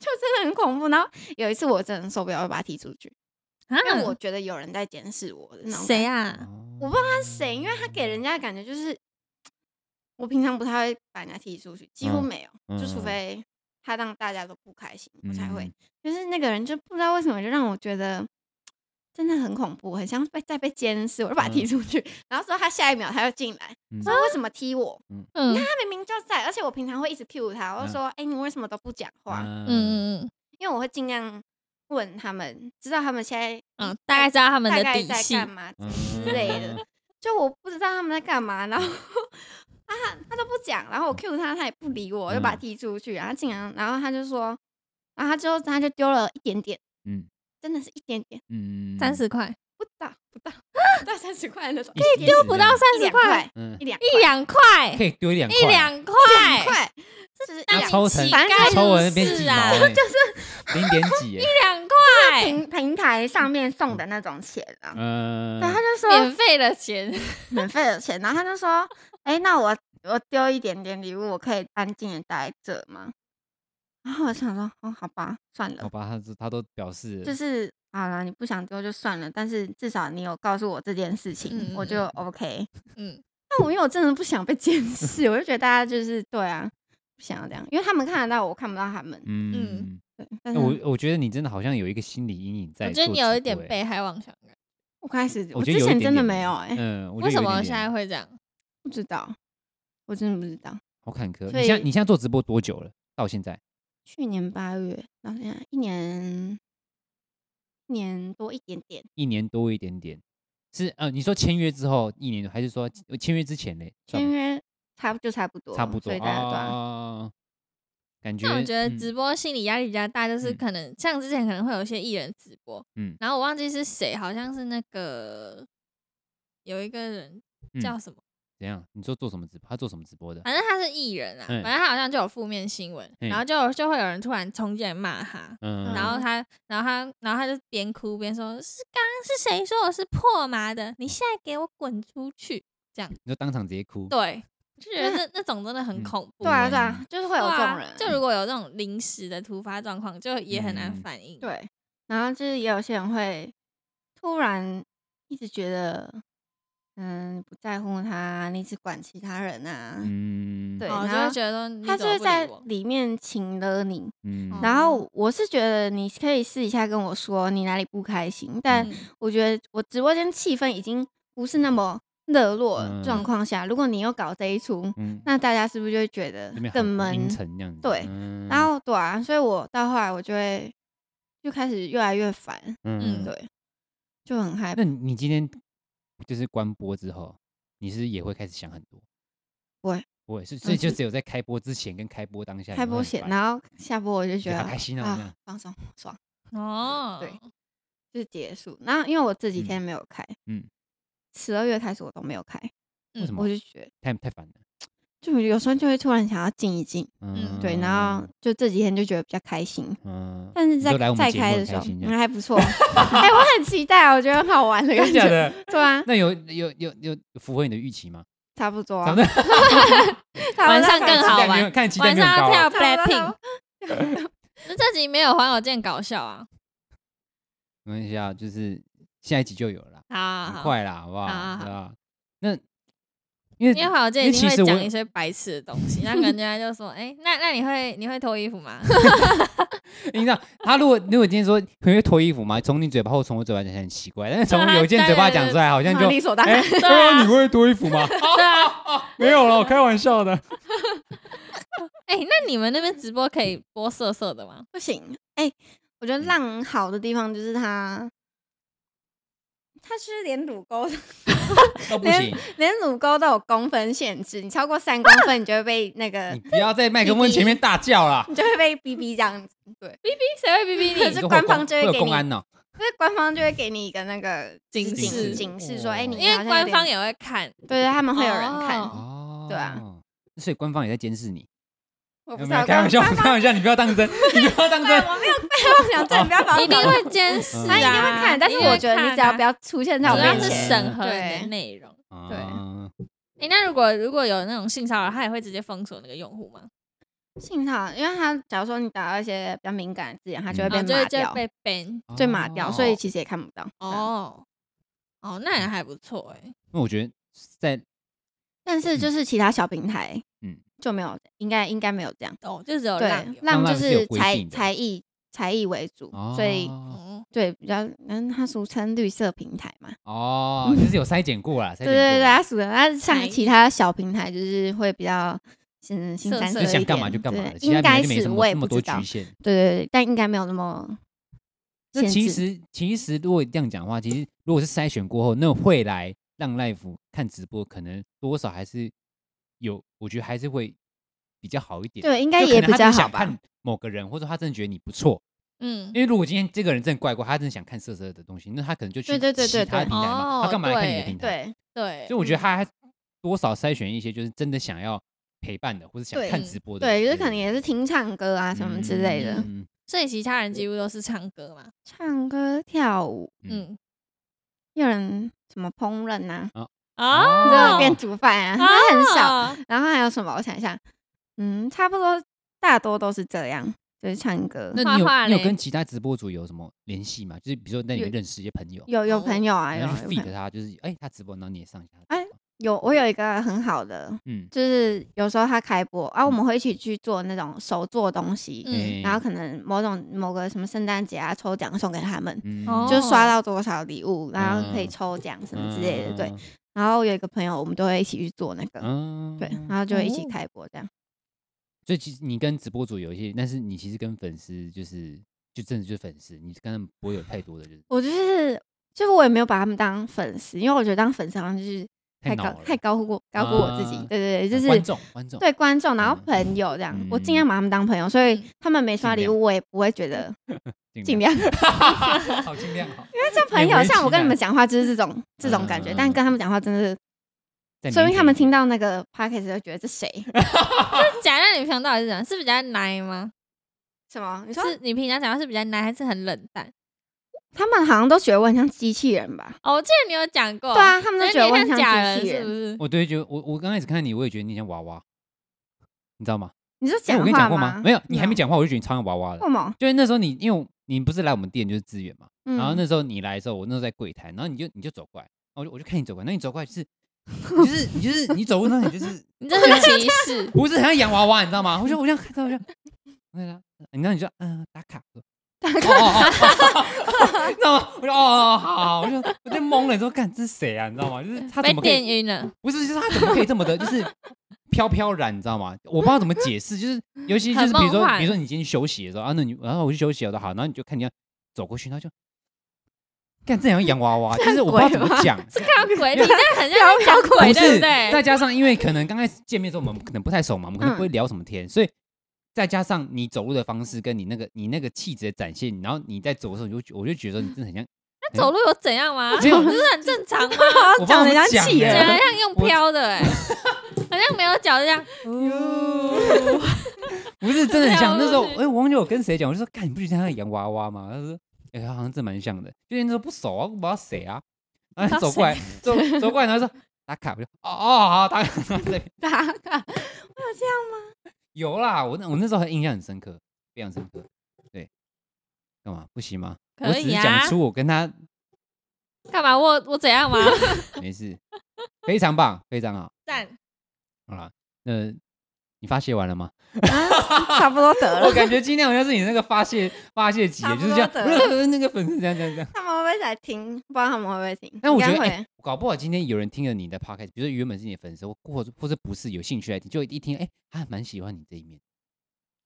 [SPEAKER 3] 就真的很恐怖。然后有一次我真的受不了，我就把他踢出去，因
[SPEAKER 1] 嗯
[SPEAKER 3] 为我觉得有人在监视我的那种。
[SPEAKER 2] 谁？啊？
[SPEAKER 1] 哦
[SPEAKER 3] 我不知道他是谁，因为他给人家的感觉就是，我平常不太会把人家踢出去，几乎
[SPEAKER 1] 嗯
[SPEAKER 3] 没有，就除
[SPEAKER 1] 嗯
[SPEAKER 3] 非他让大家都不开心，我才会
[SPEAKER 1] 嗯。
[SPEAKER 3] 就是那个人就不知道为什么就让我觉得真的很恐怖，很像被在被监视，我就
[SPEAKER 2] 嗯
[SPEAKER 3] 把他踢出去， 然后说他下一秒他又进来，
[SPEAKER 1] 嗯
[SPEAKER 3] 说
[SPEAKER 2] 啊
[SPEAKER 3] 为什么踢我？
[SPEAKER 2] 嗯
[SPEAKER 3] 他明明就在，而且我平常会一直 cue 他，我
[SPEAKER 1] 嗯
[SPEAKER 3] 就说，哎、你为什么都不讲话？
[SPEAKER 1] 嗯嗯
[SPEAKER 2] 嗯嗯
[SPEAKER 3] 因为我会尽量问他们，知道他们现在
[SPEAKER 2] 嗯，大概知道他们
[SPEAKER 3] 大
[SPEAKER 2] 的
[SPEAKER 3] 概
[SPEAKER 2] 底
[SPEAKER 3] 在
[SPEAKER 2] 细，
[SPEAKER 3] 干嘛
[SPEAKER 1] 嗯
[SPEAKER 3] 之类的。就我不知道他们在干嘛，然后啊，他都不讲，然后我 Q 他，他也不理我，我就把他
[SPEAKER 1] 嗯
[SPEAKER 3] 踢出去，然后竟然，然后他就说，然后他就他就丢了一点点，
[SPEAKER 1] 嗯
[SPEAKER 3] 真的是一点点，
[SPEAKER 1] 嗯
[SPEAKER 2] 三十块，
[SPEAKER 3] 不到不到不到三十块那种，
[SPEAKER 1] 可以丢
[SPEAKER 2] 不到三
[SPEAKER 3] 一
[SPEAKER 2] 十
[SPEAKER 3] 两
[SPEAKER 2] 块，
[SPEAKER 3] 块，
[SPEAKER 1] 嗯
[SPEAKER 3] 一两
[SPEAKER 2] 一两块，
[SPEAKER 1] 可以丢一两
[SPEAKER 2] 一两块，
[SPEAKER 3] 块，就是一
[SPEAKER 2] 当
[SPEAKER 3] 两
[SPEAKER 1] 抽
[SPEAKER 2] 乞
[SPEAKER 1] 成
[SPEAKER 3] 反正
[SPEAKER 2] 丐
[SPEAKER 3] 就是
[SPEAKER 1] 抽我那边
[SPEAKER 2] 是
[SPEAKER 1] 几 毛
[SPEAKER 2] 啊
[SPEAKER 1] 欸，就是零点几欸，
[SPEAKER 2] 两块，
[SPEAKER 3] 平平台上面送的那种钱啊。
[SPEAKER 1] 嗯，
[SPEAKER 3] 对，他就说
[SPEAKER 2] 免费的钱，
[SPEAKER 3] 免费的钱，然后他就说：“哎、那我我丢一点点礼物，我可以安静的待这吗？”然后我想说，哦，好吧，算了
[SPEAKER 1] 好，吧，他他都表示
[SPEAKER 3] 就是好了，你不想丢就算了，但是至少你有告诉我这件事情，
[SPEAKER 2] 嗯
[SPEAKER 3] 我就 OK。
[SPEAKER 2] 嗯，
[SPEAKER 3] 那我因为我真的不想被监视，我就觉得大家就是对啊，不想要这样，因为他们看得到我，看不到他们。
[SPEAKER 1] 嗯
[SPEAKER 2] 嗯，
[SPEAKER 3] 对，但是
[SPEAKER 1] 那我我觉得你真的好像有一个心理阴影在。
[SPEAKER 2] 我觉得你有一点
[SPEAKER 1] 被。
[SPEAKER 2] 被害妄想感。
[SPEAKER 3] 我开始，
[SPEAKER 1] 欸我
[SPEAKER 3] 我
[SPEAKER 1] 觉得
[SPEAKER 3] 之
[SPEAKER 1] 有一
[SPEAKER 3] 前
[SPEAKER 1] 点
[SPEAKER 3] 真的
[SPEAKER 1] 点
[SPEAKER 3] 没有哎、
[SPEAKER 1] 嗯，我觉得
[SPEAKER 2] 为
[SPEAKER 1] 有
[SPEAKER 2] 什
[SPEAKER 1] 一
[SPEAKER 2] 么
[SPEAKER 1] 点
[SPEAKER 2] 现在
[SPEAKER 1] 点
[SPEAKER 2] 会这样？
[SPEAKER 3] 不知道，我真的不知道。
[SPEAKER 1] 好坎坷？
[SPEAKER 3] 所
[SPEAKER 1] 你现在
[SPEAKER 3] 以
[SPEAKER 1] 你现在做直播多久了？到现在
[SPEAKER 3] 去年八月到现在一年，一年多一点点，
[SPEAKER 1] 一年多一点点，是呃，你说签约之后一年，还是说呃签约之前嘞？算
[SPEAKER 3] 签
[SPEAKER 1] 吗
[SPEAKER 3] 约差不就差不多，
[SPEAKER 1] 差不多
[SPEAKER 3] 所以大家对啊、
[SPEAKER 1] 啊。感觉，
[SPEAKER 2] 但我觉得
[SPEAKER 1] 嗯
[SPEAKER 2] 直播心理压力比较大，就是
[SPEAKER 1] 嗯
[SPEAKER 2] 可能像之前可能会有一些艺人直播，
[SPEAKER 1] 嗯
[SPEAKER 2] 然后我忘记是谁，好像是那个有一个人
[SPEAKER 1] 嗯
[SPEAKER 2] 叫什么，
[SPEAKER 1] 怎样？你说做什么直播？他做什么直播的？
[SPEAKER 2] 反正他是艺人啊，
[SPEAKER 1] 嗯
[SPEAKER 3] 哎
[SPEAKER 2] 反正他好像就有负面新闻，
[SPEAKER 1] 嗯
[SPEAKER 2] 然后就有就会有人突然冲进来骂他，
[SPEAKER 1] 嗯，
[SPEAKER 2] 然后他，然后他，然后他就边哭边说：“是刚刚是谁说我是破麻的？你现在给我滚出去
[SPEAKER 1] 你说当场直接哭，！”
[SPEAKER 2] 对，就觉得
[SPEAKER 3] 那
[SPEAKER 2] 那那种真的很
[SPEAKER 1] 嗯
[SPEAKER 2] 恐怖。欸
[SPEAKER 3] 对啊，对啊，就是会
[SPEAKER 2] 对
[SPEAKER 3] 有这种
[SPEAKER 2] 啊
[SPEAKER 3] 人，
[SPEAKER 2] 就如果有这种临时的突发状况，就也很难
[SPEAKER 1] 嗯
[SPEAKER 2] 反应。，啊
[SPEAKER 3] 对，然后就是也有些人会突然一直觉得，嗯，不在乎他，你只管其他人啊，
[SPEAKER 1] 嗯，
[SPEAKER 3] 对
[SPEAKER 2] 哦，就
[SPEAKER 3] 然
[SPEAKER 2] 会
[SPEAKER 3] 后
[SPEAKER 2] 觉得你
[SPEAKER 3] 他
[SPEAKER 2] 怎
[SPEAKER 3] 就
[SPEAKER 2] 么
[SPEAKER 3] 是
[SPEAKER 2] 不理
[SPEAKER 3] 在
[SPEAKER 2] 我
[SPEAKER 3] 里面请了你。
[SPEAKER 1] 嗯，
[SPEAKER 2] 哦
[SPEAKER 3] 然后我是觉得你可以私底下跟我说你哪里不开心，但
[SPEAKER 2] 嗯
[SPEAKER 3] 我觉得我直播间气氛已经不是那么热络的
[SPEAKER 1] 嗯
[SPEAKER 3] 状况下，如果你又搞这一出，
[SPEAKER 1] 嗯，
[SPEAKER 3] 那大家是不是就会觉得
[SPEAKER 1] 这边
[SPEAKER 3] 更
[SPEAKER 1] 很
[SPEAKER 3] 闷
[SPEAKER 1] 阴？沉这样子，
[SPEAKER 3] 对
[SPEAKER 1] 嗯
[SPEAKER 3] 然后对啊，所以我到后来我就会就开始越来越烦，
[SPEAKER 1] 嗯，
[SPEAKER 3] 对，就很害怕
[SPEAKER 1] 那。你你今天就是关播之后，你是也会开始想很多？
[SPEAKER 3] 不会，
[SPEAKER 1] 不会，是所以就
[SPEAKER 3] 嗯是
[SPEAKER 1] 只有在开播之前跟开播当下
[SPEAKER 3] 开播前，
[SPEAKER 1] 前
[SPEAKER 3] 然后下播我就觉
[SPEAKER 1] 好
[SPEAKER 3] 得
[SPEAKER 1] 开心哦这样
[SPEAKER 3] 啊，放松爽，
[SPEAKER 2] 哦，
[SPEAKER 3] 对就是结束。然后因为我这几天没有开，
[SPEAKER 1] 嗯
[SPEAKER 3] 嗯，十二月开始我都没有开，
[SPEAKER 1] 为什
[SPEAKER 2] 嗯
[SPEAKER 1] 么
[SPEAKER 3] 我就觉得
[SPEAKER 1] 太太烦了？
[SPEAKER 3] 就有时候就会突然想要静一静，
[SPEAKER 1] 嗯，
[SPEAKER 3] 对，然后就这几天就觉得比较开心。
[SPEAKER 1] 嗯，
[SPEAKER 3] 但是
[SPEAKER 1] 你
[SPEAKER 3] 在
[SPEAKER 1] 都来我们
[SPEAKER 3] 再
[SPEAKER 1] 节目
[SPEAKER 3] 开
[SPEAKER 1] 很
[SPEAKER 3] 的时
[SPEAKER 1] 开
[SPEAKER 3] 候，
[SPEAKER 1] 心这
[SPEAKER 3] 嗯，
[SPEAKER 1] 样
[SPEAKER 3] 还不错。 哎、我很期待啊，我觉得很好玩的感
[SPEAKER 1] 真的假
[SPEAKER 3] 觉。
[SPEAKER 1] 的？
[SPEAKER 3] 对啊，
[SPEAKER 1] 那有有有有有符合你的预 期吗？
[SPEAKER 3] 差不多、
[SPEAKER 1] 咱
[SPEAKER 3] 啊。
[SPEAKER 1] 们
[SPEAKER 3] 差不多
[SPEAKER 2] 晚上更
[SPEAKER 1] 期
[SPEAKER 2] 好
[SPEAKER 1] 待没有
[SPEAKER 2] 玩
[SPEAKER 1] 看期待
[SPEAKER 2] 晚
[SPEAKER 1] 没有
[SPEAKER 2] 上
[SPEAKER 1] 很
[SPEAKER 2] 要
[SPEAKER 1] 高啊
[SPEAKER 2] 跳
[SPEAKER 3] 啊差不多
[SPEAKER 2] Blackpink。那 这集没有黄友健搞笑啊！
[SPEAKER 1] 没关系啊，就是下一集就有了啦，
[SPEAKER 2] 好好
[SPEAKER 1] 很
[SPEAKER 2] 好，
[SPEAKER 1] 快啦，好不好？
[SPEAKER 2] 好好好
[SPEAKER 1] 对吧？那因为
[SPEAKER 2] 因为黄友健
[SPEAKER 1] 因为
[SPEAKER 2] 一定
[SPEAKER 1] 其实
[SPEAKER 2] 会
[SPEAKER 1] 我
[SPEAKER 2] 讲一些白痴的东西，那感觉他就说：“哎，那那你会你会脱衣服吗？”
[SPEAKER 1] 你知道，他如果如果今天说很会脱衣服嘛，从你嘴巴或从我嘴巴讲起来很奇怪，但是从
[SPEAKER 2] 对啊
[SPEAKER 1] 邮件嘴巴讲出来，好像就
[SPEAKER 3] 啊理所当然
[SPEAKER 1] 哎，对啊，你会脱衣 服吗？ 没有了，我开玩笑的。
[SPEAKER 2] 哎、那你们那边直播可以播色色的吗？
[SPEAKER 3] 不行，哎、我
[SPEAKER 1] 嗯
[SPEAKER 3] 觉得浪好的地方就是它，它是连乳沟
[SPEAKER 1] 都不行，
[SPEAKER 3] 连乳沟都有公分限制，你超过三公分，你就会被那个
[SPEAKER 1] 你，不要在麦克风前面大叫啦。
[SPEAKER 3] 你就会被逼逼这样子。对，
[SPEAKER 2] 谁会逼逼
[SPEAKER 3] 可
[SPEAKER 2] 你？
[SPEAKER 3] 是
[SPEAKER 1] 如果
[SPEAKER 3] 官
[SPEAKER 1] 公
[SPEAKER 3] 方就会
[SPEAKER 1] 有
[SPEAKER 3] 给
[SPEAKER 1] 公
[SPEAKER 3] 你
[SPEAKER 1] 安哦，
[SPEAKER 3] 所以官方就会给你一个那个
[SPEAKER 2] 警
[SPEAKER 3] 就是
[SPEAKER 2] 示
[SPEAKER 3] 警示
[SPEAKER 1] 哦
[SPEAKER 3] 说，哎、你
[SPEAKER 2] 因
[SPEAKER 3] 好
[SPEAKER 2] 为
[SPEAKER 3] 像有
[SPEAKER 2] 官
[SPEAKER 3] 点
[SPEAKER 2] 方也会看，
[SPEAKER 3] 对对，他们会有人看，
[SPEAKER 2] 哦
[SPEAKER 1] 哦，
[SPEAKER 3] 对啊，
[SPEAKER 1] 所以官方也在监视你。
[SPEAKER 3] 我不知
[SPEAKER 1] 没有
[SPEAKER 3] 道
[SPEAKER 1] 开玩笑，
[SPEAKER 3] 官方
[SPEAKER 1] 开玩笑，你不要当真，你不要当
[SPEAKER 3] 对，
[SPEAKER 1] 真。
[SPEAKER 3] 我没有被妄想症，不要把我
[SPEAKER 2] 一定
[SPEAKER 3] 搞
[SPEAKER 2] 会监视、啊，
[SPEAKER 3] 嗯他一定会看，但是我觉得你只要不要出现在
[SPEAKER 2] 要啊
[SPEAKER 3] 我
[SPEAKER 2] 主要
[SPEAKER 3] 面
[SPEAKER 2] 是
[SPEAKER 3] 前，
[SPEAKER 2] 审核你的
[SPEAKER 3] 对
[SPEAKER 2] 内容。
[SPEAKER 3] 对
[SPEAKER 1] 啊
[SPEAKER 2] 哎、那如果如果有那种性骚扰，他也会直接封锁那个用户吗？
[SPEAKER 3] 幸好，因为他假如说你打到一些比较敏感的字眼，他就会
[SPEAKER 1] 嗯
[SPEAKER 3] 被
[SPEAKER 2] 哦，就
[SPEAKER 3] 码
[SPEAKER 2] 会就
[SPEAKER 3] 掉，
[SPEAKER 2] 会被 ban。
[SPEAKER 3] 就码掉，所以
[SPEAKER 1] 哦
[SPEAKER 3] 其实也看不到。哦，
[SPEAKER 2] 哦哦，那也还不错哎、
[SPEAKER 1] 那我觉得在
[SPEAKER 3] 但是就是其他小平台，
[SPEAKER 1] 嗯
[SPEAKER 3] 嗯，就没有，应该应该没有这样。
[SPEAKER 2] 哦，就只有
[SPEAKER 3] 对
[SPEAKER 2] 浪，有。
[SPEAKER 3] 浪
[SPEAKER 1] 浪
[SPEAKER 3] 就
[SPEAKER 1] 浪是有
[SPEAKER 3] 是
[SPEAKER 1] 规
[SPEAKER 3] 才
[SPEAKER 1] 定的
[SPEAKER 3] 才艺才艺为主，所以
[SPEAKER 1] 哦
[SPEAKER 2] 哦，
[SPEAKER 3] 对比较，嗯，它俗称绿色平台嘛。
[SPEAKER 1] 哦，就是有筛检过啦，筛检
[SPEAKER 3] 对对对，
[SPEAKER 1] 过啦
[SPEAKER 3] 它属于它
[SPEAKER 2] 才
[SPEAKER 3] 像
[SPEAKER 2] 艺
[SPEAKER 3] 其他小平台就是会比较。嗯，新
[SPEAKER 2] 色
[SPEAKER 3] 三
[SPEAKER 2] 色
[SPEAKER 3] 色
[SPEAKER 2] 对
[SPEAKER 1] 就
[SPEAKER 3] 一
[SPEAKER 1] 想
[SPEAKER 3] 点，
[SPEAKER 1] 干嘛就干嘛
[SPEAKER 3] 对
[SPEAKER 1] 了，其他
[SPEAKER 3] 应该
[SPEAKER 1] 平台就没
[SPEAKER 3] 是
[SPEAKER 1] 什
[SPEAKER 3] 我
[SPEAKER 1] 么
[SPEAKER 3] 也
[SPEAKER 1] 那么
[SPEAKER 3] 不
[SPEAKER 1] 多
[SPEAKER 3] 知道
[SPEAKER 1] 局，限。
[SPEAKER 3] 对对对，但应该没有那么
[SPEAKER 1] 那
[SPEAKER 3] 限
[SPEAKER 1] 其
[SPEAKER 3] 制
[SPEAKER 1] 实其实如果这样讲的话，其实如果是筛选过后，那会来让 Life 看直播，可能多少还是有，我觉得还是会比较好一点。，
[SPEAKER 3] 对，应该也比较好
[SPEAKER 1] 想
[SPEAKER 3] 吧。
[SPEAKER 1] 看某个人，或者他真的觉得你不错，
[SPEAKER 2] 嗯
[SPEAKER 1] 因，为如果今天这个人真的怪怪，他真的想看色色的东西，那他可能就去
[SPEAKER 3] 对对对
[SPEAKER 1] 其
[SPEAKER 3] 对
[SPEAKER 1] 他
[SPEAKER 3] 对
[SPEAKER 1] 平台嘛，他
[SPEAKER 2] 哦
[SPEAKER 1] 干嘛来看你的
[SPEAKER 2] 对
[SPEAKER 1] 平台？
[SPEAKER 3] 对，嗯
[SPEAKER 2] 对，
[SPEAKER 1] 所以我觉得他还多少筛选一些就是真的想要陪伴的，或者想
[SPEAKER 3] 对
[SPEAKER 1] 看直播的人，
[SPEAKER 3] 对，就是可能也是听唱歌啊什么之类的，
[SPEAKER 1] 嗯
[SPEAKER 2] 所以其他人几乎都是唱歌嘛。
[SPEAKER 3] 唱歌跳舞，
[SPEAKER 1] 嗯
[SPEAKER 2] 嗯，
[SPEAKER 3] 有人什么烹饪啊，
[SPEAKER 1] 哦
[SPEAKER 3] 热
[SPEAKER 2] 哦，
[SPEAKER 3] 变煮饭啊，那很少。
[SPEAKER 2] 哦
[SPEAKER 3] 然后还有什么？我想一下，嗯，差不多大多都是这样。就是唱歌。
[SPEAKER 1] 那你有
[SPEAKER 2] 画画
[SPEAKER 1] 你有
[SPEAKER 2] 嘞
[SPEAKER 1] 跟其他直播主有什么联系吗？就是比如说在里面认识一些朋友，
[SPEAKER 3] 有有朋友啊，有
[SPEAKER 1] 然后去
[SPEAKER 3] 有朋
[SPEAKER 1] feed
[SPEAKER 3] 友
[SPEAKER 1] 他，哦就是哎、他直播，然后你也上一下。
[SPEAKER 3] 哎有我有一个很好的，
[SPEAKER 1] 嗯，
[SPEAKER 3] 就是有时候他开播啊，我们会一起去做那种手做东西，
[SPEAKER 2] 嗯
[SPEAKER 3] 然后可能某种某个什么圣诞节啊抽奖送给他们，
[SPEAKER 1] 嗯
[SPEAKER 2] 哦
[SPEAKER 3] 就刷到多少礼物，然后可以
[SPEAKER 1] 嗯
[SPEAKER 3] 抽奖什么之类的。对，，然后有一个朋友，我们都会一起去做那个，
[SPEAKER 1] 嗯，
[SPEAKER 3] 对，然后就会一起
[SPEAKER 2] 哦
[SPEAKER 3] 开播这样。
[SPEAKER 1] 所以其实你跟直播主有一些，但是你其实跟粉丝就是就真的就是粉丝，你跟他们不会有太多的 就是
[SPEAKER 3] 我就是，就是我也没有把他们当粉丝，因为我觉得当粉丝好像就是太
[SPEAKER 1] 恼
[SPEAKER 3] 高
[SPEAKER 1] 了
[SPEAKER 3] 太高估我高估我自己
[SPEAKER 1] 啊。
[SPEAKER 3] 对对对，就
[SPEAKER 1] 观
[SPEAKER 3] 是
[SPEAKER 1] 众观众
[SPEAKER 3] 对观众，然
[SPEAKER 1] 嗯
[SPEAKER 3] 后朋友这样，我尽
[SPEAKER 1] 嗯
[SPEAKER 3] 量把他们当朋友，所以他们没刷
[SPEAKER 1] 尽
[SPEAKER 3] 礼
[SPEAKER 1] 量
[SPEAKER 3] 物，我也不会觉得尽
[SPEAKER 1] 尽
[SPEAKER 3] 量。
[SPEAKER 1] 量 好尽量好，因为
[SPEAKER 3] 这朋友像我跟你们
[SPEAKER 1] 讲，
[SPEAKER 3] 讲话就是这种这种感觉，但
[SPEAKER 1] 嗯
[SPEAKER 3] 跟他们讲话真的是，
[SPEAKER 1] 在
[SPEAKER 3] 说
[SPEAKER 1] 你
[SPEAKER 3] 明他们听
[SPEAKER 1] 到
[SPEAKER 3] 到那个 podcast 就觉得 这谁
[SPEAKER 2] 讲一下你平常到底是怎样？是比较奶吗？
[SPEAKER 3] 什么？你说
[SPEAKER 2] 是你平常讲话是比较奶，还是很冷淡？
[SPEAKER 3] 他们好像都觉得我很像机器人吧？
[SPEAKER 2] 哦，我记得你有讲过，
[SPEAKER 3] 对啊他们都
[SPEAKER 2] 所以
[SPEAKER 3] 觉得
[SPEAKER 2] 你
[SPEAKER 3] 我很
[SPEAKER 2] 像
[SPEAKER 3] 像
[SPEAKER 2] 假
[SPEAKER 3] 机
[SPEAKER 2] 人，
[SPEAKER 3] 器
[SPEAKER 2] 是
[SPEAKER 3] 人
[SPEAKER 2] 不 是？
[SPEAKER 1] 我对觉得我我刚开始看你，我也觉得你像娃娃，你知道吗？
[SPEAKER 3] 你说
[SPEAKER 1] 哎
[SPEAKER 3] 讲
[SPEAKER 1] 我跟你
[SPEAKER 3] 话嗯哦
[SPEAKER 1] 讲过吗？没有，你还没。讲话，我就觉得你超像娃娃的
[SPEAKER 3] 为。什么？
[SPEAKER 1] 就是那时候你，因为我你不是来我们店就是资源嘛，
[SPEAKER 3] 嗯
[SPEAKER 1] 然 后那时候你来的时候，我那时候在柜台，然后你就你就走过来，然后我就我就看你走过来，那你走过来就是 你就是你就是你走过那里就是，
[SPEAKER 2] 你这是歧视
[SPEAKER 1] 不是很像洋娃娃，你知道吗？我就我这样看到我就，我就让他你知道你就嗯、打卡，打卡，哦哦哦你知道吗？我就哦哦好好，我就我就懵了，你说干这是谁啊？你知道吗？就是 他
[SPEAKER 2] 被
[SPEAKER 1] 怎么可
[SPEAKER 2] 电
[SPEAKER 1] 以
[SPEAKER 2] 晕 了。
[SPEAKER 1] 不是就是他怎么可以这么的，就是飘飘然，你知道吗？我不知道怎么解释，就是尤其就是
[SPEAKER 2] 很
[SPEAKER 1] 比如
[SPEAKER 2] 梦
[SPEAKER 1] 说
[SPEAKER 2] 幻
[SPEAKER 1] 比如说你今天休息的时候啊，那你然后我去休息了，我说好，然后你就看你要走过去，然后就干这样洋娃娃，就是我不知道怎么讲，
[SPEAKER 2] 看到鬼，你这很像在讲鬼，
[SPEAKER 1] 不
[SPEAKER 2] 对
[SPEAKER 1] 是，
[SPEAKER 2] 不对？
[SPEAKER 1] 再加上因为可能刚开始见面的时候，我们可能不太熟嘛，我们可能
[SPEAKER 3] 嗯
[SPEAKER 1] 不会聊什么天，所以再加上你走路的方式跟你那个你那个气质的展现，然后你在走的时候，你就觉我就觉得你真的很像，
[SPEAKER 2] 那走路有怎样吗？
[SPEAKER 1] 没有
[SPEAKER 2] 不是很正常吗？
[SPEAKER 1] 我不知道怎么
[SPEAKER 3] 讲得像企
[SPEAKER 1] 欸
[SPEAKER 3] 鹅
[SPEAKER 2] 怎样像用飘的哎、好像没有脚就这样。
[SPEAKER 1] 不是真的很像。
[SPEAKER 2] 对啊
[SPEAKER 1] 那时候
[SPEAKER 2] 我就觉
[SPEAKER 1] 哎，我忘记我跟谁讲，我就说，看你不觉得像洋娃娃吗？他说，哎，好像真蛮像的，就是那时候不熟啊，我不知道谁啊，然后
[SPEAKER 2] 不知道
[SPEAKER 1] 走过来，走走过来，然后说打卡，我就哦哦好打卡，对，
[SPEAKER 3] 打 卡，
[SPEAKER 1] 有啦，我那我那时候还印象很深刻，非常深刻。对，干嘛不行吗？我
[SPEAKER 2] 可
[SPEAKER 1] 只是
[SPEAKER 2] 以啊
[SPEAKER 1] 讲出我跟他
[SPEAKER 2] 干嘛？我我怎样吗？
[SPEAKER 1] 没事，非常棒，非常好。
[SPEAKER 2] 赞！
[SPEAKER 1] 好啦，那你发泄完了吗？
[SPEAKER 3] 啊差不多得
[SPEAKER 1] 我
[SPEAKER 3] 了。
[SPEAKER 1] 感觉今天好像是你那个发泄发泄集，
[SPEAKER 3] 差不
[SPEAKER 1] 就是
[SPEAKER 3] 多
[SPEAKER 1] 这样，
[SPEAKER 3] 得
[SPEAKER 1] 那个粉丝这样这样这样。
[SPEAKER 3] 他们会不会来听？不知道他们会不会听？
[SPEAKER 1] 但我
[SPEAKER 3] 应
[SPEAKER 1] 觉
[SPEAKER 3] 该
[SPEAKER 1] 得，
[SPEAKER 3] 会
[SPEAKER 1] 哎搞不好今天有人听了你的 podcast，比如说原本是你的粉丝，或或者或者不是有兴趣来听，就一听，哎、他还蛮喜欢你这一面。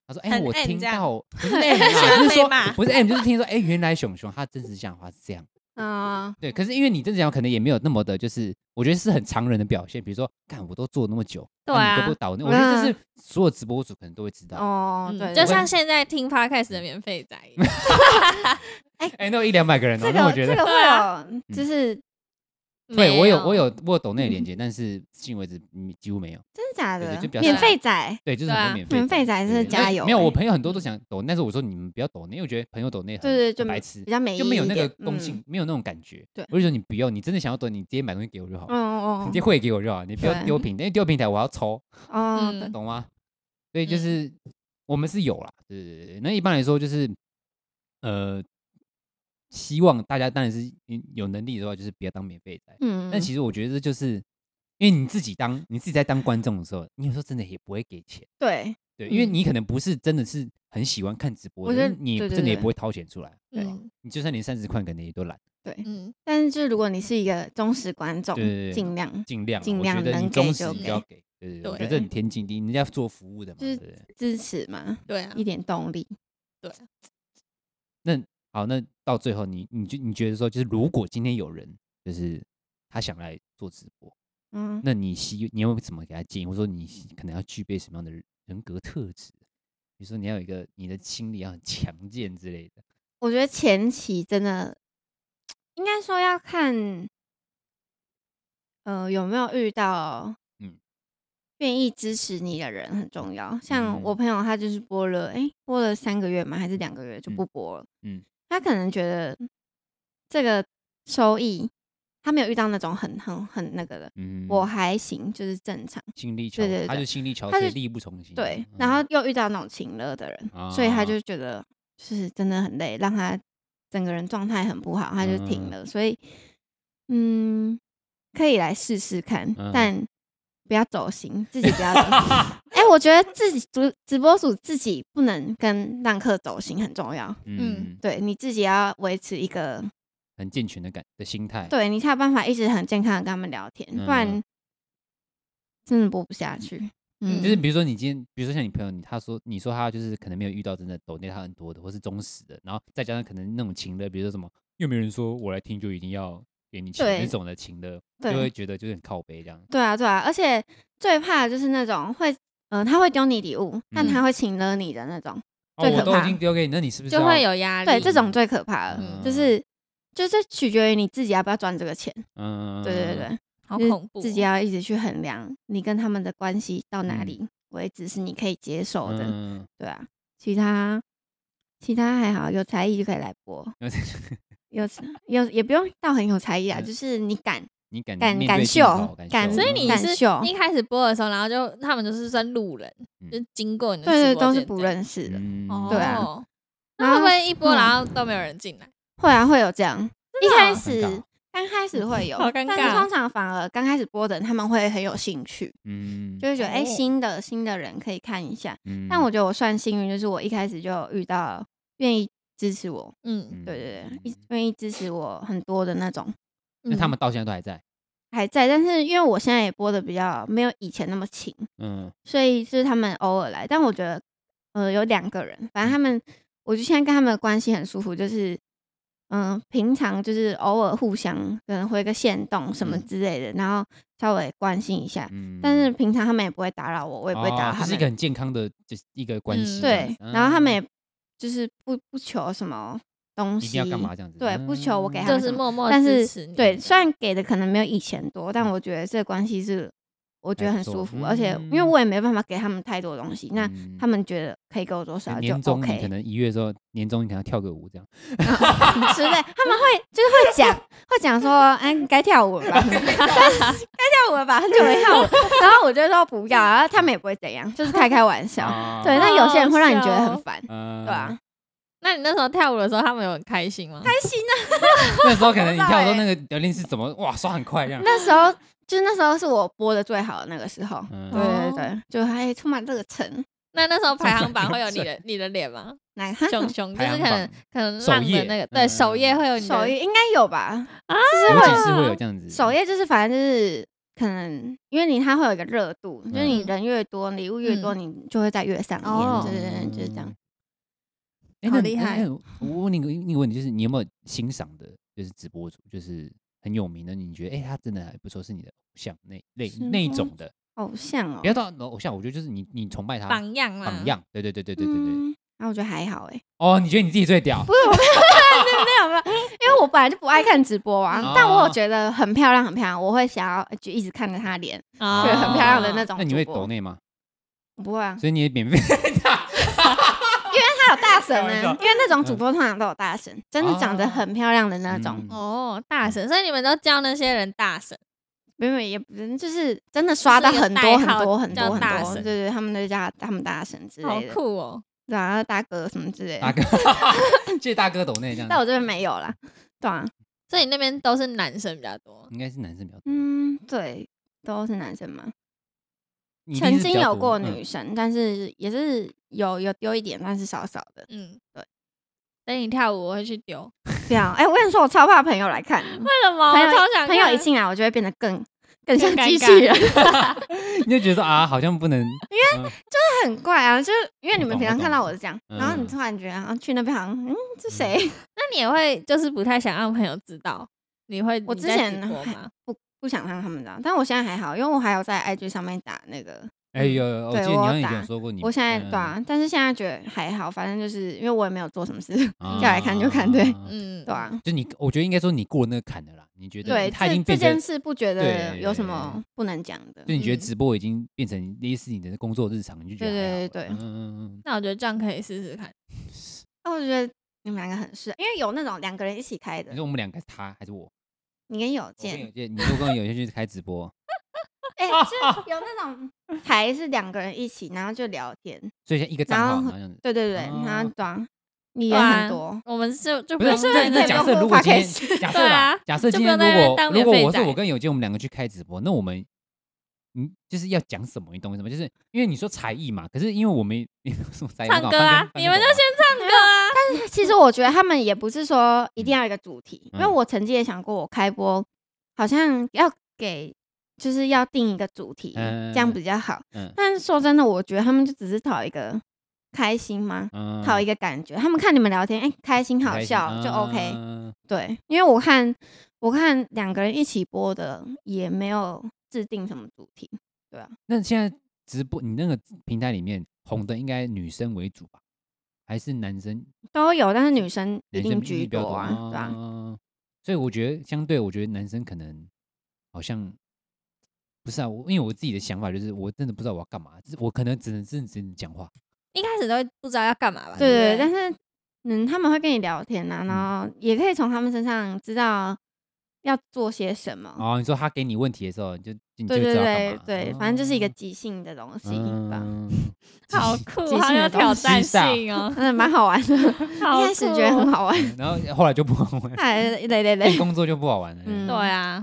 [SPEAKER 1] 他说，哎、
[SPEAKER 2] 很
[SPEAKER 1] 我
[SPEAKER 2] M
[SPEAKER 1] 听
[SPEAKER 2] 这样
[SPEAKER 1] 到，不是 M
[SPEAKER 2] 喜
[SPEAKER 1] 啊，
[SPEAKER 2] 欢
[SPEAKER 1] 就是
[SPEAKER 2] 被骂
[SPEAKER 1] 说不是 M，就是听说，哎、原来熊熊他真实讲话是这样。
[SPEAKER 3] 嗯，
[SPEAKER 1] 对，可是因为你真的讲，可能也没有那么的，就是我觉得是很常人的表现。比如说，干我都做那么久，
[SPEAKER 2] 对
[SPEAKER 1] 那你
[SPEAKER 2] 啊
[SPEAKER 1] 都不倒内，我觉得这
[SPEAKER 3] 嗯
[SPEAKER 1] 是所有直播主可能都会知道。
[SPEAKER 3] 哦，
[SPEAKER 2] 嗯
[SPEAKER 3] 对，
[SPEAKER 2] 就
[SPEAKER 3] 对
[SPEAKER 2] 像现在听 podcast 的免费仔一样，
[SPEAKER 1] 哎、那有一两百个嗯人哦、
[SPEAKER 3] 这
[SPEAKER 1] 那我
[SPEAKER 3] 个
[SPEAKER 1] 觉
[SPEAKER 3] 这
[SPEAKER 1] 得，
[SPEAKER 3] 个
[SPEAKER 2] 对啊
[SPEAKER 3] 会有，就是
[SPEAKER 1] 对我有我
[SPEAKER 2] 有，
[SPEAKER 1] 有我有抖内的连接，但是近为止嗯几乎没有。
[SPEAKER 3] 真的假
[SPEAKER 1] 对对
[SPEAKER 3] 的
[SPEAKER 1] 就比较？
[SPEAKER 3] 免
[SPEAKER 2] 像
[SPEAKER 3] 费仔，
[SPEAKER 1] 对，就是
[SPEAKER 2] 对
[SPEAKER 1] 很
[SPEAKER 2] 啊
[SPEAKER 1] 多免费、
[SPEAKER 3] 免费仔
[SPEAKER 1] 对
[SPEAKER 3] 是
[SPEAKER 1] 对对
[SPEAKER 3] 加油
[SPEAKER 1] 没有，我
[SPEAKER 3] 欸
[SPEAKER 1] 朋友很多都想抖内，但是我说你们不要抖内，因为我觉得朋友抖内很
[SPEAKER 3] 对对，就
[SPEAKER 1] 很白痴
[SPEAKER 3] 比，较没
[SPEAKER 1] 就没有
[SPEAKER 3] 意义
[SPEAKER 1] 那
[SPEAKER 3] 一
[SPEAKER 1] 个
[SPEAKER 3] 点嗯
[SPEAKER 1] 共性，，没有那种感觉。
[SPEAKER 3] 对
[SPEAKER 1] 我就说你不要，你真的想要抖，你直接买东西给我就好，
[SPEAKER 3] 嗯
[SPEAKER 1] 你
[SPEAKER 3] 哦
[SPEAKER 1] 直接汇给我就好，你不要
[SPEAKER 3] 对
[SPEAKER 1] 丢平，因为丢平台我要抽。
[SPEAKER 3] 哦哦，
[SPEAKER 2] 嗯
[SPEAKER 3] 对
[SPEAKER 1] 懂吗？所以就
[SPEAKER 2] 嗯
[SPEAKER 1] 是、我们是有啦，对对对对。那一般来说就是，呃，希望大家当然是你有能力的话，就是不要当免费仔。
[SPEAKER 3] 嗯，
[SPEAKER 1] 但其实我觉得这就是因为你自己当你自己在当观众的时候，你有时候真的也不会给钱，
[SPEAKER 3] 对，
[SPEAKER 1] 对，因为
[SPEAKER 3] 嗯
[SPEAKER 1] 你可能不是真的是很喜欢看直播
[SPEAKER 3] 我
[SPEAKER 1] 的，
[SPEAKER 3] 觉
[SPEAKER 1] 就是
[SPEAKER 3] 得
[SPEAKER 1] 你
[SPEAKER 3] 对对
[SPEAKER 1] 真的也
[SPEAKER 3] 对
[SPEAKER 1] 不会掏钱出来，
[SPEAKER 3] 对
[SPEAKER 2] 嗯
[SPEAKER 1] 你就算连三十块可能也都懒，
[SPEAKER 2] 嗯，
[SPEAKER 3] 但是就是如果你是一个忠实观众
[SPEAKER 1] 对对对，
[SPEAKER 3] 嗯尽量
[SPEAKER 1] 尽量啊
[SPEAKER 3] 尽
[SPEAKER 1] 我
[SPEAKER 3] 量
[SPEAKER 1] 觉得你
[SPEAKER 3] 能
[SPEAKER 1] 忠
[SPEAKER 3] 给
[SPEAKER 1] 实
[SPEAKER 3] 就
[SPEAKER 1] 要给，对对对，我觉得这
[SPEAKER 3] 对
[SPEAKER 1] 很天经地义，人家做服务的嘛，
[SPEAKER 3] 就是
[SPEAKER 1] 对不对？
[SPEAKER 3] 支持嘛，
[SPEAKER 2] 对啊
[SPEAKER 3] 一，点动力。
[SPEAKER 1] 那好，那到最后你，你就你觉得说，就是如果今天有人就是他想来做直播，
[SPEAKER 3] 嗯，
[SPEAKER 1] 那你希你有怎么给他建议，或者说你可能要具备什么样的人人格特质？比如说你要有一个你的心理要很强健之类的。
[SPEAKER 3] 我觉得前期真的应该说要看，呃，有没有遇到
[SPEAKER 1] 嗯
[SPEAKER 3] 愿意支持你的人很重要。像
[SPEAKER 1] 嗯
[SPEAKER 3] 我朋友，他就是播了，哎、播了三个月嘛，还是两个月就
[SPEAKER 1] 嗯
[SPEAKER 3] 不播了。
[SPEAKER 1] 嗯
[SPEAKER 3] 他可能觉得这个收益他没有遇到那种很很很那个的，
[SPEAKER 1] 嗯，
[SPEAKER 3] 我还行，就是正常。
[SPEAKER 1] 心力憔，
[SPEAKER 3] 对对
[SPEAKER 1] 他
[SPEAKER 3] 对
[SPEAKER 1] 就心力憔
[SPEAKER 3] 他
[SPEAKER 1] 悴，
[SPEAKER 3] 就
[SPEAKER 1] 力不从心。
[SPEAKER 3] 对
[SPEAKER 1] 嗯，哦
[SPEAKER 3] 然后又遇到那种情乐的人，所以他就觉得就是真的很累，让他整个人状态很不好，他就停了。所以，嗯，可以来试试看，
[SPEAKER 1] 嗯
[SPEAKER 3] 但不要走心，自己不要走 心。哎、我觉得自己主直播主自己不能跟浪客走心很重要，
[SPEAKER 1] 嗯，
[SPEAKER 3] 对你自己要维持一个，
[SPEAKER 1] 很健全的感的心态。
[SPEAKER 3] 对你才有办法一直很健康的跟他们聊天，不然
[SPEAKER 1] 嗯
[SPEAKER 3] 真的播不下去。嗯，
[SPEAKER 1] 就是比如说你今天，比如说像你朋友，你他说你说他就是可能没有遇到真的抖内他很多的，或是忠实的，然后再加上可能那种情的，比如说什么又没有人说我来听就一定要给你钱
[SPEAKER 3] 对
[SPEAKER 1] 那种的情的，就
[SPEAKER 3] 对
[SPEAKER 1] 会觉得就是很靠背这样。
[SPEAKER 3] 对啊，对啊，而且最怕的就是那种会，呃，他会丢你礼物，但他会请了你的那种，
[SPEAKER 1] 哦，
[SPEAKER 3] 最可
[SPEAKER 1] 我都已
[SPEAKER 3] 怕
[SPEAKER 1] 经丢给你，那你是不是
[SPEAKER 2] 就会
[SPEAKER 1] 要
[SPEAKER 2] 有压力。
[SPEAKER 3] 对，这种最可怕了，
[SPEAKER 1] 嗯
[SPEAKER 3] 就是就是取决于你自己要不要赚这个钱，
[SPEAKER 1] 嗯，
[SPEAKER 3] 对对对，
[SPEAKER 2] 好
[SPEAKER 3] 就是
[SPEAKER 2] 恐怖哦，
[SPEAKER 3] 自己要一直去衡量你跟他们的关系到哪里为止是你可以接受的，
[SPEAKER 1] 嗯，
[SPEAKER 3] 对啊，其他其他还好，有才艺就可以来播，
[SPEAKER 1] 然后
[SPEAKER 3] 有有也不用到很有才艺啊，
[SPEAKER 1] 嗯
[SPEAKER 3] 就是你敢
[SPEAKER 1] 你敢
[SPEAKER 3] 敢
[SPEAKER 1] 面
[SPEAKER 3] 敢
[SPEAKER 1] 对镜
[SPEAKER 3] 秀
[SPEAKER 1] 头敢
[SPEAKER 3] 敢
[SPEAKER 1] 秀
[SPEAKER 2] 所以你
[SPEAKER 3] 敢
[SPEAKER 2] 是
[SPEAKER 3] 秀
[SPEAKER 2] 一开始播的时候，然后就他们就是算路人，
[SPEAKER 1] 嗯
[SPEAKER 2] 就经过你的
[SPEAKER 3] 对
[SPEAKER 2] 直
[SPEAKER 3] 对
[SPEAKER 2] 播
[SPEAKER 3] 都是
[SPEAKER 2] 间
[SPEAKER 3] 不
[SPEAKER 2] 这样。
[SPEAKER 3] 认识的，
[SPEAKER 1] 嗯
[SPEAKER 2] 哦，
[SPEAKER 3] 对啊。然
[SPEAKER 2] 那会
[SPEAKER 3] 后
[SPEAKER 2] 不会一播
[SPEAKER 3] 嗯
[SPEAKER 2] 然后都没有人进来？
[SPEAKER 3] 会啊，会有这样。一
[SPEAKER 2] 的哦
[SPEAKER 3] 开
[SPEAKER 1] 尴
[SPEAKER 3] 始
[SPEAKER 1] 尬
[SPEAKER 3] 刚开始会有，
[SPEAKER 2] 嗯 好尴
[SPEAKER 3] 但是
[SPEAKER 2] 尬哦
[SPEAKER 3] 通常反而刚开始播的人他们会很有兴趣，
[SPEAKER 1] 嗯，
[SPEAKER 3] 就会觉得哎、
[SPEAKER 2] 哦
[SPEAKER 3] 新的新的人可以看一下。
[SPEAKER 1] 嗯
[SPEAKER 3] 但我觉得我算幸运，就是我一开始就遇到愿意支持我，
[SPEAKER 2] 嗯，
[SPEAKER 3] 对对对，一愿意支持我很多的那种
[SPEAKER 1] 那他
[SPEAKER 2] 嗯
[SPEAKER 1] 们到现在都还在，
[SPEAKER 3] 还在。但是因为我现在也播的比较没有以前那么勤，
[SPEAKER 1] 嗯
[SPEAKER 3] 所以是他们偶尔来。但我觉得呃有两个人，反正他们，我就现在跟他们的关系很舒服，就是。嗯，平常就是偶尔互相可能回个线动什么
[SPEAKER 1] 嗯
[SPEAKER 3] 之类的，然后稍微关心一下。
[SPEAKER 1] 嗯，
[SPEAKER 3] 哎但是平常他们也不会打扰我，我也不会打扰
[SPEAKER 1] 哦这
[SPEAKER 3] 他
[SPEAKER 1] 是一个
[SPEAKER 3] 们。
[SPEAKER 1] 很健康的就是一个关
[SPEAKER 2] 嗯
[SPEAKER 1] 系这样
[SPEAKER 3] 对
[SPEAKER 1] 子，，
[SPEAKER 3] 然后他们
[SPEAKER 1] 嗯
[SPEAKER 3] 也就是不不求什么东
[SPEAKER 1] 一
[SPEAKER 3] 西，
[SPEAKER 1] 定要干嘛这样子，
[SPEAKER 3] 对，不求我给
[SPEAKER 1] 嗯
[SPEAKER 3] 他
[SPEAKER 2] 就
[SPEAKER 3] 们
[SPEAKER 2] 是
[SPEAKER 3] 什么，
[SPEAKER 2] 默默
[SPEAKER 3] 但
[SPEAKER 2] 支
[SPEAKER 3] 是
[SPEAKER 2] 持你
[SPEAKER 3] 对，
[SPEAKER 2] 的
[SPEAKER 3] 虽然给的可能没有以前多，但我觉得这个关系是我觉得
[SPEAKER 1] 嗯还
[SPEAKER 3] 很
[SPEAKER 1] 不
[SPEAKER 3] 舒
[SPEAKER 1] 错
[SPEAKER 3] 服，而且因为
[SPEAKER 1] 嗯
[SPEAKER 3] 我也没办法给他们太多东西，那
[SPEAKER 1] 嗯
[SPEAKER 3] 他们觉得可以给我多少就
[SPEAKER 1] 年终你
[SPEAKER 3] OK
[SPEAKER 1] 可能一月的时候，年终你可能要跳个舞这样，
[SPEAKER 3] 之类，他们会就是会 讲会讲说，嗯，该跳舞了吧，该跳舞了吧，很久没跳舞，然后我就说不要，然后他们也不会怎样，就是开开玩笑。
[SPEAKER 1] 啊
[SPEAKER 3] 对，但有些人会让你觉得
[SPEAKER 2] 好好
[SPEAKER 3] 很
[SPEAKER 2] 笑
[SPEAKER 3] 烦，
[SPEAKER 1] 嗯
[SPEAKER 3] 对啊，，
[SPEAKER 2] 那你那时候跳舞的时候，他们有很开心吗？
[SPEAKER 1] 那时候可能你
[SPEAKER 3] 不知道
[SPEAKER 1] 跳的 时候
[SPEAKER 3] 欸
[SPEAKER 1] 那个聊天是怎么哇刷很快这样，
[SPEAKER 3] 那时候就是那时候是我播的最好的那个时候，
[SPEAKER 1] 嗯
[SPEAKER 3] 对对对，就哎还充满热忱。
[SPEAKER 2] 那那时候排 行榜会有你的你的脸吗？
[SPEAKER 3] 来，
[SPEAKER 2] 熊熊就
[SPEAKER 1] 排
[SPEAKER 2] 是
[SPEAKER 1] 行
[SPEAKER 2] 可能
[SPEAKER 1] 榜
[SPEAKER 2] 可能
[SPEAKER 1] 首
[SPEAKER 2] 浪的
[SPEAKER 1] 页
[SPEAKER 2] 那个
[SPEAKER 1] 嗯
[SPEAKER 2] 对
[SPEAKER 1] 嗯
[SPEAKER 2] 首页会有你的
[SPEAKER 3] 首页应该有吧？
[SPEAKER 1] 有几次会有这样子，
[SPEAKER 3] 首页就是反正就是可能，因为你它会有一个热度，就是你
[SPEAKER 2] 嗯
[SPEAKER 3] 人越多，礼物越
[SPEAKER 1] 嗯
[SPEAKER 3] 多，你就会在越上
[SPEAKER 2] 哦
[SPEAKER 3] 面，对对对，就是这样。
[SPEAKER 1] 哎，
[SPEAKER 2] 好
[SPEAKER 1] 那
[SPEAKER 2] 厉
[SPEAKER 1] 你
[SPEAKER 2] 害
[SPEAKER 1] 哎我我问你个一个问题，就是你有没有欣赏的，就是直播主，就是很有名的，你觉得哎他真的还不错，是你的偶像那类
[SPEAKER 3] 直播
[SPEAKER 1] 那一种的，
[SPEAKER 3] 偶像哦
[SPEAKER 1] 不，要到偶像，我觉得就是你你崇拜
[SPEAKER 3] 啊
[SPEAKER 1] 他
[SPEAKER 2] 榜样嘛，
[SPEAKER 1] 榜样，对对对对对对对，
[SPEAKER 3] 嗯。然后我觉得还好哎，
[SPEAKER 1] 哦，你觉得你自己最屌
[SPEAKER 3] 不？是我没有 没有没有，因为我本来就不爱看直播
[SPEAKER 1] 嗯
[SPEAKER 3] 啊，但我有觉得很漂亮很漂亮，我会想要就一直看着她脸，
[SPEAKER 2] 哦
[SPEAKER 3] 觉得很漂亮的那种。
[SPEAKER 1] 那你会抖？内吗？
[SPEAKER 3] 不 会啊，
[SPEAKER 1] 所以你也免费
[SPEAKER 3] 他有大神
[SPEAKER 1] 开
[SPEAKER 3] 呢、
[SPEAKER 1] 玩笑哦
[SPEAKER 3] 因为那种主播通常都有大神，真的长得很漂亮的那种
[SPEAKER 1] 嗯，
[SPEAKER 2] 哦，大神，所以你们都叫那些人大神，
[SPEAKER 3] 没有没有也不是，就是真的刷到很多很多很多
[SPEAKER 2] 叫
[SPEAKER 3] 很
[SPEAKER 2] 大
[SPEAKER 3] 多，
[SPEAKER 2] 神
[SPEAKER 3] 对对，他们都叫他们大神之
[SPEAKER 2] 好
[SPEAKER 3] 类的，
[SPEAKER 2] 酷哦！
[SPEAKER 3] 然后大哥什么之类
[SPEAKER 1] 大
[SPEAKER 3] 的，
[SPEAKER 1] 哥，谢谢大哥抖内这样
[SPEAKER 3] 但
[SPEAKER 1] 子，
[SPEAKER 3] 我这边没有啦，对啊，
[SPEAKER 2] 所以那边都是男生比较多，
[SPEAKER 1] 应该是男生比较多，
[SPEAKER 3] 嗯，对，都是男生嘛，
[SPEAKER 1] 你一定是
[SPEAKER 3] 曾
[SPEAKER 1] 比
[SPEAKER 3] 经
[SPEAKER 1] 较
[SPEAKER 3] 有
[SPEAKER 1] 多
[SPEAKER 3] 过
[SPEAKER 1] 嗯
[SPEAKER 3] 女 生，但是也是有有丢一点，但是少少的，
[SPEAKER 2] 嗯，
[SPEAKER 3] 对。
[SPEAKER 2] 等你跳舞，我会去丢。
[SPEAKER 3] 这样，哎，我跟你说，我超怕朋友来看的，
[SPEAKER 2] 为什么？
[SPEAKER 3] 朋友
[SPEAKER 2] 我超想看
[SPEAKER 3] 朋友一进来，我就会变得更更像
[SPEAKER 2] 更尴
[SPEAKER 3] 机
[SPEAKER 2] 尬
[SPEAKER 3] 器 人。
[SPEAKER 1] 你就觉得说啊，好像不能，嗯因为
[SPEAKER 3] 很怪啊，就是因为你
[SPEAKER 1] 我
[SPEAKER 3] 们
[SPEAKER 1] 懂
[SPEAKER 3] 平常看到我是这样，
[SPEAKER 1] 我懂
[SPEAKER 3] 然后你
[SPEAKER 1] 嗯
[SPEAKER 3] 突然觉得啊，去那边好像，嗯，是谁？
[SPEAKER 2] 那你也会就是不太想让朋友知道，你会
[SPEAKER 3] 我
[SPEAKER 2] 你
[SPEAKER 3] 之
[SPEAKER 2] 在
[SPEAKER 3] 前
[SPEAKER 2] 直播
[SPEAKER 3] 还
[SPEAKER 2] 吗？
[SPEAKER 3] 不不想让他们知道，但我现在还好，因为我还有在 IG 上面打那个，
[SPEAKER 1] 哎呦，有我记
[SPEAKER 3] 对
[SPEAKER 1] 得你
[SPEAKER 3] 我
[SPEAKER 1] 好像以前
[SPEAKER 3] 打
[SPEAKER 1] 有说过你，
[SPEAKER 3] 我现在
[SPEAKER 1] 嗯
[SPEAKER 3] 对啊，但是现在觉得还好，反正就是因为我也没有做什么事，
[SPEAKER 1] 啊
[SPEAKER 3] 要来看就看对
[SPEAKER 2] 嗯，
[SPEAKER 3] 对啊，
[SPEAKER 1] 就你，我觉得应该说你过那个坎了啦，你觉得
[SPEAKER 3] 对，
[SPEAKER 1] 他已经
[SPEAKER 3] 这
[SPEAKER 1] 变
[SPEAKER 3] 这件
[SPEAKER 1] 成，
[SPEAKER 3] 事不觉得有什么不能讲的
[SPEAKER 1] 就，你觉
[SPEAKER 2] 嗯
[SPEAKER 1] 得直播已经变成类似你的工作日常，你就觉得还好了
[SPEAKER 3] 对对对
[SPEAKER 1] 嗯嗯嗯
[SPEAKER 2] 那我觉得这样可以试试看。
[SPEAKER 3] 啊那我觉得。你们两个很适合，因为有那种两个人一起开
[SPEAKER 1] 嗯，
[SPEAKER 3] 的
[SPEAKER 1] 你，说我们两个他还是我，
[SPEAKER 3] 你跟有
[SPEAKER 1] 我跟有
[SPEAKER 3] 健，
[SPEAKER 1] 些，你就跟有些去开直播，
[SPEAKER 3] 哎、就是有那种台是两个人一起，然后就聊天，
[SPEAKER 1] 所以像一个账号，
[SPEAKER 3] 然
[SPEAKER 1] 然
[SPEAKER 3] 后
[SPEAKER 1] 后这样子。
[SPEAKER 3] 对对对，
[SPEAKER 1] 哦
[SPEAKER 3] 然后装你也
[SPEAKER 2] 对啊
[SPEAKER 3] 很多，
[SPEAKER 2] 我们是就
[SPEAKER 1] 不是，
[SPEAKER 2] 用
[SPEAKER 3] 那
[SPEAKER 1] 那
[SPEAKER 2] 认
[SPEAKER 3] 你可
[SPEAKER 1] 那
[SPEAKER 2] 真
[SPEAKER 3] 以
[SPEAKER 1] 假
[SPEAKER 3] 不
[SPEAKER 1] 设
[SPEAKER 3] 用
[SPEAKER 1] 如
[SPEAKER 3] 播
[SPEAKER 1] 果今天
[SPEAKER 3] podcast
[SPEAKER 1] 假设
[SPEAKER 2] 对啊
[SPEAKER 1] 啦，假设
[SPEAKER 2] 就
[SPEAKER 1] 今
[SPEAKER 2] 不
[SPEAKER 1] 天
[SPEAKER 2] 用在
[SPEAKER 1] 如
[SPEAKER 2] 那边
[SPEAKER 1] 果
[SPEAKER 2] 当
[SPEAKER 1] 如
[SPEAKER 2] 免
[SPEAKER 1] 果
[SPEAKER 2] 费
[SPEAKER 1] 我是
[SPEAKER 2] 仔
[SPEAKER 1] 我跟有健，我们两个去开直播，那我们嗯，就是要讲什么？你懂我意思吗？就是因为你说才艺嘛，可是因为我们 你没有什么才艺，
[SPEAKER 2] 唱
[SPEAKER 1] 我搞
[SPEAKER 2] 歌
[SPEAKER 1] 翻
[SPEAKER 2] 啊
[SPEAKER 1] 跟，翻
[SPEAKER 2] 你
[SPEAKER 1] 跟
[SPEAKER 2] 们
[SPEAKER 1] 斗
[SPEAKER 2] 就
[SPEAKER 1] 啊
[SPEAKER 2] 先唱歌啊，
[SPEAKER 3] 其实我觉得他们也不是说一定要有一个主题，
[SPEAKER 1] 嗯
[SPEAKER 3] 因为我曾经也想过，我开播好像要给，就是要定一个主题，
[SPEAKER 1] 嗯
[SPEAKER 3] 这样比较好。
[SPEAKER 1] 嗯
[SPEAKER 3] 但是说真的，我觉得他们就只是讨一个开心吗？
[SPEAKER 1] 嗯
[SPEAKER 3] 讨一个感觉，他们看你们聊天，哎、开心好笑就 OK。对，
[SPEAKER 1] 嗯
[SPEAKER 3] 因为我看我看两个人一起播的，也没有制定什么主题。
[SPEAKER 1] 那现在直播你那个平台里面红的应该女生为主吧？还是男生？
[SPEAKER 3] 都有，但是女生一
[SPEAKER 1] 男生
[SPEAKER 3] 定
[SPEAKER 1] 比例
[SPEAKER 3] 居
[SPEAKER 1] 比较
[SPEAKER 3] 多
[SPEAKER 1] 多
[SPEAKER 3] 啊，对吧、
[SPEAKER 1] 啊所以我觉得相对，我觉得男生可能好像不是啊。我因为我自己的想法就是，我真的不知道我要干嘛，只我可能只能只能只能讲话。
[SPEAKER 2] 一开始都会不知道要干嘛吧？
[SPEAKER 3] 对
[SPEAKER 2] 对
[SPEAKER 3] 对，对但是嗯，他们会跟你聊天啊，
[SPEAKER 1] 嗯
[SPEAKER 3] 然后也可以从他们身上知道要做些什么。
[SPEAKER 1] 哦，你说他给你问题的时候，你就你就
[SPEAKER 3] 对
[SPEAKER 1] 知
[SPEAKER 3] 对
[SPEAKER 1] 道干
[SPEAKER 3] 对
[SPEAKER 1] 嘛。
[SPEAKER 3] 对，反正就是一个
[SPEAKER 1] 哦
[SPEAKER 3] 即兴的东西吧，
[SPEAKER 1] 嗯，
[SPEAKER 2] 好
[SPEAKER 1] 自己
[SPEAKER 2] 酷，
[SPEAKER 3] 即
[SPEAKER 2] 好
[SPEAKER 3] 兴
[SPEAKER 2] 有
[SPEAKER 3] 的
[SPEAKER 2] 挑
[SPEAKER 3] 东
[SPEAKER 2] 战
[SPEAKER 1] 西是啊
[SPEAKER 2] 性 哦，
[SPEAKER 3] 真的嗯蛮好玩的。一
[SPEAKER 2] 好
[SPEAKER 3] 开始觉得很
[SPEAKER 1] 哦
[SPEAKER 2] 酷，哦
[SPEAKER 3] 好玩，，
[SPEAKER 1] 嗯然后后来就不好玩
[SPEAKER 3] 哎，累累
[SPEAKER 1] 一
[SPEAKER 3] 累，
[SPEAKER 1] 工作就不好玩了。
[SPEAKER 3] 嗯
[SPEAKER 2] 对啊，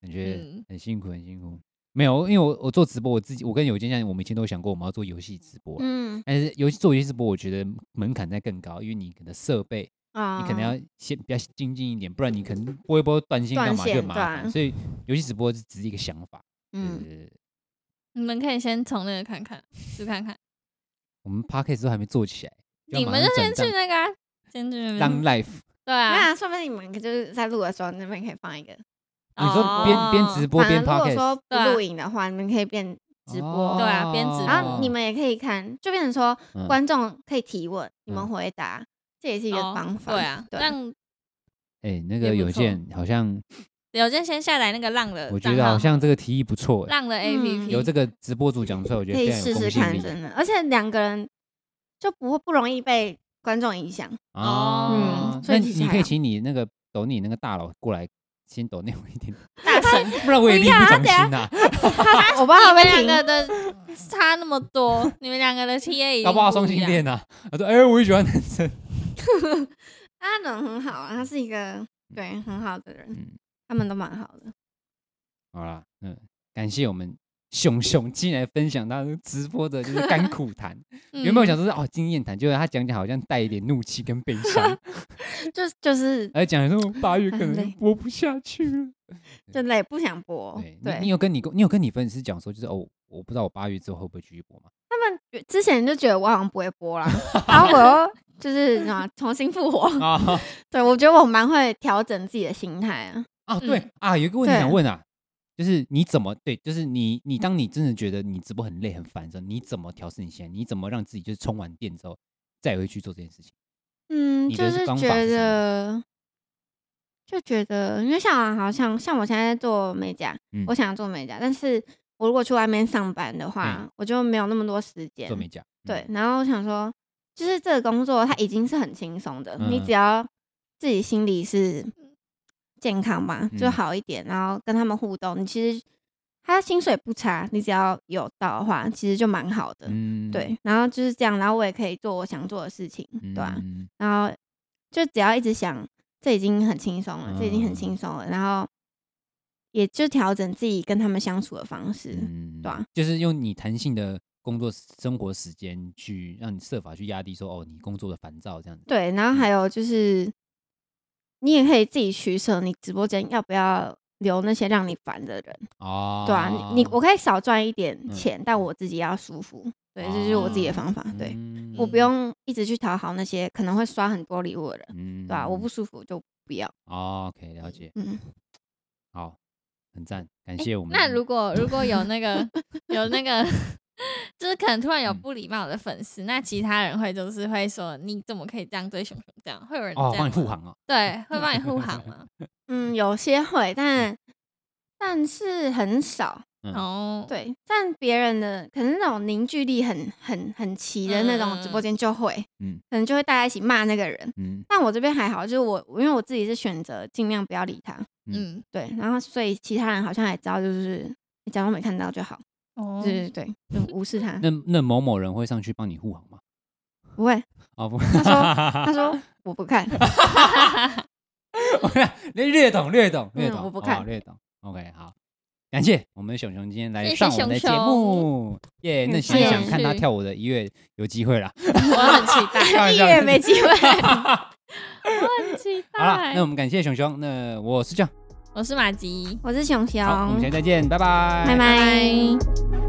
[SPEAKER 1] 感觉
[SPEAKER 2] 嗯
[SPEAKER 1] 很辛苦，很辛苦。没有，因为我我做直播，我自己我跟有健像，我们以前都有想过我们要做游戏直播啊，
[SPEAKER 3] 嗯
[SPEAKER 1] 但是游戏做游戏直播，我觉得门槛在更高，因为你可能设备
[SPEAKER 3] 啊，
[SPEAKER 1] 你可能要先比较精进一点，不然你可能播一播断线干嘛
[SPEAKER 3] 断线
[SPEAKER 1] 就很麻烦。
[SPEAKER 3] 对
[SPEAKER 1] 所以游戏直播是只是一个想法，嗯，
[SPEAKER 3] 嗯，
[SPEAKER 1] 对对
[SPEAKER 2] 你们可以先从那个看看，试 看看，
[SPEAKER 1] 我们 podcast 都还没做起来，要
[SPEAKER 2] 你
[SPEAKER 1] 马
[SPEAKER 2] 们就
[SPEAKER 1] 上
[SPEAKER 2] 先
[SPEAKER 1] 转
[SPEAKER 2] 去那个啊，先去
[SPEAKER 1] 当
[SPEAKER 2] 那
[SPEAKER 1] 当
[SPEAKER 2] 边，
[SPEAKER 1] live，
[SPEAKER 2] 对啊，
[SPEAKER 3] 那说不定你们就是在录的时候，那边可以放一个。
[SPEAKER 1] 你
[SPEAKER 2] 哦
[SPEAKER 1] 说边边直播
[SPEAKER 3] 反正
[SPEAKER 1] 边
[SPEAKER 3] 如果说
[SPEAKER 1] podcast，哦
[SPEAKER 3] 不
[SPEAKER 2] 对啊
[SPEAKER 3] 录影的话，你们可以变直播
[SPEAKER 2] 对，啊边直播
[SPEAKER 3] 然后你们也可以看，就变成说
[SPEAKER 1] 嗯
[SPEAKER 3] 观众可以提问，你
[SPEAKER 1] 嗯
[SPEAKER 3] 们
[SPEAKER 1] 哦
[SPEAKER 3] 回答，这也是一
[SPEAKER 2] 一
[SPEAKER 3] 个方法。
[SPEAKER 2] 对啊，
[SPEAKER 3] 对
[SPEAKER 2] 让
[SPEAKER 1] 哎，那
[SPEAKER 2] 也
[SPEAKER 1] 个
[SPEAKER 2] 不
[SPEAKER 1] 有
[SPEAKER 2] 错
[SPEAKER 1] 健好像，
[SPEAKER 2] 有健先下载那个浪的账号，
[SPEAKER 1] 我觉得好像这个提议不错，哎
[SPEAKER 2] 浪的
[SPEAKER 3] 嗯
[SPEAKER 2] APP
[SPEAKER 1] 有这个直播主讲出来，我觉得
[SPEAKER 3] 可以
[SPEAKER 1] 非常
[SPEAKER 3] 试
[SPEAKER 1] 有
[SPEAKER 3] 试
[SPEAKER 1] 公信
[SPEAKER 3] 看，
[SPEAKER 1] 力。
[SPEAKER 3] 真的，而且两个人就不会不容易被观众影响。
[SPEAKER 1] 哦，
[SPEAKER 3] 嗯所
[SPEAKER 1] 那
[SPEAKER 3] 以
[SPEAKER 1] 你
[SPEAKER 3] 其实
[SPEAKER 1] 你
[SPEAKER 3] 还
[SPEAKER 1] 可以
[SPEAKER 3] 好
[SPEAKER 1] 请你那个抖你那个大佬过来，先抖那我一点，
[SPEAKER 2] 大神，
[SPEAKER 1] 不然我也
[SPEAKER 2] 不
[SPEAKER 1] 力
[SPEAKER 2] 要
[SPEAKER 1] 不
[SPEAKER 2] 啊
[SPEAKER 1] 从
[SPEAKER 2] 等下
[SPEAKER 1] 心呐、
[SPEAKER 2] 你们
[SPEAKER 3] 我不知道会不会
[SPEAKER 2] 两
[SPEAKER 3] 停
[SPEAKER 2] 个的差那么多，你们两个的 TA 已
[SPEAKER 1] 搞
[SPEAKER 2] 经
[SPEAKER 1] 不好双
[SPEAKER 2] 一
[SPEAKER 1] 性
[SPEAKER 2] 样
[SPEAKER 1] 恋呐、我说，哎、我也喜欢男生。
[SPEAKER 3] 他人很好啊，他是一个对很好的人，
[SPEAKER 1] 嗯，
[SPEAKER 3] 他们都蛮好的。
[SPEAKER 1] 好啦，嗯，感谢我们熊熊进来分享他的直播的就是甘苦谈。
[SPEAKER 2] 嗯
[SPEAKER 1] 原本我想说是哦经验谈，就是他讲讲好像带一点怒气跟悲伤，
[SPEAKER 3] 就就是
[SPEAKER 1] 而讲说八月可
[SPEAKER 3] 很
[SPEAKER 1] 能
[SPEAKER 3] 累
[SPEAKER 1] 播不下去了。
[SPEAKER 3] 就累，不想播
[SPEAKER 1] 对，。你你
[SPEAKER 3] 对，
[SPEAKER 1] 有跟你你有跟你粉丝讲说，就是哦，我不知道我八月之后会不会继续播嘛？
[SPEAKER 3] 他们之前就觉得我好像不会播啦，然后我又就是啊重新复活。
[SPEAKER 1] 啊
[SPEAKER 3] 对，我觉得我蛮会调整自己的心态啊。
[SPEAKER 1] 啊，对、
[SPEAKER 2] 嗯
[SPEAKER 1] 啊，有一个问题
[SPEAKER 3] 对嗯
[SPEAKER 1] 想问啊，就是你怎么对，就是你你当你真的觉得你直播很累很烦的时候，你怎么调试你现在？你怎么让自己就是充完电之后再回去做这件事情？
[SPEAKER 3] 嗯，
[SPEAKER 1] 你
[SPEAKER 3] 就
[SPEAKER 1] 的是
[SPEAKER 3] 是
[SPEAKER 1] 方法
[SPEAKER 3] 觉
[SPEAKER 1] 是什么
[SPEAKER 3] 得，就觉得，因为像好像像我现在在做美甲，
[SPEAKER 1] 嗯
[SPEAKER 3] 我想要做美甲，但是我如果去外面上班的话，
[SPEAKER 1] 嗯
[SPEAKER 3] 我就没有那么多时间
[SPEAKER 1] 做。美甲，嗯
[SPEAKER 3] 对，，然后我想说，就是这个工作它已经是很轻松的，你
[SPEAKER 1] 嗯
[SPEAKER 3] 只要自己心里是健康吧，就
[SPEAKER 1] 嗯
[SPEAKER 3] 好一点，然后跟他们互动，你其实他薪水不差，你只要有到的话，其实就蛮好的。
[SPEAKER 1] 嗯，
[SPEAKER 3] 对，然后就是这样，然后我也可以做我想做的事情，
[SPEAKER 1] 嗯，
[SPEAKER 3] 对吧、啊
[SPEAKER 1] 嗯
[SPEAKER 3] 然后就只要一直想，这已经很轻松了，这已经很
[SPEAKER 1] 嗯
[SPEAKER 3] 轻松了。然后也就调整自己跟他们相处的方式。
[SPEAKER 1] 嗯
[SPEAKER 3] 对啊
[SPEAKER 1] 就是用你弹性的工作生活时间去让你设法去压低说哦你工作的烦躁这样子。
[SPEAKER 3] 对，然
[SPEAKER 1] 嗯
[SPEAKER 3] 后还有就是，你也可以自己取舍，你直播间要不要留那些让你烦的人，
[SPEAKER 1] 哦，
[SPEAKER 3] 对啊，你你我可以少赚一点
[SPEAKER 1] 嗯
[SPEAKER 3] 钱，但我自己要舒服。对，这就是我自己的方法。对，
[SPEAKER 1] 嗯
[SPEAKER 3] 我不，用一直去讨好那些可能会刷很多礼物的人，
[SPEAKER 1] 嗯
[SPEAKER 3] 对吧、我不舒服就不要。
[SPEAKER 1] 哦，OK，了解，
[SPEAKER 3] 嗯，
[SPEAKER 1] 好，很赞，感谢我们。
[SPEAKER 2] 那如果如果有那个有那个， 就是可能突然有
[SPEAKER 1] 嗯
[SPEAKER 2] 不礼貌的粉丝，那其他人会就是会说你怎么可以这样对熊熊这样？会有人
[SPEAKER 1] 哦
[SPEAKER 2] 这
[SPEAKER 1] 帮
[SPEAKER 2] 样
[SPEAKER 1] 你护
[SPEAKER 2] 吗
[SPEAKER 1] 航哦，
[SPEAKER 2] 对，会帮你护航吗？
[SPEAKER 3] 嗯，有些会，但但是很少。
[SPEAKER 1] 嗯
[SPEAKER 2] 哦，，
[SPEAKER 3] 对，但别人的可能那种凝聚力很很很齐的那种直播间就会，
[SPEAKER 1] 嗯
[SPEAKER 3] 嗯，可能就会大家一起骂那个人。
[SPEAKER 1] 嗯。
[SPEAKER 3] 但我这边还好，就是我因为我自己是选择尽量不要理他，
[SPEAKER 1] 嗯
[SPEAKER 2] 嗯，
[SPEAKER 3] 对，然后所以其他人好像也知道，就是你假装没看到就好，
[SPEAKER 2] 哦
[SPEAKER 3] 对对对，就无视他，
[SPEAKER 1] 那那某某人会上去帮你护航吗？
[SPEAKER 3] 不会。
[SPEAKER 1] 啊不，
[SPEAKER 3] 他说他说我不看，
[SPEAKER 1] 你略懂略懂略
[SPEAKER 3] 嗯
[SPEAKER 1] 懂，
[SPEAKER 3] 我不
[SPEAKER 1] 好
[SPEAKER 3] 看
[SPEAKER 1] 略懂。OK，好，感谢我们熊熊今天来
[SPEAKER 2] 谢谢
[SPEAKER 1] 上我们的节
[SPEAKER 2] 熊熊
[SPEAKER 1] 目， 耶！那
[SPEAKER 3] 嗯
[SPEAKER 1] 想想
[SPEAKER 2] 谢
[SPEAKER 1] 看他
[SPEAKER 2] 谢
[SPEAKER 1] 跳舞的一月有机会啦。
[SPEAKER 2] 我很期待，
[SPEAKER 1] 开玩
[SPEAKER 3] 一
[SPEAKER 1] 笑
[SPEAKER 3] 眼没机会。
[SPEAKER 2] 我很期
[SPEAKER 1] 好啦，
[SPEAKER 2] 待
[SPEAKER 1] 那我。们感谢熊熊，那我是这样，
[SPEAKER 2] 我是马吉，
[SPEAKER 3] 我是熊熊，
[SPEAKER 1] 好，我们下期再见，拜拜，
[SPEAKER 3] 拜拜。
[SPEAKER 2] 拜